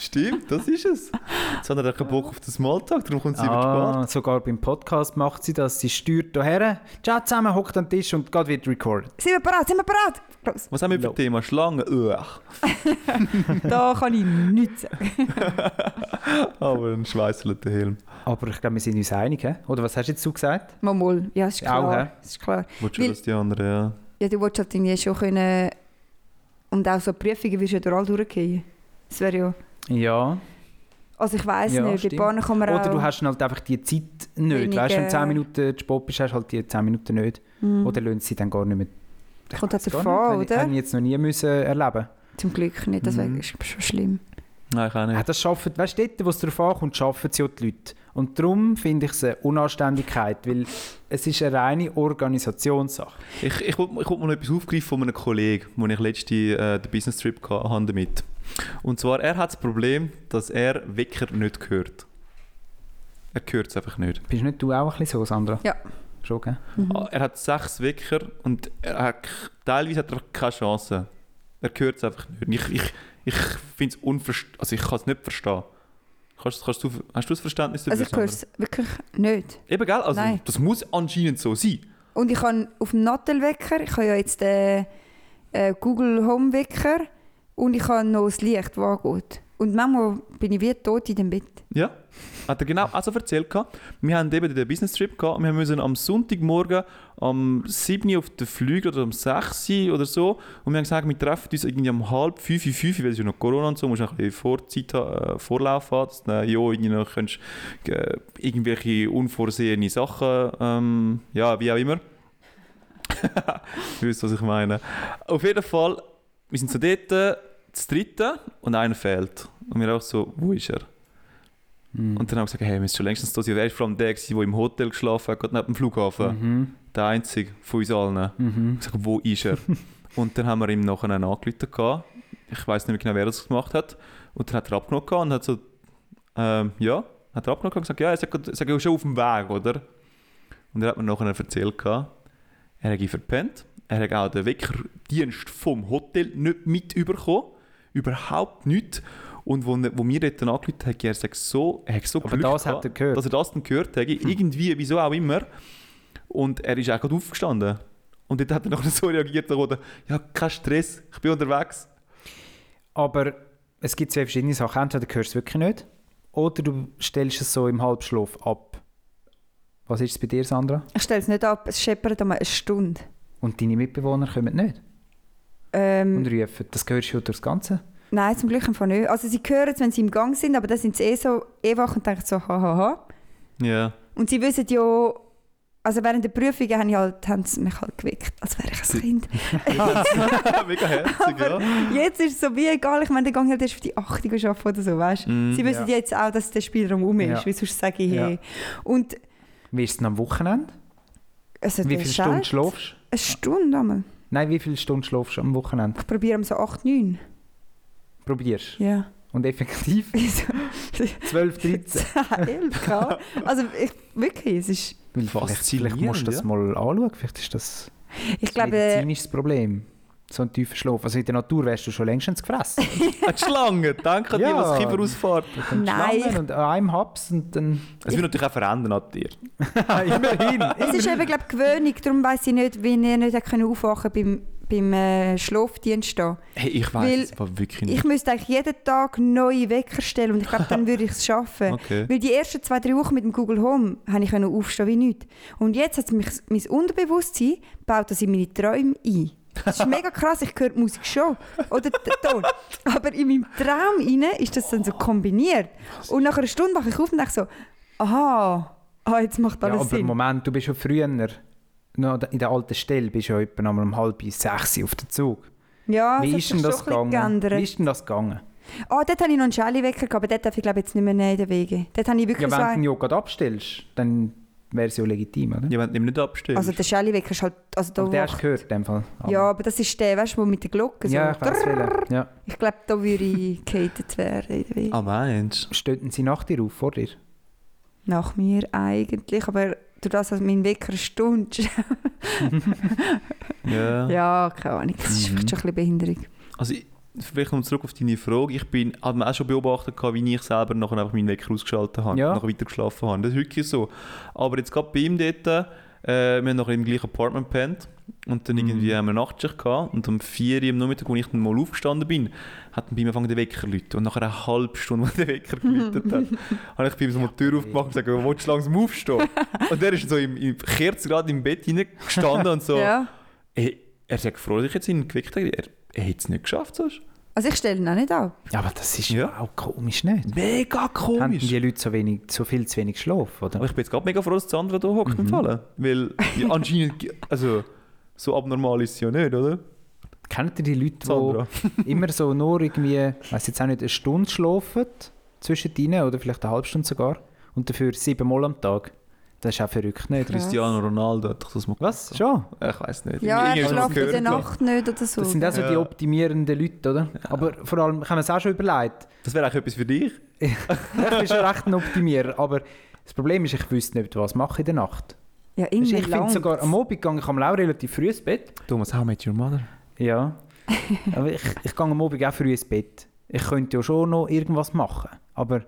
Speaker 5: Stimmt, das ist es. Jetzt hat er keinen Bock auf den Smalltalk, darum kommt sie über die Bahn.
Speaker 3: Ah, sogar beim Podcast macht sie das. Sie steuert hierher, ciao zusammen, hockt am Tisch und geht wieder recorded.
Speaker 4: Sind wir bereit? Sind wir bereit? Los,
Speaker 5: Was haben wir für
Speaker 3: No.
Speaker 5: Thema? Schlangen? Uah.
Speaker 4: da kann ich nichts sagen.
Speaker 5: Aber ein schweißelter Helm.
Speaker 3: Aber ich glaube, wir sind uns einig, hä? oder was hast jetzt du gesagt?
Speaker 4: Mal, mal. Ja, es ist
Speaker 3: Ja, auch,
Speaker 4: klar.
Speaker 3: hä?
Speaker 4: Es ist klar.
Speaker 5: Willst du
Speaker 4: Weil-
Speaker 5: das die anderen, ja.
Speaker 4: Ja, du willst halt irgendwie schon können... Und auch so Prüfungen wirst du ja durch alle durchgehen. Das wäre ja...
Speaker 3: Ja.
Speaker 4: Also ich weiss
Speaker 3: Ja,
Speaker 4: nicht, bei
Speaker 3: stimmt.
Speaker 4: Bahnen kann man auch...
Speaker 3: Oder du hast halt einfach die Zeit nicht.
Speaker 4: Weniger-
Speaker 3: Weißt du, wenn du 10 Minuten zu spät bist, hast du halt die 10 Minuten nicht.
Speaker 4: Hm,
Speaker 3: Oder lösen sie dann gar nicht mehr. Ich
Speaker 4: Mhm. Kommt
Speaker 3: weiss gar
Speaker 4: halt davon,
Speaker 3: nicht. Habe ich-
Speaker 4: oder?
Speaker 3: Habe ich jetzt noch nie müssen erleben
Speaker 4: Zum Glück nicht, das
Speaker 3: Mhm.
Speaker 4: wäre schon schlimm.
Speaker 5: Nein, ich auch
Speaker 3: Ja,
Speaker 5: nicht.
Speaker 3: das schaffen, weißt du, dort, wo es darauf ankommt, schaffen sie auch die Leute. Und darum finde ich es eine Unanständigkeit, weil es ist eine reine Organisationssache.
Speaker 5: Ich, ich, wollt- ich wollte mal noch etwas aufgreifen von einem Kollegen, wo ich letzte äh, den Business Trip geha- hatte damit. Und zwar, er hat das Problem, dass er Wecker nicht hört. Er hört es einfach nicht.
Speaker 3: Bist nicht du auch ein bisschen so, Sandra?
Speaker 4: Ja.
Speaker 3: Schon, gell?
Speaker 5: Ah, Er hat sechs Wecker und er hat, k- teilweise hat er einfach keine Chance. Er hört es einfach nicht. Ich, ich, ich finde es unverständlich. Also ich kann es nicht verstehen. Kannst, kannst du, hast du das Verständnis
Speaker 4: Also ich höre
Speaker 5: Sandra?
Speaker 4: es wirklich nicht.
Speaker 5: Eben, gell? Also
Speaker 4: Nein.
Speaker 5: das muss anscheinend so sein.
Speaker 4: Und ich habe auf dem Nattelwecker, ich habe ja jetzt den äh, Google Home Wecker und ich habe noch das Licht, das angeht. Und manchmal bin ich wie tot in dem Bett.
Speaker 5: Ja. Hat er genau also erzählt. gehabt. Wir haben eben den Business Trip gehabt und wir müssen am Sonntagmorgen am 7 Uhr auf den Flug oder am 6 Uhr oder so. Und wir haben gesagt, wir treffen uns irgendwie um halb 5 Uhr, 5 Uhr, weil es ist ja noch Corona und so, musst du ein bisschen Vorzeit, ha- äh, Vorlauf haben, dass du dann ja irgendwie noch kannst, äh, irgendwelche unvorsehene Sachen, ähm, ja, wie auch immer. *laughs* du weißt, was ich meine. Auf jeden Fall, wir sind so dort, äh, das dritte und einer fehlt. Und wir auch so, wo ist er? Und dann haben wir gesagt, hey, wir müssen schon längstens da sein. Wer ist vor allem der, gewesen, der im Hotel geschlafen hat, gerade neben dem
Speaker 3: Mhm.
Speaker 5: Flughafen? Der einzige von uns allen. Ich gesagt, wo ist er? und dann haben wir ihm nachher angelötet. gehabt. Ich weiß nicht mehr genau, wer das gemacht hat. Und dann hat er abgenommen gehabt und hat so, ähm, ja, hat er abgenommen gehabt und gesagt, ja, er sagt, er sei ja schon auf dem Weg, oder? Und er hat mir nachher erzählt, gehabt, er hat verpennt. Er hat auch den Weckerdienst vom Hotel nicht mitbekommen. Überhaupt nicht. Und wo, wo wir dort dann angerufen haben, er sagt so, er hat so
Speaker 3: Aber
Speaker 5: Glück
Speaker 3: das hat
Speaker 5: gehabt,
Speaker 3: er gehört. Hm.
Speaker 5: dass er das dann gehört hat. Irgendwie, wieso auch immer. Und er ist auch gerade aufgestanden. Und dort hat er nachher *laughs* so reagiert, oder, ja, kein Stress, ich bin unterwegs.
Speaker 3: Aber es gibt zwei verschiedene Sachen. Entweder du hörst es wirklich nicht oder du stellst es so im Halbschlaf ab. Was ist es bei dir, Sandra?
Speaker 4: Ich stelle es nicht ab, es scheppert einmal eine Stunde.
Speaker 3: Und deine Mitbewohner kommen nicht
Speaker 4: Ähm,
Speaker 3: und rufen. Das hörst du ja durchs Ganze.
Speaker 4: nein, zum Glück einfach nicht. Also sie hören es, wenn sie im Gang sind, aber dann sind sie eh so eh wach und denken so, hahaha.
Speaker 5: Ja.
Speaker 3: *laughs*
Speaker 5: *laughs*
Speaker 4: Und sie wissen ja, also während der Prüfungen haben, halt, haben sie mich halt geweckt, als wäre ich ein Kind.
Speaker 5: Mega herzig, ja.
Speaker 4: Jetzt ist es so wie egal, ich meine, der Gang halt erst auf die 80 arbeiten oder so, weißt du?
Speaker 5: Mhm.
Speaker 4: Sie wissen
Speaker 3: ja.
Speaker 4: jetzt auch, dass der Spielraum um ist,
Speaker 3: Ja.
Speaker 4: weil sonst sage ich, hey.
Speaker 3: Ja.
Speaker 4: Und
Speaker 3: Wie ist es denn am Wochenende?
Speaker 4: also
Speaker 3: Wie
Speaker 4: der
Speaker 3: viele Stunden
Speaker 4: Scheiß-
Speaker 3: schläfst du?
Speaker 4: Eine Stunde einmal.
Speaker 3: Nein, wie viele Stunden schläfst du am Wochenende?
Speaker 4: Ich probiere um so 8, 9.
Speaker 3: Probierst
Speaker 4: Ja. *laughs*
Speaker 3: Und *laughs* effektiv
Speaker 4: Also,
Speaker 3: 12, 13.
Speaker 4: 10,
Speaker 3: *laughs*
Speaker 4: klar. Also ich, wirklich, es ist...
Speaker 3: Weil vielleicht,
Speaker 5: Faszinierend,
Speaker 3: vielleicht musst du das
Speaker 5: ja.
Speaker 3: mal anschauen. Vielleicht ist das
Speaker 4: Ich
Speaker 3: ein
Speaker 4: glaube,
Speaker 3: medizinisches Problem. So einen tiefen Schlaf. Also in der Natur wärst du schon längstens
Speaker 4: *laughs*
Speaker 3: gefressen.
Speaker 5: *laughs* Eine Schlange, danke dir,
Speaker 3: Ja.
Speaker 5: was Kiberausfahrt.
Speaker 4: Nein,
Speaker 3: Schlangen
Speaker 4: ich-
Speaker 3: Und an einem Haps und dann... *laughs*
Speaker 5: Es wird natürlich auch verändern an dir.
Speaker 4: *laughs*
Speaker 3: immerhin.
Speaker 4: Es ist eben, glaube ich, Gewöhnung. Darum weiss ich nicht, wie ihr nicht hat können aufwachen beim, beim äh, Schlafdienst. da.
Speaker 5: Hey, ich weiß
Speaker 4: Weil
Speaker 5: es aber wirklich nicht.
Speaker 4: Ich müsste eigentlich jeden Tag neue Wecker stellen und ich glaube, dann würde ich
Speaker 3: *laughs*
Speaker 4: es schaffen.
Speaker 5: Okay.
Speaker 4: Weil die ersten zwei, drei Wochen mit dem Google Home habe ich können aufstehen wie nichts. Und jetzt hat mich mein Unterbewusstsein baut das in meine Träume ein. Das ist mega krass, ich höre die Musik schon. Oder den Ton. Aber in meinem Traum rein ist das dann so kombiniert. Und nach einer Stunde wache ich auf und denke so, aha, ah, jetzt macht
Speaker 3: Ja,
Speaker 4: alles
Speaker 3: aber
Speaker 4: Sinn.
Speaker 3: Moment, du bist ja früher noch in der alten Stelle, bist ja etwa einmal um halb sechs auf dem Zug.
Speaker 4: Ja,
Speaker 3: Wie
Speaker 4: es Ah, hat
Speaker 3: ist
Speaker 4: sich
Speaker 3: denn das
Speaker 4: schon ein
Speaker 3: gegangen?
Speaker 4: bisschen
Speaker 3: Wie
Speaker 4: geändert.
Speaker 3: ist denn das gegangen?
Speaker 4: Ah, dort hatte ich noch einen Schelli-Wecker, gehabt, aber dort darf ich glaube ich, jetzt nicht mehr nehmen in den Wege. Dort habe ich
Speaker 3: Ja,
Speaker 4: wirklich so
Speaker 3: wenn du ihn
Speaker 4: einen,
Speaker 3: ja gerade abstellst, dann wäre es ja legitim, oder?
Speaker 5: Ja, wenn du ihm nicht abstellst.
Speaker 4: Also der Schelli-Wecker ist halt... Also da
Speaker 3: Aber den hast du
Speaker 4: wacht-
Speaker 3: gehört, in dem Fall. Aber-
Speaker 4: ja, also aber das ist der, weißt du, wo mit der Glocke so...
Speaker 3: ja, ich weiß welchen. Ja.
Speaker 4: Ich glaube, da
Speaker 3: *laughs*
Speaker 4: würde ich gehatet werden in den Wege.
Speaker 5: Ah, Mensch.
Speaker 3: Stöten sie nach dir auf, vor dir?
Speaker 4: Nach mir eigentlich, aber durch das, dass mein Wecker eine Stunde...
Speaker 3: Ah.
Speaker 5: Ja.
Speaker 4: ja, keine Ahnung, das ist
Speaker 3: Mhm.
Speaker 4: vielleicht schon ein bisschen Behinderung.
Speaker 5: Also, ich- vielleicht noch zurück auf deine Frage. Ich bin, hat man auch schon beobachtet, gehabt, wie ich selber nachher einfach meinen Wecker ausgeschaltet habe
Speaker 3: Ja.
Speaker 5: und nachher weiter geschlafen habe. Das ist wirklich so. Aber jetzt gerade bei ihm dort, äh, wir haben noch im gleichen Apartment gepennt und dann irgendwie haben wir Nachtschicht gehabt und um 4 Uhr am Nachmittag, als ich dann mal aufgestanden bin, hat dann bei mir angefangen der Wecker geläutet und nach einer halben Stunde, als der Wecker geläutet hat, habe ich bei ihm so mal die Tür aufgemacht und gesagt, willst du langsam aufstehen? und der ist so im, im Kerzgrad im Bett hineingestanden und so...
Speaker 4: *laughs* Ja.
Speaker 5: Hey, Äh, er sagt froh, dass ich jetzt ihn geweckt habe. Er, er hätte es nicht geschafft sonst.
Speaker 4: Also ich stelle ihn auch nicht ab.
Speaker 3: Ja, aber das ist
Speaker 5: Ja.
Speaker 3: auch komisch, nicht?
Speaker 5: Mega
Speaker 3: Haben denn
Speaker 5: komisch.
Speaker 3: die Leute so, wenig, so viel zu wenig Schlaf,
Speaker 5: Aber
Speaker 3: oder?
Speaker 5: ich bin jetzt gerade mega froh, dass Sandra da hockt im Fallen. Weil *laughs* ja, anscheinend, ge- also so abnormal ist es ja nicht, oder?
Speaker 3: Kennt ihr die Leute,
Speaker 5: Sandra.
Speaker 3: die *laughs* immer so nur irgendwie, weiß jetzt auch nicht, eine Stunde schlafen, zwischen ihnen, oder vielleicht eine halbe Stunde sogar, und dafür siebenmal am Tag? Das ist auch verrückt, nicht?
Speaker 4: Krass.
Speaker 5: Cristiano Ronaldo hat doch das mal
Speaker 3: Was?
Speaker 5: gemacht.
Speaker 3: Schon?
Speaker 5: Ich weiß nicht.
Speaker 4: Ja,
Speaker 5: Irgendwie
Speaker 4: er
Speaker 5: ist das
Speaker 4: schläft in der
Speaker 5: gehört, ja.
Speaker 4: Nacht nicht oder so.
Speaker 3: Das sind also- auch so
Speaker 5: Ja.
Speaker 3: die optimierenden Leute, oder? Aber vor allem, ich habe mir es auch schon überlegt,
Speaker 5: Das wäre eigentlich etwas für dich.
Speaker 3: ich bin schon recht ein Optimierer, aber das Problem ist, ich wüsste nicht, was mache ich in der Nacht.
Speaker 4: ja,
Speaker 3: Ich
Speaker 4: irgendwie
Speaker 3: finde
Speaker 4: langt
Speaker 3: sogar,
Speaker 4: es.
Speaker 3: am Abend gehe ich am Lau relativ früh ins Bett.
Speaker 5: Thomas, how met your mother?
Speaker 3: Ja. Aber ich, ich gehe am Abend auch früh ins Bett. Ich könnte ja schon noch irgendwas machen, aber...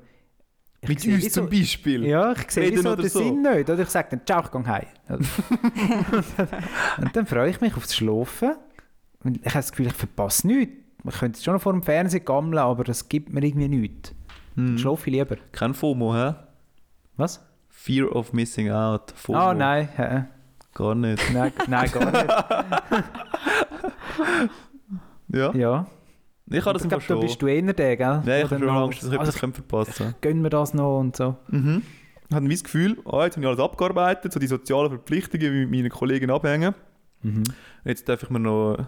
Speaker 3: Ich
Speaker 5: Mit
Speaker 3: sehe
Speaker 5: uns
Speaker 3: wie so-
Speaker 5: zum Beispiel.
Speaker 3: Ja, ich sehe wie
Speaker 5: Reden
Speaker 3: so
Speaker 5: oder
Speaker 3: den
Speaker 5: so.
Speaker 3: Sinn nicht. Oder ich sage dann, ciao, ich gehe heim. Oder- und dann freue ich mich aufs Schlafen. Und ich habe das Gefühl, ich verpasse nichts. Man könnte jetzt schon noch vor dem Fernsehen gammeln, aber das gibt mir irgendwie nichts. Dann
Speaker 5: Hm.
Speaker 3: schlafe ich lieber.
Speaker 5: Kein FOMO, hä?
Speaker 3: Was?
Speaker 5: Fear of missing out. FOMO.
Speaker 3: Ah, nein. hä?
Speaker 5: Gar nicht.
Speaker 3: Nein, nein, gar nicht.
Speaker 5: *laughs* Ja.
Speaker 3: Ja.
Speaker 5: Ich habe das
Speaker 3: ich glaube,
Speaker 5: im Fall
Speaker 3: da
Speaker 5: schon.
Speaker 3: bist du einer der, gell?
Speaker 5: Nein, ich
Speaker 3: Der
Speaker 5: habe schon
Speaker 3: dann
Speaker 5: Angst, dass ich
Speaker 3: mal-
Speaker 5: etwas
Speaker 3: also,
Speaker 5: könnte verpassen könnte.
Speaker 3: gönn mir das noch und so.
Speaker 5: Mhm. Ich hatte mein Gefühl, ah, jetzt habe ich alles abgearbeitet, so die sozialen Verpflichtungen die mit meinen Kollegen abhängen. Und jetzt darf ich mir noch äh,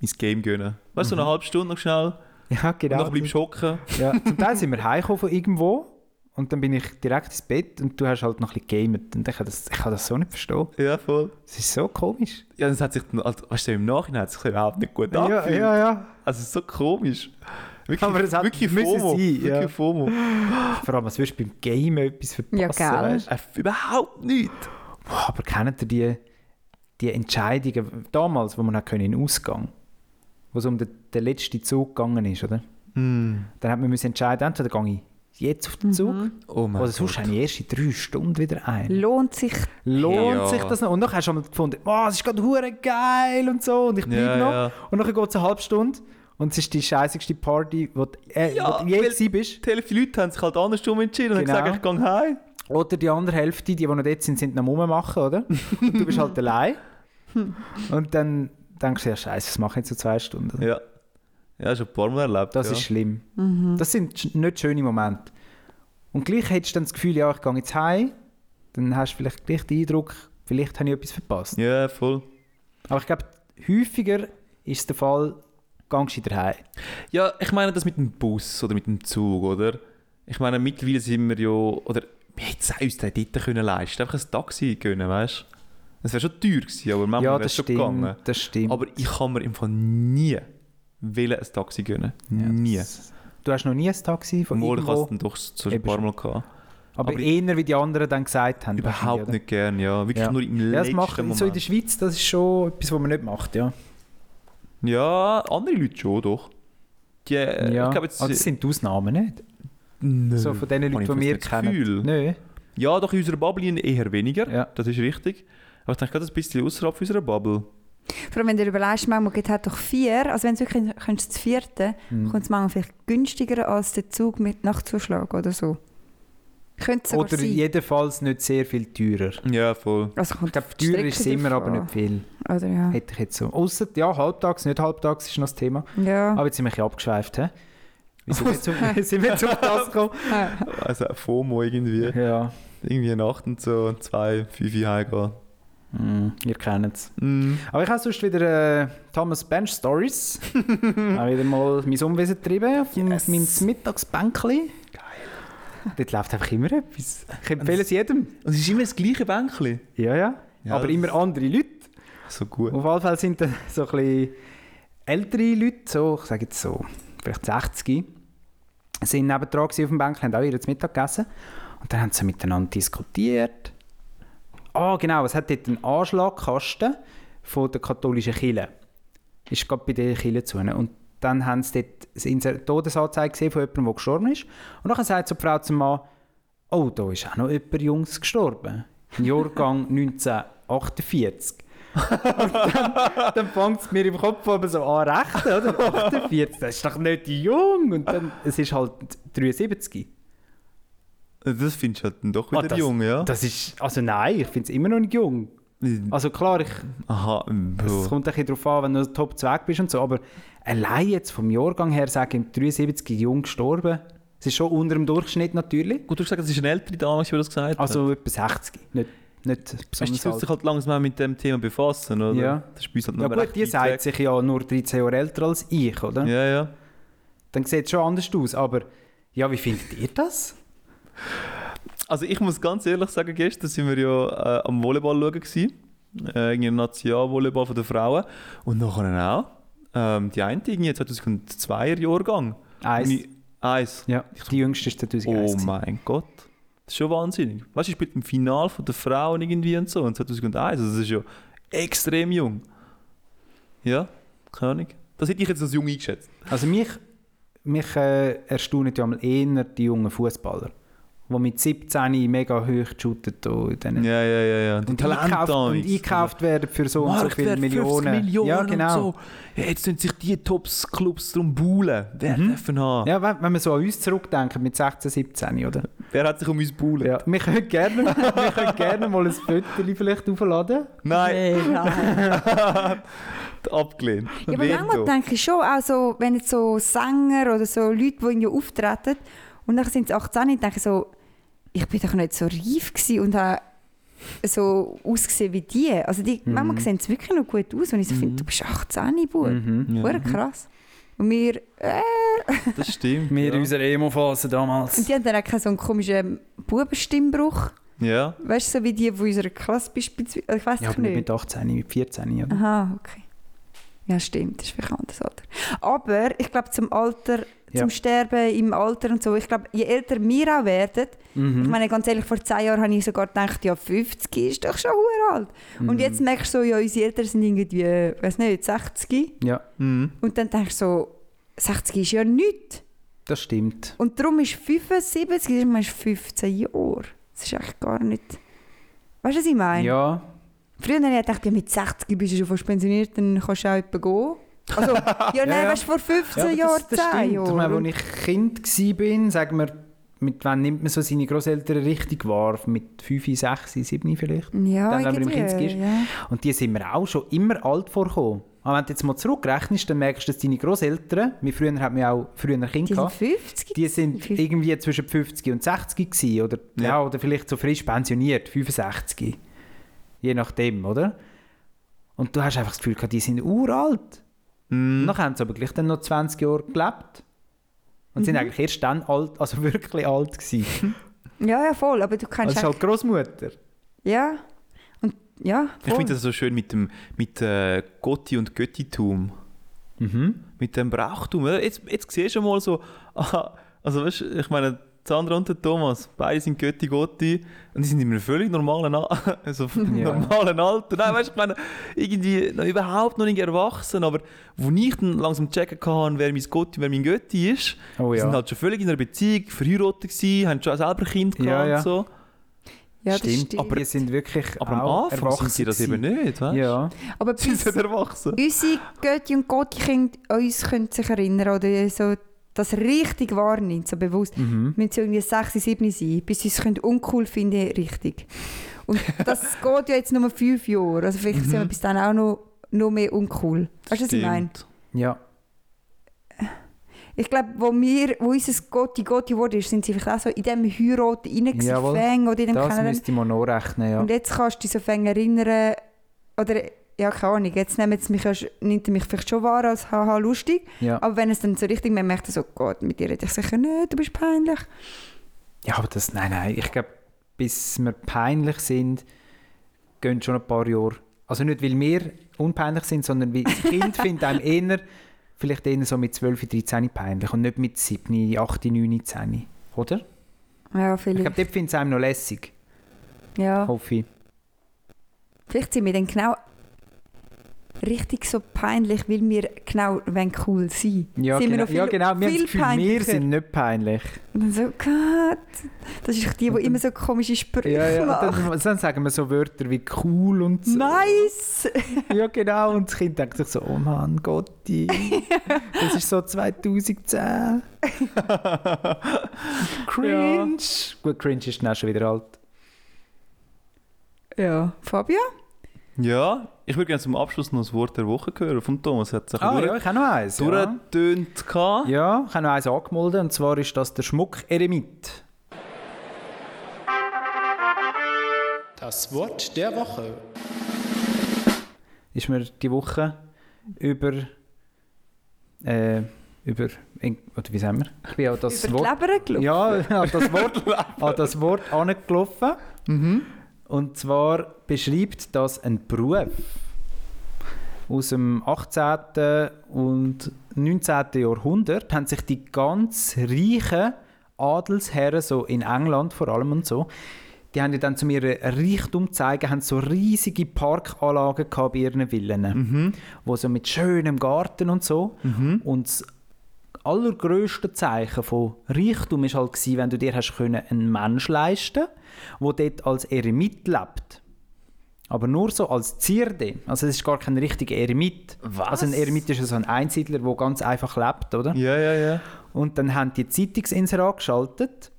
Speaker 5: mein Game gönnen. Weißt du, so eine halbe Stunde noch schnell,
Speaker 3: Mhm. Ja,
Speaker 5: und
Speaker 3: genau.
Speaker 5: dann bleibst du
Speaker 3: *laughs*
Speaker 5: hocken.
Speaker 3: ja. Zum Teil sind wir heimgekommen von irgendwo und dann bin ich direkt ins Bett und du hast halt noch ein bisschen gegamet. Und ich kann das, ich kann das so nicht verstehen.
Speaker 5: Ja, voll.
Speaker 3: Es ist so komisch.
Speaker 5: Ja, das hat sich dann, also, weißt du, im Nachhinein hat es sich überhaupt nicht gut angefühlt.
Speaker 3: ja, ja.
Speaker 5: Also, es ist so komisch. Wirklich,
Speaker 3: Aber es hat
Speaker 5: wirklich
Speaker 3: müssen
Speaker 5: FOMO.
Speaker 3: sein,
Speaker 5: wirklich
Speaker 3: ja.
Speaker 5: FOMO.
Speaker 3: Vor allem, als würdest du beim Game etwas verpassen.
Speaker 4: Ja, gell?
Speaker 3: weisst
Speaker 5: Äh, überhaupt nicht.
Speaker 3: du. Boah, aber kennt ihr die, die Entscheidungen damals, wo man hat können in den Ausgang wo es um den, den letzten Zug gegangen ist, oder?
Speaker 5: Hm.
Speaker 3: Dann hat man müssen entscheiden, entweder gehe ich jetzt auf den Zug
Speaker 5: Oh mein
Speaker 3: oder sonst
Speaker 5: Gott.
Speaker 3: habe ich erst in drei Stunden wieder ein.
Speaker 4: Lohnt sich
Speaker 3: Lohnt
Speaker 5: Ja.
Speaker 3: sich das noch? Und dann hast du schon mal gefunden, oh, es ist gerade hure geil und so und ich bleibe
Speaker 5: Ja,
Speaker 3: noch.
Speaker 5: ja.
Speaker 3: Und dann geht es eine halbe Stunde und es ist die scheißigste Party, wo du, äh,
Speaker 5: Ja,
Speaker 3: wo du je
Speaker 5: weil-
Speaker 3: gewesen bist.
Speaker 5: Die Hälfte der Leute haben sich halt andersrum entschieden und
Speaker 3: Genau.
Speaker 5: haben gesagt, ich gehe heim.
Speaker 3: Oder die andere Hälfte, die, die noch dort sind, sind noch rummachen,
Speaker 5: *laughs*
Speaker 3: oder? Und du bist halt allein. Und dann denkst du, ja scheiße, was mache ich jetzt so zwei Stunden?
Speaker 5: Ja. Ja, schon ein paar Mal erlebt.
Speaker 3: Das
Speaker 5: ja.
Speaker 3: ist schlimm. Das sind sch- nicht schöne Momente. Und gleich hättest du dann das Gefühl, ja, ich gehe jetzt heim. Dann hast du vielleicht gleich den Eindruck, vielleicht habe ich etwas verpasst.
Speaker 5: Ja, voll.
Speaker 3: Aber ich glaube, häufiger ist der Fall, gehst du daheim.
Speaker 5: Ja, ich meine das mit dem Bus oder mit dem Zug, oder? Ich meine, mittlerweile sind wir ja, oder wir hätten es auch uns dort können leisten einfach ein Taxi können, weißt du? Es wäre schon teuer gewesen, aber manchmal
Speaker 3: Ja,
Speaker 5: wäre
Speaker 3: das
Speaker 5: es schon
Speaker 3: stimmt,
Speaker 5: gegangen.
Speaker 3: das stimmt.
Speaker 5: Aber ich kann mir im Fall nie wollen, ein Taxi gönnen.
Speaker 3: Ja,
Speaker 5: nie.
Speaker 3: das- Du hast noch nie ein Taxi von
Speaker 5: Mal ich hatte es
Speaker 3: irgendwo,
Speaker 5: dann doch so ein
Speaker 3: Eben
Speaker 5: paar
Speaker 3: schon.
Speaker 5: Mal gehabt.
Speaker 3: aber,
Speaker 5: aber
Speaker 3: eher, wie die anderen dann gesagt haben.
Speaker 5: Überhaupt nicht gern, ja. Wirklich
Speaker 3: Ja.
Speaker 5: nur im
Speaker 3: Ja, das
Speaker 5: letzten
Speaker 3: macht,
Speaker 5: Moment.
Speaker 3: so in der Schweiz, das ist schon etwas, was man nicht macht, ja.
Speaker 5: Ja, andere Leute schon, doch. Die, äh,
Speaker 3: ja.
Speaker 5: ich glaube jetzt...
Speaker 3: ah, das sind die Ausnahmen, nicht? So von den
Speaker 5: Habe ich
Speaker 3: Leuten, die
Speaker 5: fast
Speaker 3: wir
Speaker 5: das Gefühl.
Speaker 3: kennen. Nein.
Speaker 5: Ja, doch in unserer Bubble eher weniger,
Speaker 3: Ja.
Speaker 5: das ist richtig. Aber ich denke gerade ein bisschen außerhalb unserer Bubble.
Speaker 4: Vor allem, wenn du dir überlegst, manchmal gibt es halt doch vier. Also wenn du wirklich könntest, das vierte,
Speaker 3: Mhm.
Speaker 4: kommt es manchmal vielleicht günstiger als der Zug mit Nachtzuschlag oder so. Könnte es sogar
Speaker 3: Oder
Speaker 4: sein.
Speaker 3: jedenfalls nicht sehr viel teurer.
Speaker 5: Ja, voll.
Speaker 4: also
Speaker 3: Ich
Speaker 4: kommt
Speaker 3: glaube,
Speaker 4: auf die
Speaker 3: teurer ist es
Speaker 4: Strecke
Speaker 3: immer,
Speaker 4: drauf
Speaker 3: aber
Speaker 4: an.
Speaker 3: nicht viel.
Speaker 4: Oder ja.
Speaker 3: Hätte ich jetzt so. Außer, ja, halbtags, nicht halbtags ist noch das Thema.
Speaker 5: Ah.
Speaker 4: ja.
Speaker 3: Aber jetzt sind wir ein bisschen abgeschweift, hä? Wie sind wir zum,
Speaker 5: *laughs*
Speaker 3: wie sind wir zum das gekommen?
Speaker 5: Also FOMO irgendwie.
Speaker 3: Ja,
Speaker 5: Irgendwie Nacht und so, zwei, fünf Uhr heimgehen.
Speaker 3: mm, ihr kennt es.
Speaker 5: Mm.
Speaker 3: Aber ich habe sonst wieder äh, Thomas Bench
Speaker 5: *laughs*
Speaker 3: Stories. habe wieder mal mein Umwesen getrieben auf
Speaker 6: Yes.
Speaker 3: meinem Mittagsbänkli. Geil. Dort läuft einfach immer etwas. Ich empfehle es jedem.
Speaker 5: Und es ist immer das gleiche Bänkchen.
Speaker 3: Ja, ja.
Speaker 5: Ja,
Speaker 3: Aber
Speaker 5: das-
Speaker 3: immer andere Leute.
Speaker 5: So gut.
Speaker 3: Auf jeden Fall sind da so ein bisschen ältere Leute, so, ich sage jetzt so, vielleicht 60, sind nebendran gewesen auf dem Bänkchen, haben auch ihr zu Mittag gegessen. Und dann haben sie miteinander diskutiert. Ah, genau, es hat dort einen Anschlagkasten von der katholischen Kirche. Ist gerade bei der Kirche zu. Und dann haben sie dort eine Todesanzeige gesehen von jemandem, der gestorben ist. Und dann sagt so die Frau zum Mann, oh, da ist auch noch jemand Jungs gestorben. Im Jahrgang 1948 dann fängt es mir im Kopf aber so an, recht, oder? *laughs* 48, das ist doch nicht jung. Und dann, es ist halt 73.
Speaker 5: Das findest du halt dann doch
Speaker 3: Ah,
Speaker 5: wieder
Speaker 3: das,
Speaker 5: jung, ja?
Speaker 3: Das ist, also nein, ich finde es immer noch nicht jung. Also klar, ich,
Speaker 5: Aha,
Speaker 3: es
Speaker 5: bro.
Speaker 3: kommt ein bisschen darauf an, wenn du Top 2 bist und so, aber allein jetzt vom Jahrgang her sagen, im 73 jung gestorben, es ist schon unter dem Durchschnitt natürlich.
Speaker 5: Gut, du hast gesagt, es ist eine ältere Dame, die das gesagt hat.
Speaker 3: Also etwa 60, nicht, nicht
Speaker 5: Weißt du,
Speaker 3: besonders
Speaker 5: die sollst dich
Speaker 3: alt.
Speaker 5: halt langsam mit dem Thema befassen, oder?
Speaker 3: Ja.
Speaker 5: Das ist bei uns halt
Speaker 3: Ja
Speaker 5: noch recht
Speaker 3: gut, die
Speaker 5: weit weg.
Speaker 3: sagt ne? sich ja nur 13 Jahre älter als ich, oder?
Speaker 5: Ja, ja.
Speaker 3: Dann sieht es schon anders aus, aber ja, wie findet ihr das?
Speaker 5: Also ich muss ganz ehrlich sagen, gestern sind wir ja äh, am Volleyball schauen gewesen. Äh, irgendwie Nationalvolleyball von den Frauen. Und nachher auch. Ähm, die eine, irgendwie 2002er Jahrgang.
Speaker 3: Eins.
Speaker 5: Meine- Eins.
Speaker 3: Ja, die jüngste ist 2001.
Speaker 5: Oh
Speaker 3: gewesen.
Speaker 5: mein Gott. Das ist schon wahnsinnig. Weißt du, ich spielt im Finale von den Frauen irgendwie und so. Und 2001, also das ist ja extrem jung. Ja, keine Ahnung. Das hätte ich jetzt als jung eingeschätzt.
Speaker 3: Also mich, mich äh, erstaunen ja mal eher die jungen Fußballer, die mit 17 mega hoch shooten. da in diesen-
Speaker 5: Ja, ja, ja. ja. Die
Speaker 3: Und,
Speaker 5: Talente
Speaker 3: einkauft, und
Speaker 5: damals.
Speaker 3: einkauft werden für so und so viele
Speaker 5: Marktwert 50
Speaker 3: Millionen.
Speaker 5: Millionen
Speaker 3: ja, genau.
Speaker 5: und so. Ja, jetzt sind sich die Tops-Clubs drum buhlen. Wer dürfen haben?
Speaker 3: Ja, wenn, wenn wir so an uns zurückdenken mit 16, 17, oder?
Speaker 5: Wer hat sich um uns buhlen?
Speaker 3: Ja. Wir können gerne, *laughs* wir können gerne mal ein Foto vielleicht aufladen.
Speaker 5: Nein,
Speaker 4: *laughs* nein.
Speaker 5: *laughs* abgelehnt.
Speaker 4: Ja, aber manchmal denke ich schon, auch so, wenn jetzt so Sänger oder so Leute, die irgendwie auftreten und dann sind sie 18, denke ich so, ich bin doch nicht so reif gewesen und habe so ausgesehen wie die. Also die,
Speaker 3: Mhm.
Speaker 4: manchmal sehen sie wirklich noch gut aus und ich so finde, du bist 18, Bub. Mhm. krass. Und wir, äh, *laughs*
Speaker 5: Das stimmt. ja.
Speaker 3: Emo-Phase damals.
Speaker 4: und die haben dann auch keinen so einen komischen Bubenstimmbruch.
Speaker 5: ja.
Speaker 4: Weißt du, so wie die, die in unserer Klasse beispielsweise, ich weiß
Speaker 3: Ja,
Speaker 4: nicht.
Speaker 3: aber nicht mit 18, mit 14, oder?
Speaker 4: Aha, okay. Ja, stimmt, das ist vielleicht ein anderes Alter. Aber ich glaube, zum Alter,
Speaker 3: Ja.
Speaker 4: zum Sterben im Alter und so, ich glaube, je älter wir auch werden,
Speaker 3: Mhm.
Speaker 4: ich meine, ganz ehrlich, vor zehn Jahren habe ich sogar gedacht, ja, 50 ist doch schon hure alt.
Speaker 3: Mhm.
Speaker 4: Und jetzt merkst du so, ja, unsere Eltern sind irgendwie, weiß nicht, 60.
Speaker 3: Ja,
Speaker 5: Mhm.
Speaker 4: Und dann denkst du so, 60 ist ja nichts.
Speaker 3: das stimmt.
Speaker 4: Und darum ist 75, ich meine, ist 15 Jahre. Das ist echt gar nicht... Weißt du, was ich meine?
Speaker 3: Ja,
Speaker 4: Früher habe ich gedacht, ja, mit 60 bist du schon fast pensioniert, dann kannst du auch jemanden gehen. Also,
Speaker 3: *laughs*
Speaker 4: ja, nein,
Speaker 3: ja.
Speaker 4: weißt du, vor 15
Speaker 3: aber
Speaker 4: Jahren,
Speaker 3: das, das
Speaker 4: 10
Speaker 3: stimmt. Ich meine,
Speaker 4: Jahren.
Speaker 3: als ich Kind war, sagen wir, mit wann nimmt man so seine Großeltern richtig wahr? Mit 5, 6, 7 vielleicht?
Speaker 4: Ja,
Speaker 3: dann, wenn man im
Speaker 4: irgendwie,
Speaker 3: Kind ist.
Speaker 4: ja.
Speaker 3: Und die sind mir auch schon immer alt vorgekommen. Aber wenn du jetzt mal zurückrechnest, dann merkst du, dass deine Großeltern, wir früher hatten wir auch früher Kind
Speaker 4: Die sind
Speaker 3: gehabt,
Speaker 4: 50.
Speaker 3: die sind
Speaker 4: Fünf-
Speaker 3: irgendwie zwischen 50 und 60 gewesen, oder, ja. oder vielleicht so frisch pensioniert, 65. Je nachdem, oder? Und du hast einfach das Gefühl gehabt, die sind uralt.
Speaker 5: Mhm.
Speaker 3: Und dann haben sie aber gleich dann noch 20 Jahre gelebt. Und sind eigentlich erst dann alt, also *laughs* wirklich alt gewesen.
Speaker 4: Ja, ja, voll, aber du
Speaker 3: Also
Speaker 4: kannst
Speaker 3: halt Großmutter.
Speaker 4: Ja. Und, ja,
Speaker 5: Ich
Speaker 4: voll.
Speaker 5: finde das so schön mit dem mit, äh, Gotti und Göttitum.
Speaker 3: Mhm.
Speaker 5: *laughs* Mit dem Brauchtum. oder? Jetzt, jetzt siehst du mal so, aha, also weißt, du, ich meine, Sandra und der Thomas, beide sind Götti Gotti und die sind in einem völlig normalen, Al *laughs*
Speaker 3: *laughs*
Speaker 5: also
Speaker 3: Ja.
Speaker 5: normalen Alter. Nein, weißt du, ich meine, irgendwie noch überhaupt noch nicht erwachsen, aber wo ich dann langsam checken kann, wer mein Gotti, wer mein Götti ist,
Speaker 3: Oh
Speaker 5: die
Speaker 3: ja.
Speaker 5: sind halt schon völlig in einer Beziehung, verheiratet gewesen, haben schon selber Kind gehabt
Speaker 3: Ja, ja.
Speaker 5: und so.
Speaker 4: Ja, das
Speaker 3: stimmt,
Speaker 4: stimmt.
Speaker 3: aber die sind wirklich
Speaker 5: Aber
Speaker 3: auch
Speaker 5: am Anfang sind sie
Speaker 3: erwachsen
Speaker 5: das eben
Speaker 3: gewesen.
Speaker 5: nicht, weißt?
Speaker 3: Ja. *laughs*
Speaker 4: Aber
Speaker 5: *laughs* Sie sind
Speaker 4: bis
Speaker 5: erwachsen.
Speaker 4: unsere Götti und Gotti Kinder uns können sich erinnern oder so das richtig wahrnehmen, so bewusst.
Speaker 3: Mhm.
Speaker 4: müssen sie irgendwie 6, 7 sein, bis sie es können uncool finden richtig.
Speaker 3: *laughs*
Speaker 4: Und das geht ja jetzt nur fünf Jahre. Also vielleicht
Speaker 3: Mhm.
Speaker 4: sind wir bis dann auch noch, noch mehr uncool. Weißt du, was ich meine?
Speaker 5: Stimmt.
Speaker 3: Ja.
Speaker 4: Ich glaube, wo wir, wo unser Gotti Gotti wurde, ist, sind sie vielleicht auch so in diesem Heiraten
Speaker 3: Jawohl.
Speaker 4: reingefängt oder in dem
Speaker 3: Das
Speaker 4: Kennenlernen.
Speaker 3: müsste man noch rechnen, ja.
Speaker 4: Und jetzt kannst du dich so fängen erinnern, oder, ja, keine Ahnung, jetzt nehmen sie mich, ja sch- nimmt er mich vielleicht schon wahr als haha lustig,
Speaker 3: Ja.
Speaker 4: aber wenn es dann so richtig, man merkt dann so, Gott, mit dir rede ich sicher nicht, du bist peinlich.
Speaker 3: Ja, aber das, nein, nein. Ich glaube, bis wir peinlich sind, gehen schon ein paar Jahre. Also nicht, weil wir unpeinlich sind, sondern weil
Speaker 4: *laughs*
Speaker 3: das Kind findet einem eher, vielleicht eher so mit 12, 13 peinlich und nicht mit 7, 8, 9, 10. Oder?
Speaker 4: Ja,
Speaker 3: Ich glaube,
Speaker 4: vielleicht.
Speaker 3: dort findet es einem noch lässig,
Speaker 4: Ja.
Speaker 3: hoffe ich.
Speaker 4: Vielleicht sind wir dann genau richtig so peinlich, weil wir genau wollen cool sein
Speaker 3: Ja,
Speaker 4: Sind wir
Speaker 3: genau,
Speaker 4: noch viel-
Speaker 3: ja, genau. Wir haben
Speaker 4: viel
Speaker 3: das Gefühl, wir
Speaker 4: peinlicher.
Speaker 3: sind nicht peinlich.
Speaker 4: Und dann so, Gott, das ist die, die immer so komische Sprüche
Speaker 3: Ja, ja.
Speaker 4: macht.
Speaker 3: Dann, dann sagen wir so Wörter wie cool und so.
Speaker 4: Nice!
Speaker 3: *laughs* Ja, genau. Und das Kind denkt sich so, oh Mann, *laughs* Gotti. Das ist so *laughs* 2010. cringe. Gut, cringe ist dann auch schon wieder alt.
Speaker 4: Ja. Fabio?
Speaker 5: Ja, ich würde gerne zum Abschluss noch das Wort der Woche hören. Von Thomas hat es ein
Speaker 3: Ah
Speaker 5: bisschen
Speaker 3: ja, ich habe noch eins. Ja.
Speaker 5: durchgetönt. Ja.
Speaker 3: ja, ich habe noch eins angemeldet. Und zwar ist das der Schmuck Eremit.
Speaker 7: Das Wort der Woche.
Speaker 3: Ist mir die Woche über... Äh, über... Oder wie sagen wir? Ich bin auch das
Speaker 4: Über die
Speaker 3: Wort...
Speaker 4: Leber gelaufen.
Speaker 3: Ja, *laughs* an das Wort, an das Wort angelaufen. Und zwar beschreibt das ein Beruf aus dem 18. und 19. Jahrhundert haben sich die ganz reichen Adelsherren so in England vor allem und so die haben ja dann zu ihrem Reichtum zu zeigen, haben so riesige Parkanlagen gehabt bei ihren Villen, wo so mit schönem Garten und so. Und das allergrößte Zeichen von Reichtum ist halt gewesen, wenn du dir hast können einen Mensch leisten, wo dort als Eremit lebt. Aber nur so als Zierde. Also es ist gar kein richtiger Eremit. Also ein Eremit ist ja so ein Einsiedler, der ganz einfach lebt, oder?
Speaker 5: ja, ja, ja.
Speaker 3: Und dann haben die Zeitungsinserat geschaltet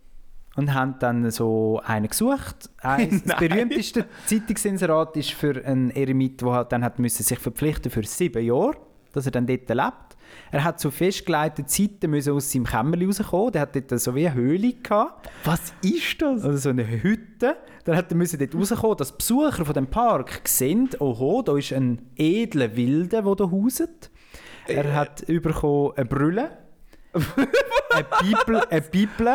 Speaker 3: und haben dann so einen gesucht. Eins, das berühmteste Zeitungsinserat ist für einen Eremit, der halt dann hat müssen sich verpflichten für sieben Jahre, dass er dann dort lebt. Er hat zu festgelegten Zeiten müssen aus seinem Kämmerli rauskommen. Der hat dort so wie eine Höhle gehabt. Was ist das? Also so eine Hütte. Dann hat er müssen dort rauskommen, dass die Besucher von dem Park sehen, oho, da ist ein edler Wilde, der da hauset. Er hat bekommen eine Brille eine Bibel, eine Bibel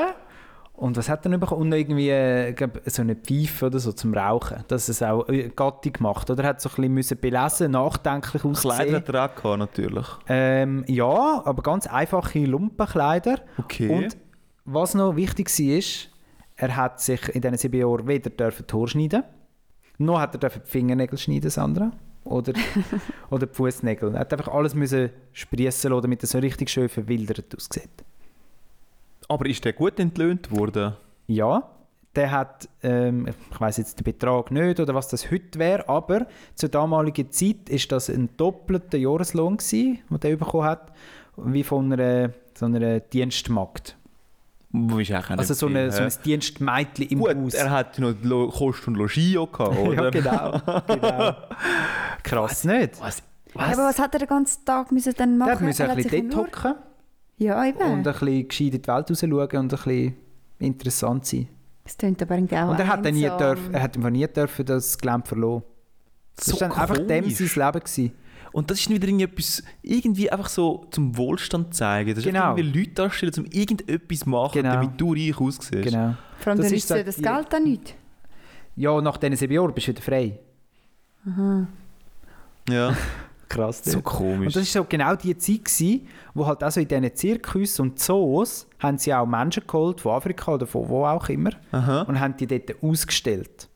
Speaker 3: und was hat er noch bekommen? Und noch irgendwie äh, glaub, so eine Pfeife oder so zum Rauchen. Das ist auch äh, Gatti gemacht. Oder er hat so ein bisschen müssen belesen, nachdenklich
Speaker 5: Kleider
Speaker 3: aussehen.
Speaker 5: hat er auch gehabt, natürlich.
Speaker 3: Ähm, ja, aber ganz einfache Lumpenkleider.
Speaker 5: Okay.
Speaker 3: Und was noch wichtig war, ist, er hat sich in diesen sieben Jahren weder dürfen die Haare schneiden, noch hat er dürfen die Fingernägel schneiden, Sandra. Oder, oder die Fußnägel. Er hat einfach alles müssen sprießen lassen, damit er so richtig schön verwildert aussieht.
Speaker 5: Aber ist der gut entlöhnt worden?
Speaker 3: Ja, der hat, ähm, ich weiß jetzt den Betrag nicht oder was das heute wäre, aber zur damaligen Zeit ist das ein doppelter Jahreslohn gewesen, den der bekommen hat, wie von einer, so einer Dienstmagd.
Speaker 5: Wo ist auch
Speaker 3: Also so, eine, so ein Dienstmädchen im
Speaker 5: Gut,
Speaker 3: Haus.
Speaker 5: er hat noch Lo Kost und Logis auch gehabt,
Speaker 3: *laughs*
Speaker 5: oder?
Speaker 3: ja, genau. genau. Krass, nicht? Was?
Speaker 4: Ja, aber was hat er den ganzen Tag müssen dann machen?
Speaker 3: Der hat müssen
Speaker 4: Er
Speaker 3: ein
Speaker 4: hat sich
Speaker 3: bisschen dort
Speaker 4: nur-
Speaker 3: hocken
Speaker 4: Ja,
Speaker 3: und äh, ein
Speaker 4: eben.
Speaker 3: bisschen gescheit in die Welt rausschauen und ein bisschen interessant sein.
Speaker 4: Das tönt aber ein Gau
Speaker 3: Und er hat dann nie
Speaker 4: einsam.
Speaker 3: dürfen, er hat einfach nie dürfen das Gelände verloren. Das
Speaker 5: So
Speaker 3: war dann einfach dem
Speaker 5: komisch.
Speaker 3: sein Leben. Gewesen.
Speaker 5: Und das ist wieder irgendetwas, irgendwie einfach so zum Wohlstand zeigen. Das ist
Speaker 3: Genau.
Speaker 5: einfach irgendwie Leute darstellen, um irgendetwas machen,
Speaker 3: Genau.
Speaker 5: damit du reich aussiehst.
Speaker 3: Genau.
Speaker 4: Vor allem
Speaker 3: Das
Speaker 4: dann
Speaker 3: ist
Speaker 4: ist
Speaker 3: so
Speaker 4: das
Speaker 3: die-
Speaker 4: Geld dann nicht.
Speaker 3: *laughs* Ja, und nach diesen sieben Jahren bist du wieder frei.
Speaker 5: Ja.
Speaker 3: krass.
Speaker 5: So
Speaker 3: dort.
Speaker 5: komisch.
Speaker 3: Und das ist so genau die Zeit, gewesen, wo halt auch so in diesen Zirkus und Zoos haben sie auch Menschen geholt, von Afrika oder von wo auch immer,
Speaker 5: Aha.
Speaker 3: und haben die dort ausgestellt.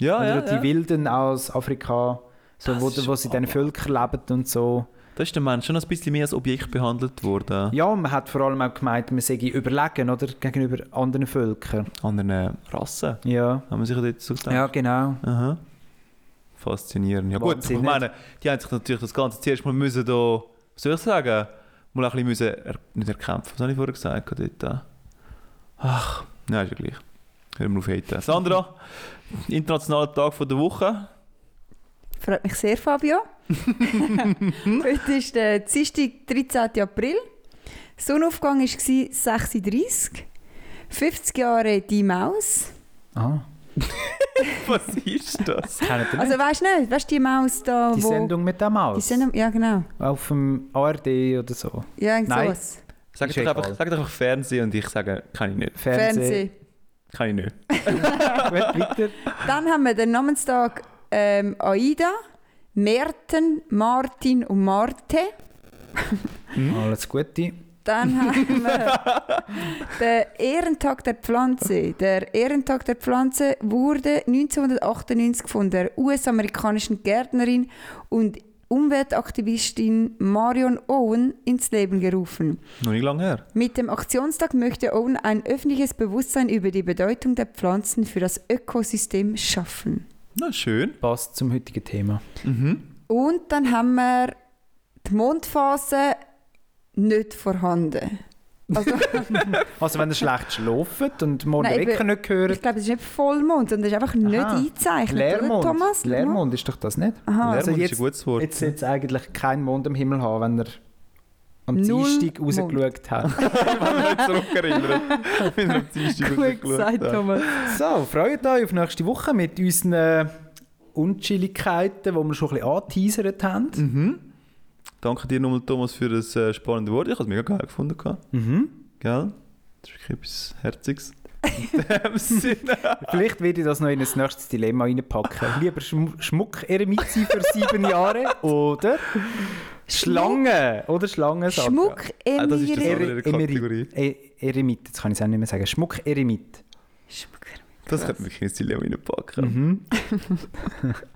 Speaker 4: Ah,
Speaker 5: Ja,
Speaker 3: oder
Speaker 5: ja,
Speaker 3: die
Speaker 5: ja.
Speaker 3: Wilden aus Afrika, so,
Speaker 5: Das
Speaker 3: wo,
Speaker 5: ist
Speaker 3: wo sie in diesen Völkern leben und so.
Speaker 5: Da ist der Mensch schon ein bisschen mehr als Objekt behandelt worden.
Speaker 3: Ja, man hat vor allem auch gemeint, man sei überlegen, oder? Gegenüber anderen Völkern.
Speaker 5: Anderen Rassen.
Speaker 3: Ja.
Speaker 5: Haben wir sicher dort so gedacht.
Speaker 3: Ja, genau.
Speaker 5: Aha. Faszinierend. Ja gut, ich
Speaker 3: Wahnsinn,
Speaker 5: meine, die haben sich natürlich das Ganze zuerst mal müssen da, was soll ich sagen, mal ein bisschen müssen, er, nicht erkämpfen, was habe ich vorher gesagt, dort. äh? Ach, nein, ist ja gleich. Hören wir auf heute. Sandra, internationaler Tag von der Woche. *laughs*
Speaker 4: Freut mich sehr, Fabio.
Speaker 3: *laughs*
Speaker 4: Heute ist der Dienstag, 13. April. Sonnenaufgang war 6.30 Uhr. 50 Jahre die Maus.
Speaker 3: Ah,
Speaker 5: Was ist das?
Speaker 3: kennt ihr
Speaker 4: Also weißt du nicht, weißt du die Maus da,
Speaker 3: die
Speaker 4: wo...
Speaker 3: Sendung mit der Maus?
Speaker 4: Die Sendung, ja genau.
Speaker 3: Auf dem ARD oder so.
Speaker 4: Ja, irgend
Speaker 3: Nein.
Speaker 4: sowas.
Speaker 5: Sag
Speaker 3: Ist
Speaker 5: doch,
Speaker 3: egal.
Speaker 5: einfach, sag doch einfach Fernsehen und ich sage, kann ich nicht.
Speaker 3: Fernsehen.
Speaker 4: Fernsehen.
Speaker 5: Kann ich nicht.
Speaker 3: Fernsehen. Weiter.
Speaker 4: Dann haben wir den Namenstag ähm, Aida, Merten, Martin und Marte.
Speaker 3: Alles Gute.
Speaker 4: Dann haben wir den Ehrentag der Pflanze. Der Ehrentag der Pflanze wurde 1998 von der US-amerikanischen Gärtnerin und Umweltaktivistin Marion Owen ins Leben gerufen.
Speaker 5: Noch nicht lange her.
Speaker 4: Mit dem Aktionstag möchte Owen ein öffentliches Bewusstsein über die Bedeutung der Pflanzen für das Ökosystem schaffen.
Speaker 5: Na schön.
Speaker 3: Passt zum heutigen Thema.
Speaker 4: Und dann haben wir die Mondphase nicht vorhanden. Also, *laughs*
Speaker 3: Also wenn ihr schlecht schlaft und morgen
Speaker 4: Nein,
Speaker 3: Nein,
Speaker 4: ich
Speaker 3: Wecker
Speaker 4: bin-
Speaker 3: nicht
Speaker 4: ich
Speaker 3: hört.
Speaker 4: glaube, es ist nicht Vollmond, sondern es ist einfach nicht eingezeichnet.
Speaker 3: Leermond.
Speaker 4: Oder, Thomas? genau.
Speaker 3: Leermond ist doch das nicht?
Speaker 4: Aha.
Speaker 5: Lehrmund
Speaker 3: also
Speaker 5: ist
Speaker 3: jetzt-
Speaker 5: ein
Speaker 3: *laughs*
Speaker 5: gutes Wort.
Speaker 3: Jetzt sollte es eigentlich keinen Mond am Himmel haben, wenn ihr am
Speaker 4: Null
Speaker 3: Dienstag
Speaker 4: Mond.
Speaker 3: rausgeschaut habt.
Speaker 5: zurückerinnert. Wenn er am Dienstag
Speaker 4: Gut
Speaker 5: rausgeschaut
Speaker 4: *laughs* gesagt,
Speaker 5: hat.
Speaker 4: Thomas.
Speaker 3: So, freut euch auf nächste Woche mit unseren Unchilligkeiten, die wir schon ein bisschen angeteasert haben.
Speaker 5: Danke dir nochmal, Thomas, für das äh, spannende Wort. Ich habe es mega geil gefunden. gehabt. Gell? Das ist wirklich etwas Herziges. In *laughs* dem Sinne.
Speaker 3: Vielleicht werde ich das noch in das nächstes Dilemma reinpacken. Lieber Schm Schmuck Eremit sein für sieben Jahre oder Schlange oder Schlange sagen.
Speaker 4: Schmuck
Speaker 5: Ah, das ist das
Speaker 4: emiere.
Speaker 5: andere. Kategorie.
Speaker 3: E Eremit, jetzt kann ich es auch nicht mehr sagen. Schmuck Eremit.
Speaker 4: Schmuck
Speaker 5: Das könnte wirklich ins Dilemma reinpacken. *laughs*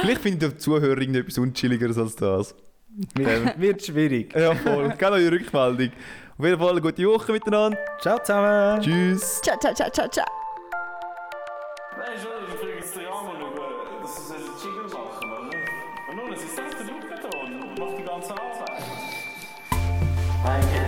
Speaker 5: Vielleicht findet der Zuhörer irgendetwas Unchilligeres als das.
Speaker 3: Wird, wird schwierig.
Speaker 5: Ja, *laughs* voll. Gerne eure Rückmeldung. Auf jeden Fall eine gute Woche miteinander.
Speaker 3: Ciao zusammen.
Speaker 5: Tschüss.
Speaker 4: Ciao, ciao, ciao, ciao, ciao.
Speaker 1: Nein, schon, ich kriege es dir an, schauen. Das ist ein Jingle machen, oder? nou, Und nun, es ist selbst der Lukaton und macht die ganze Arbeit.
Speaker 2: I
Speaker 1: Dus
Speaker 2: can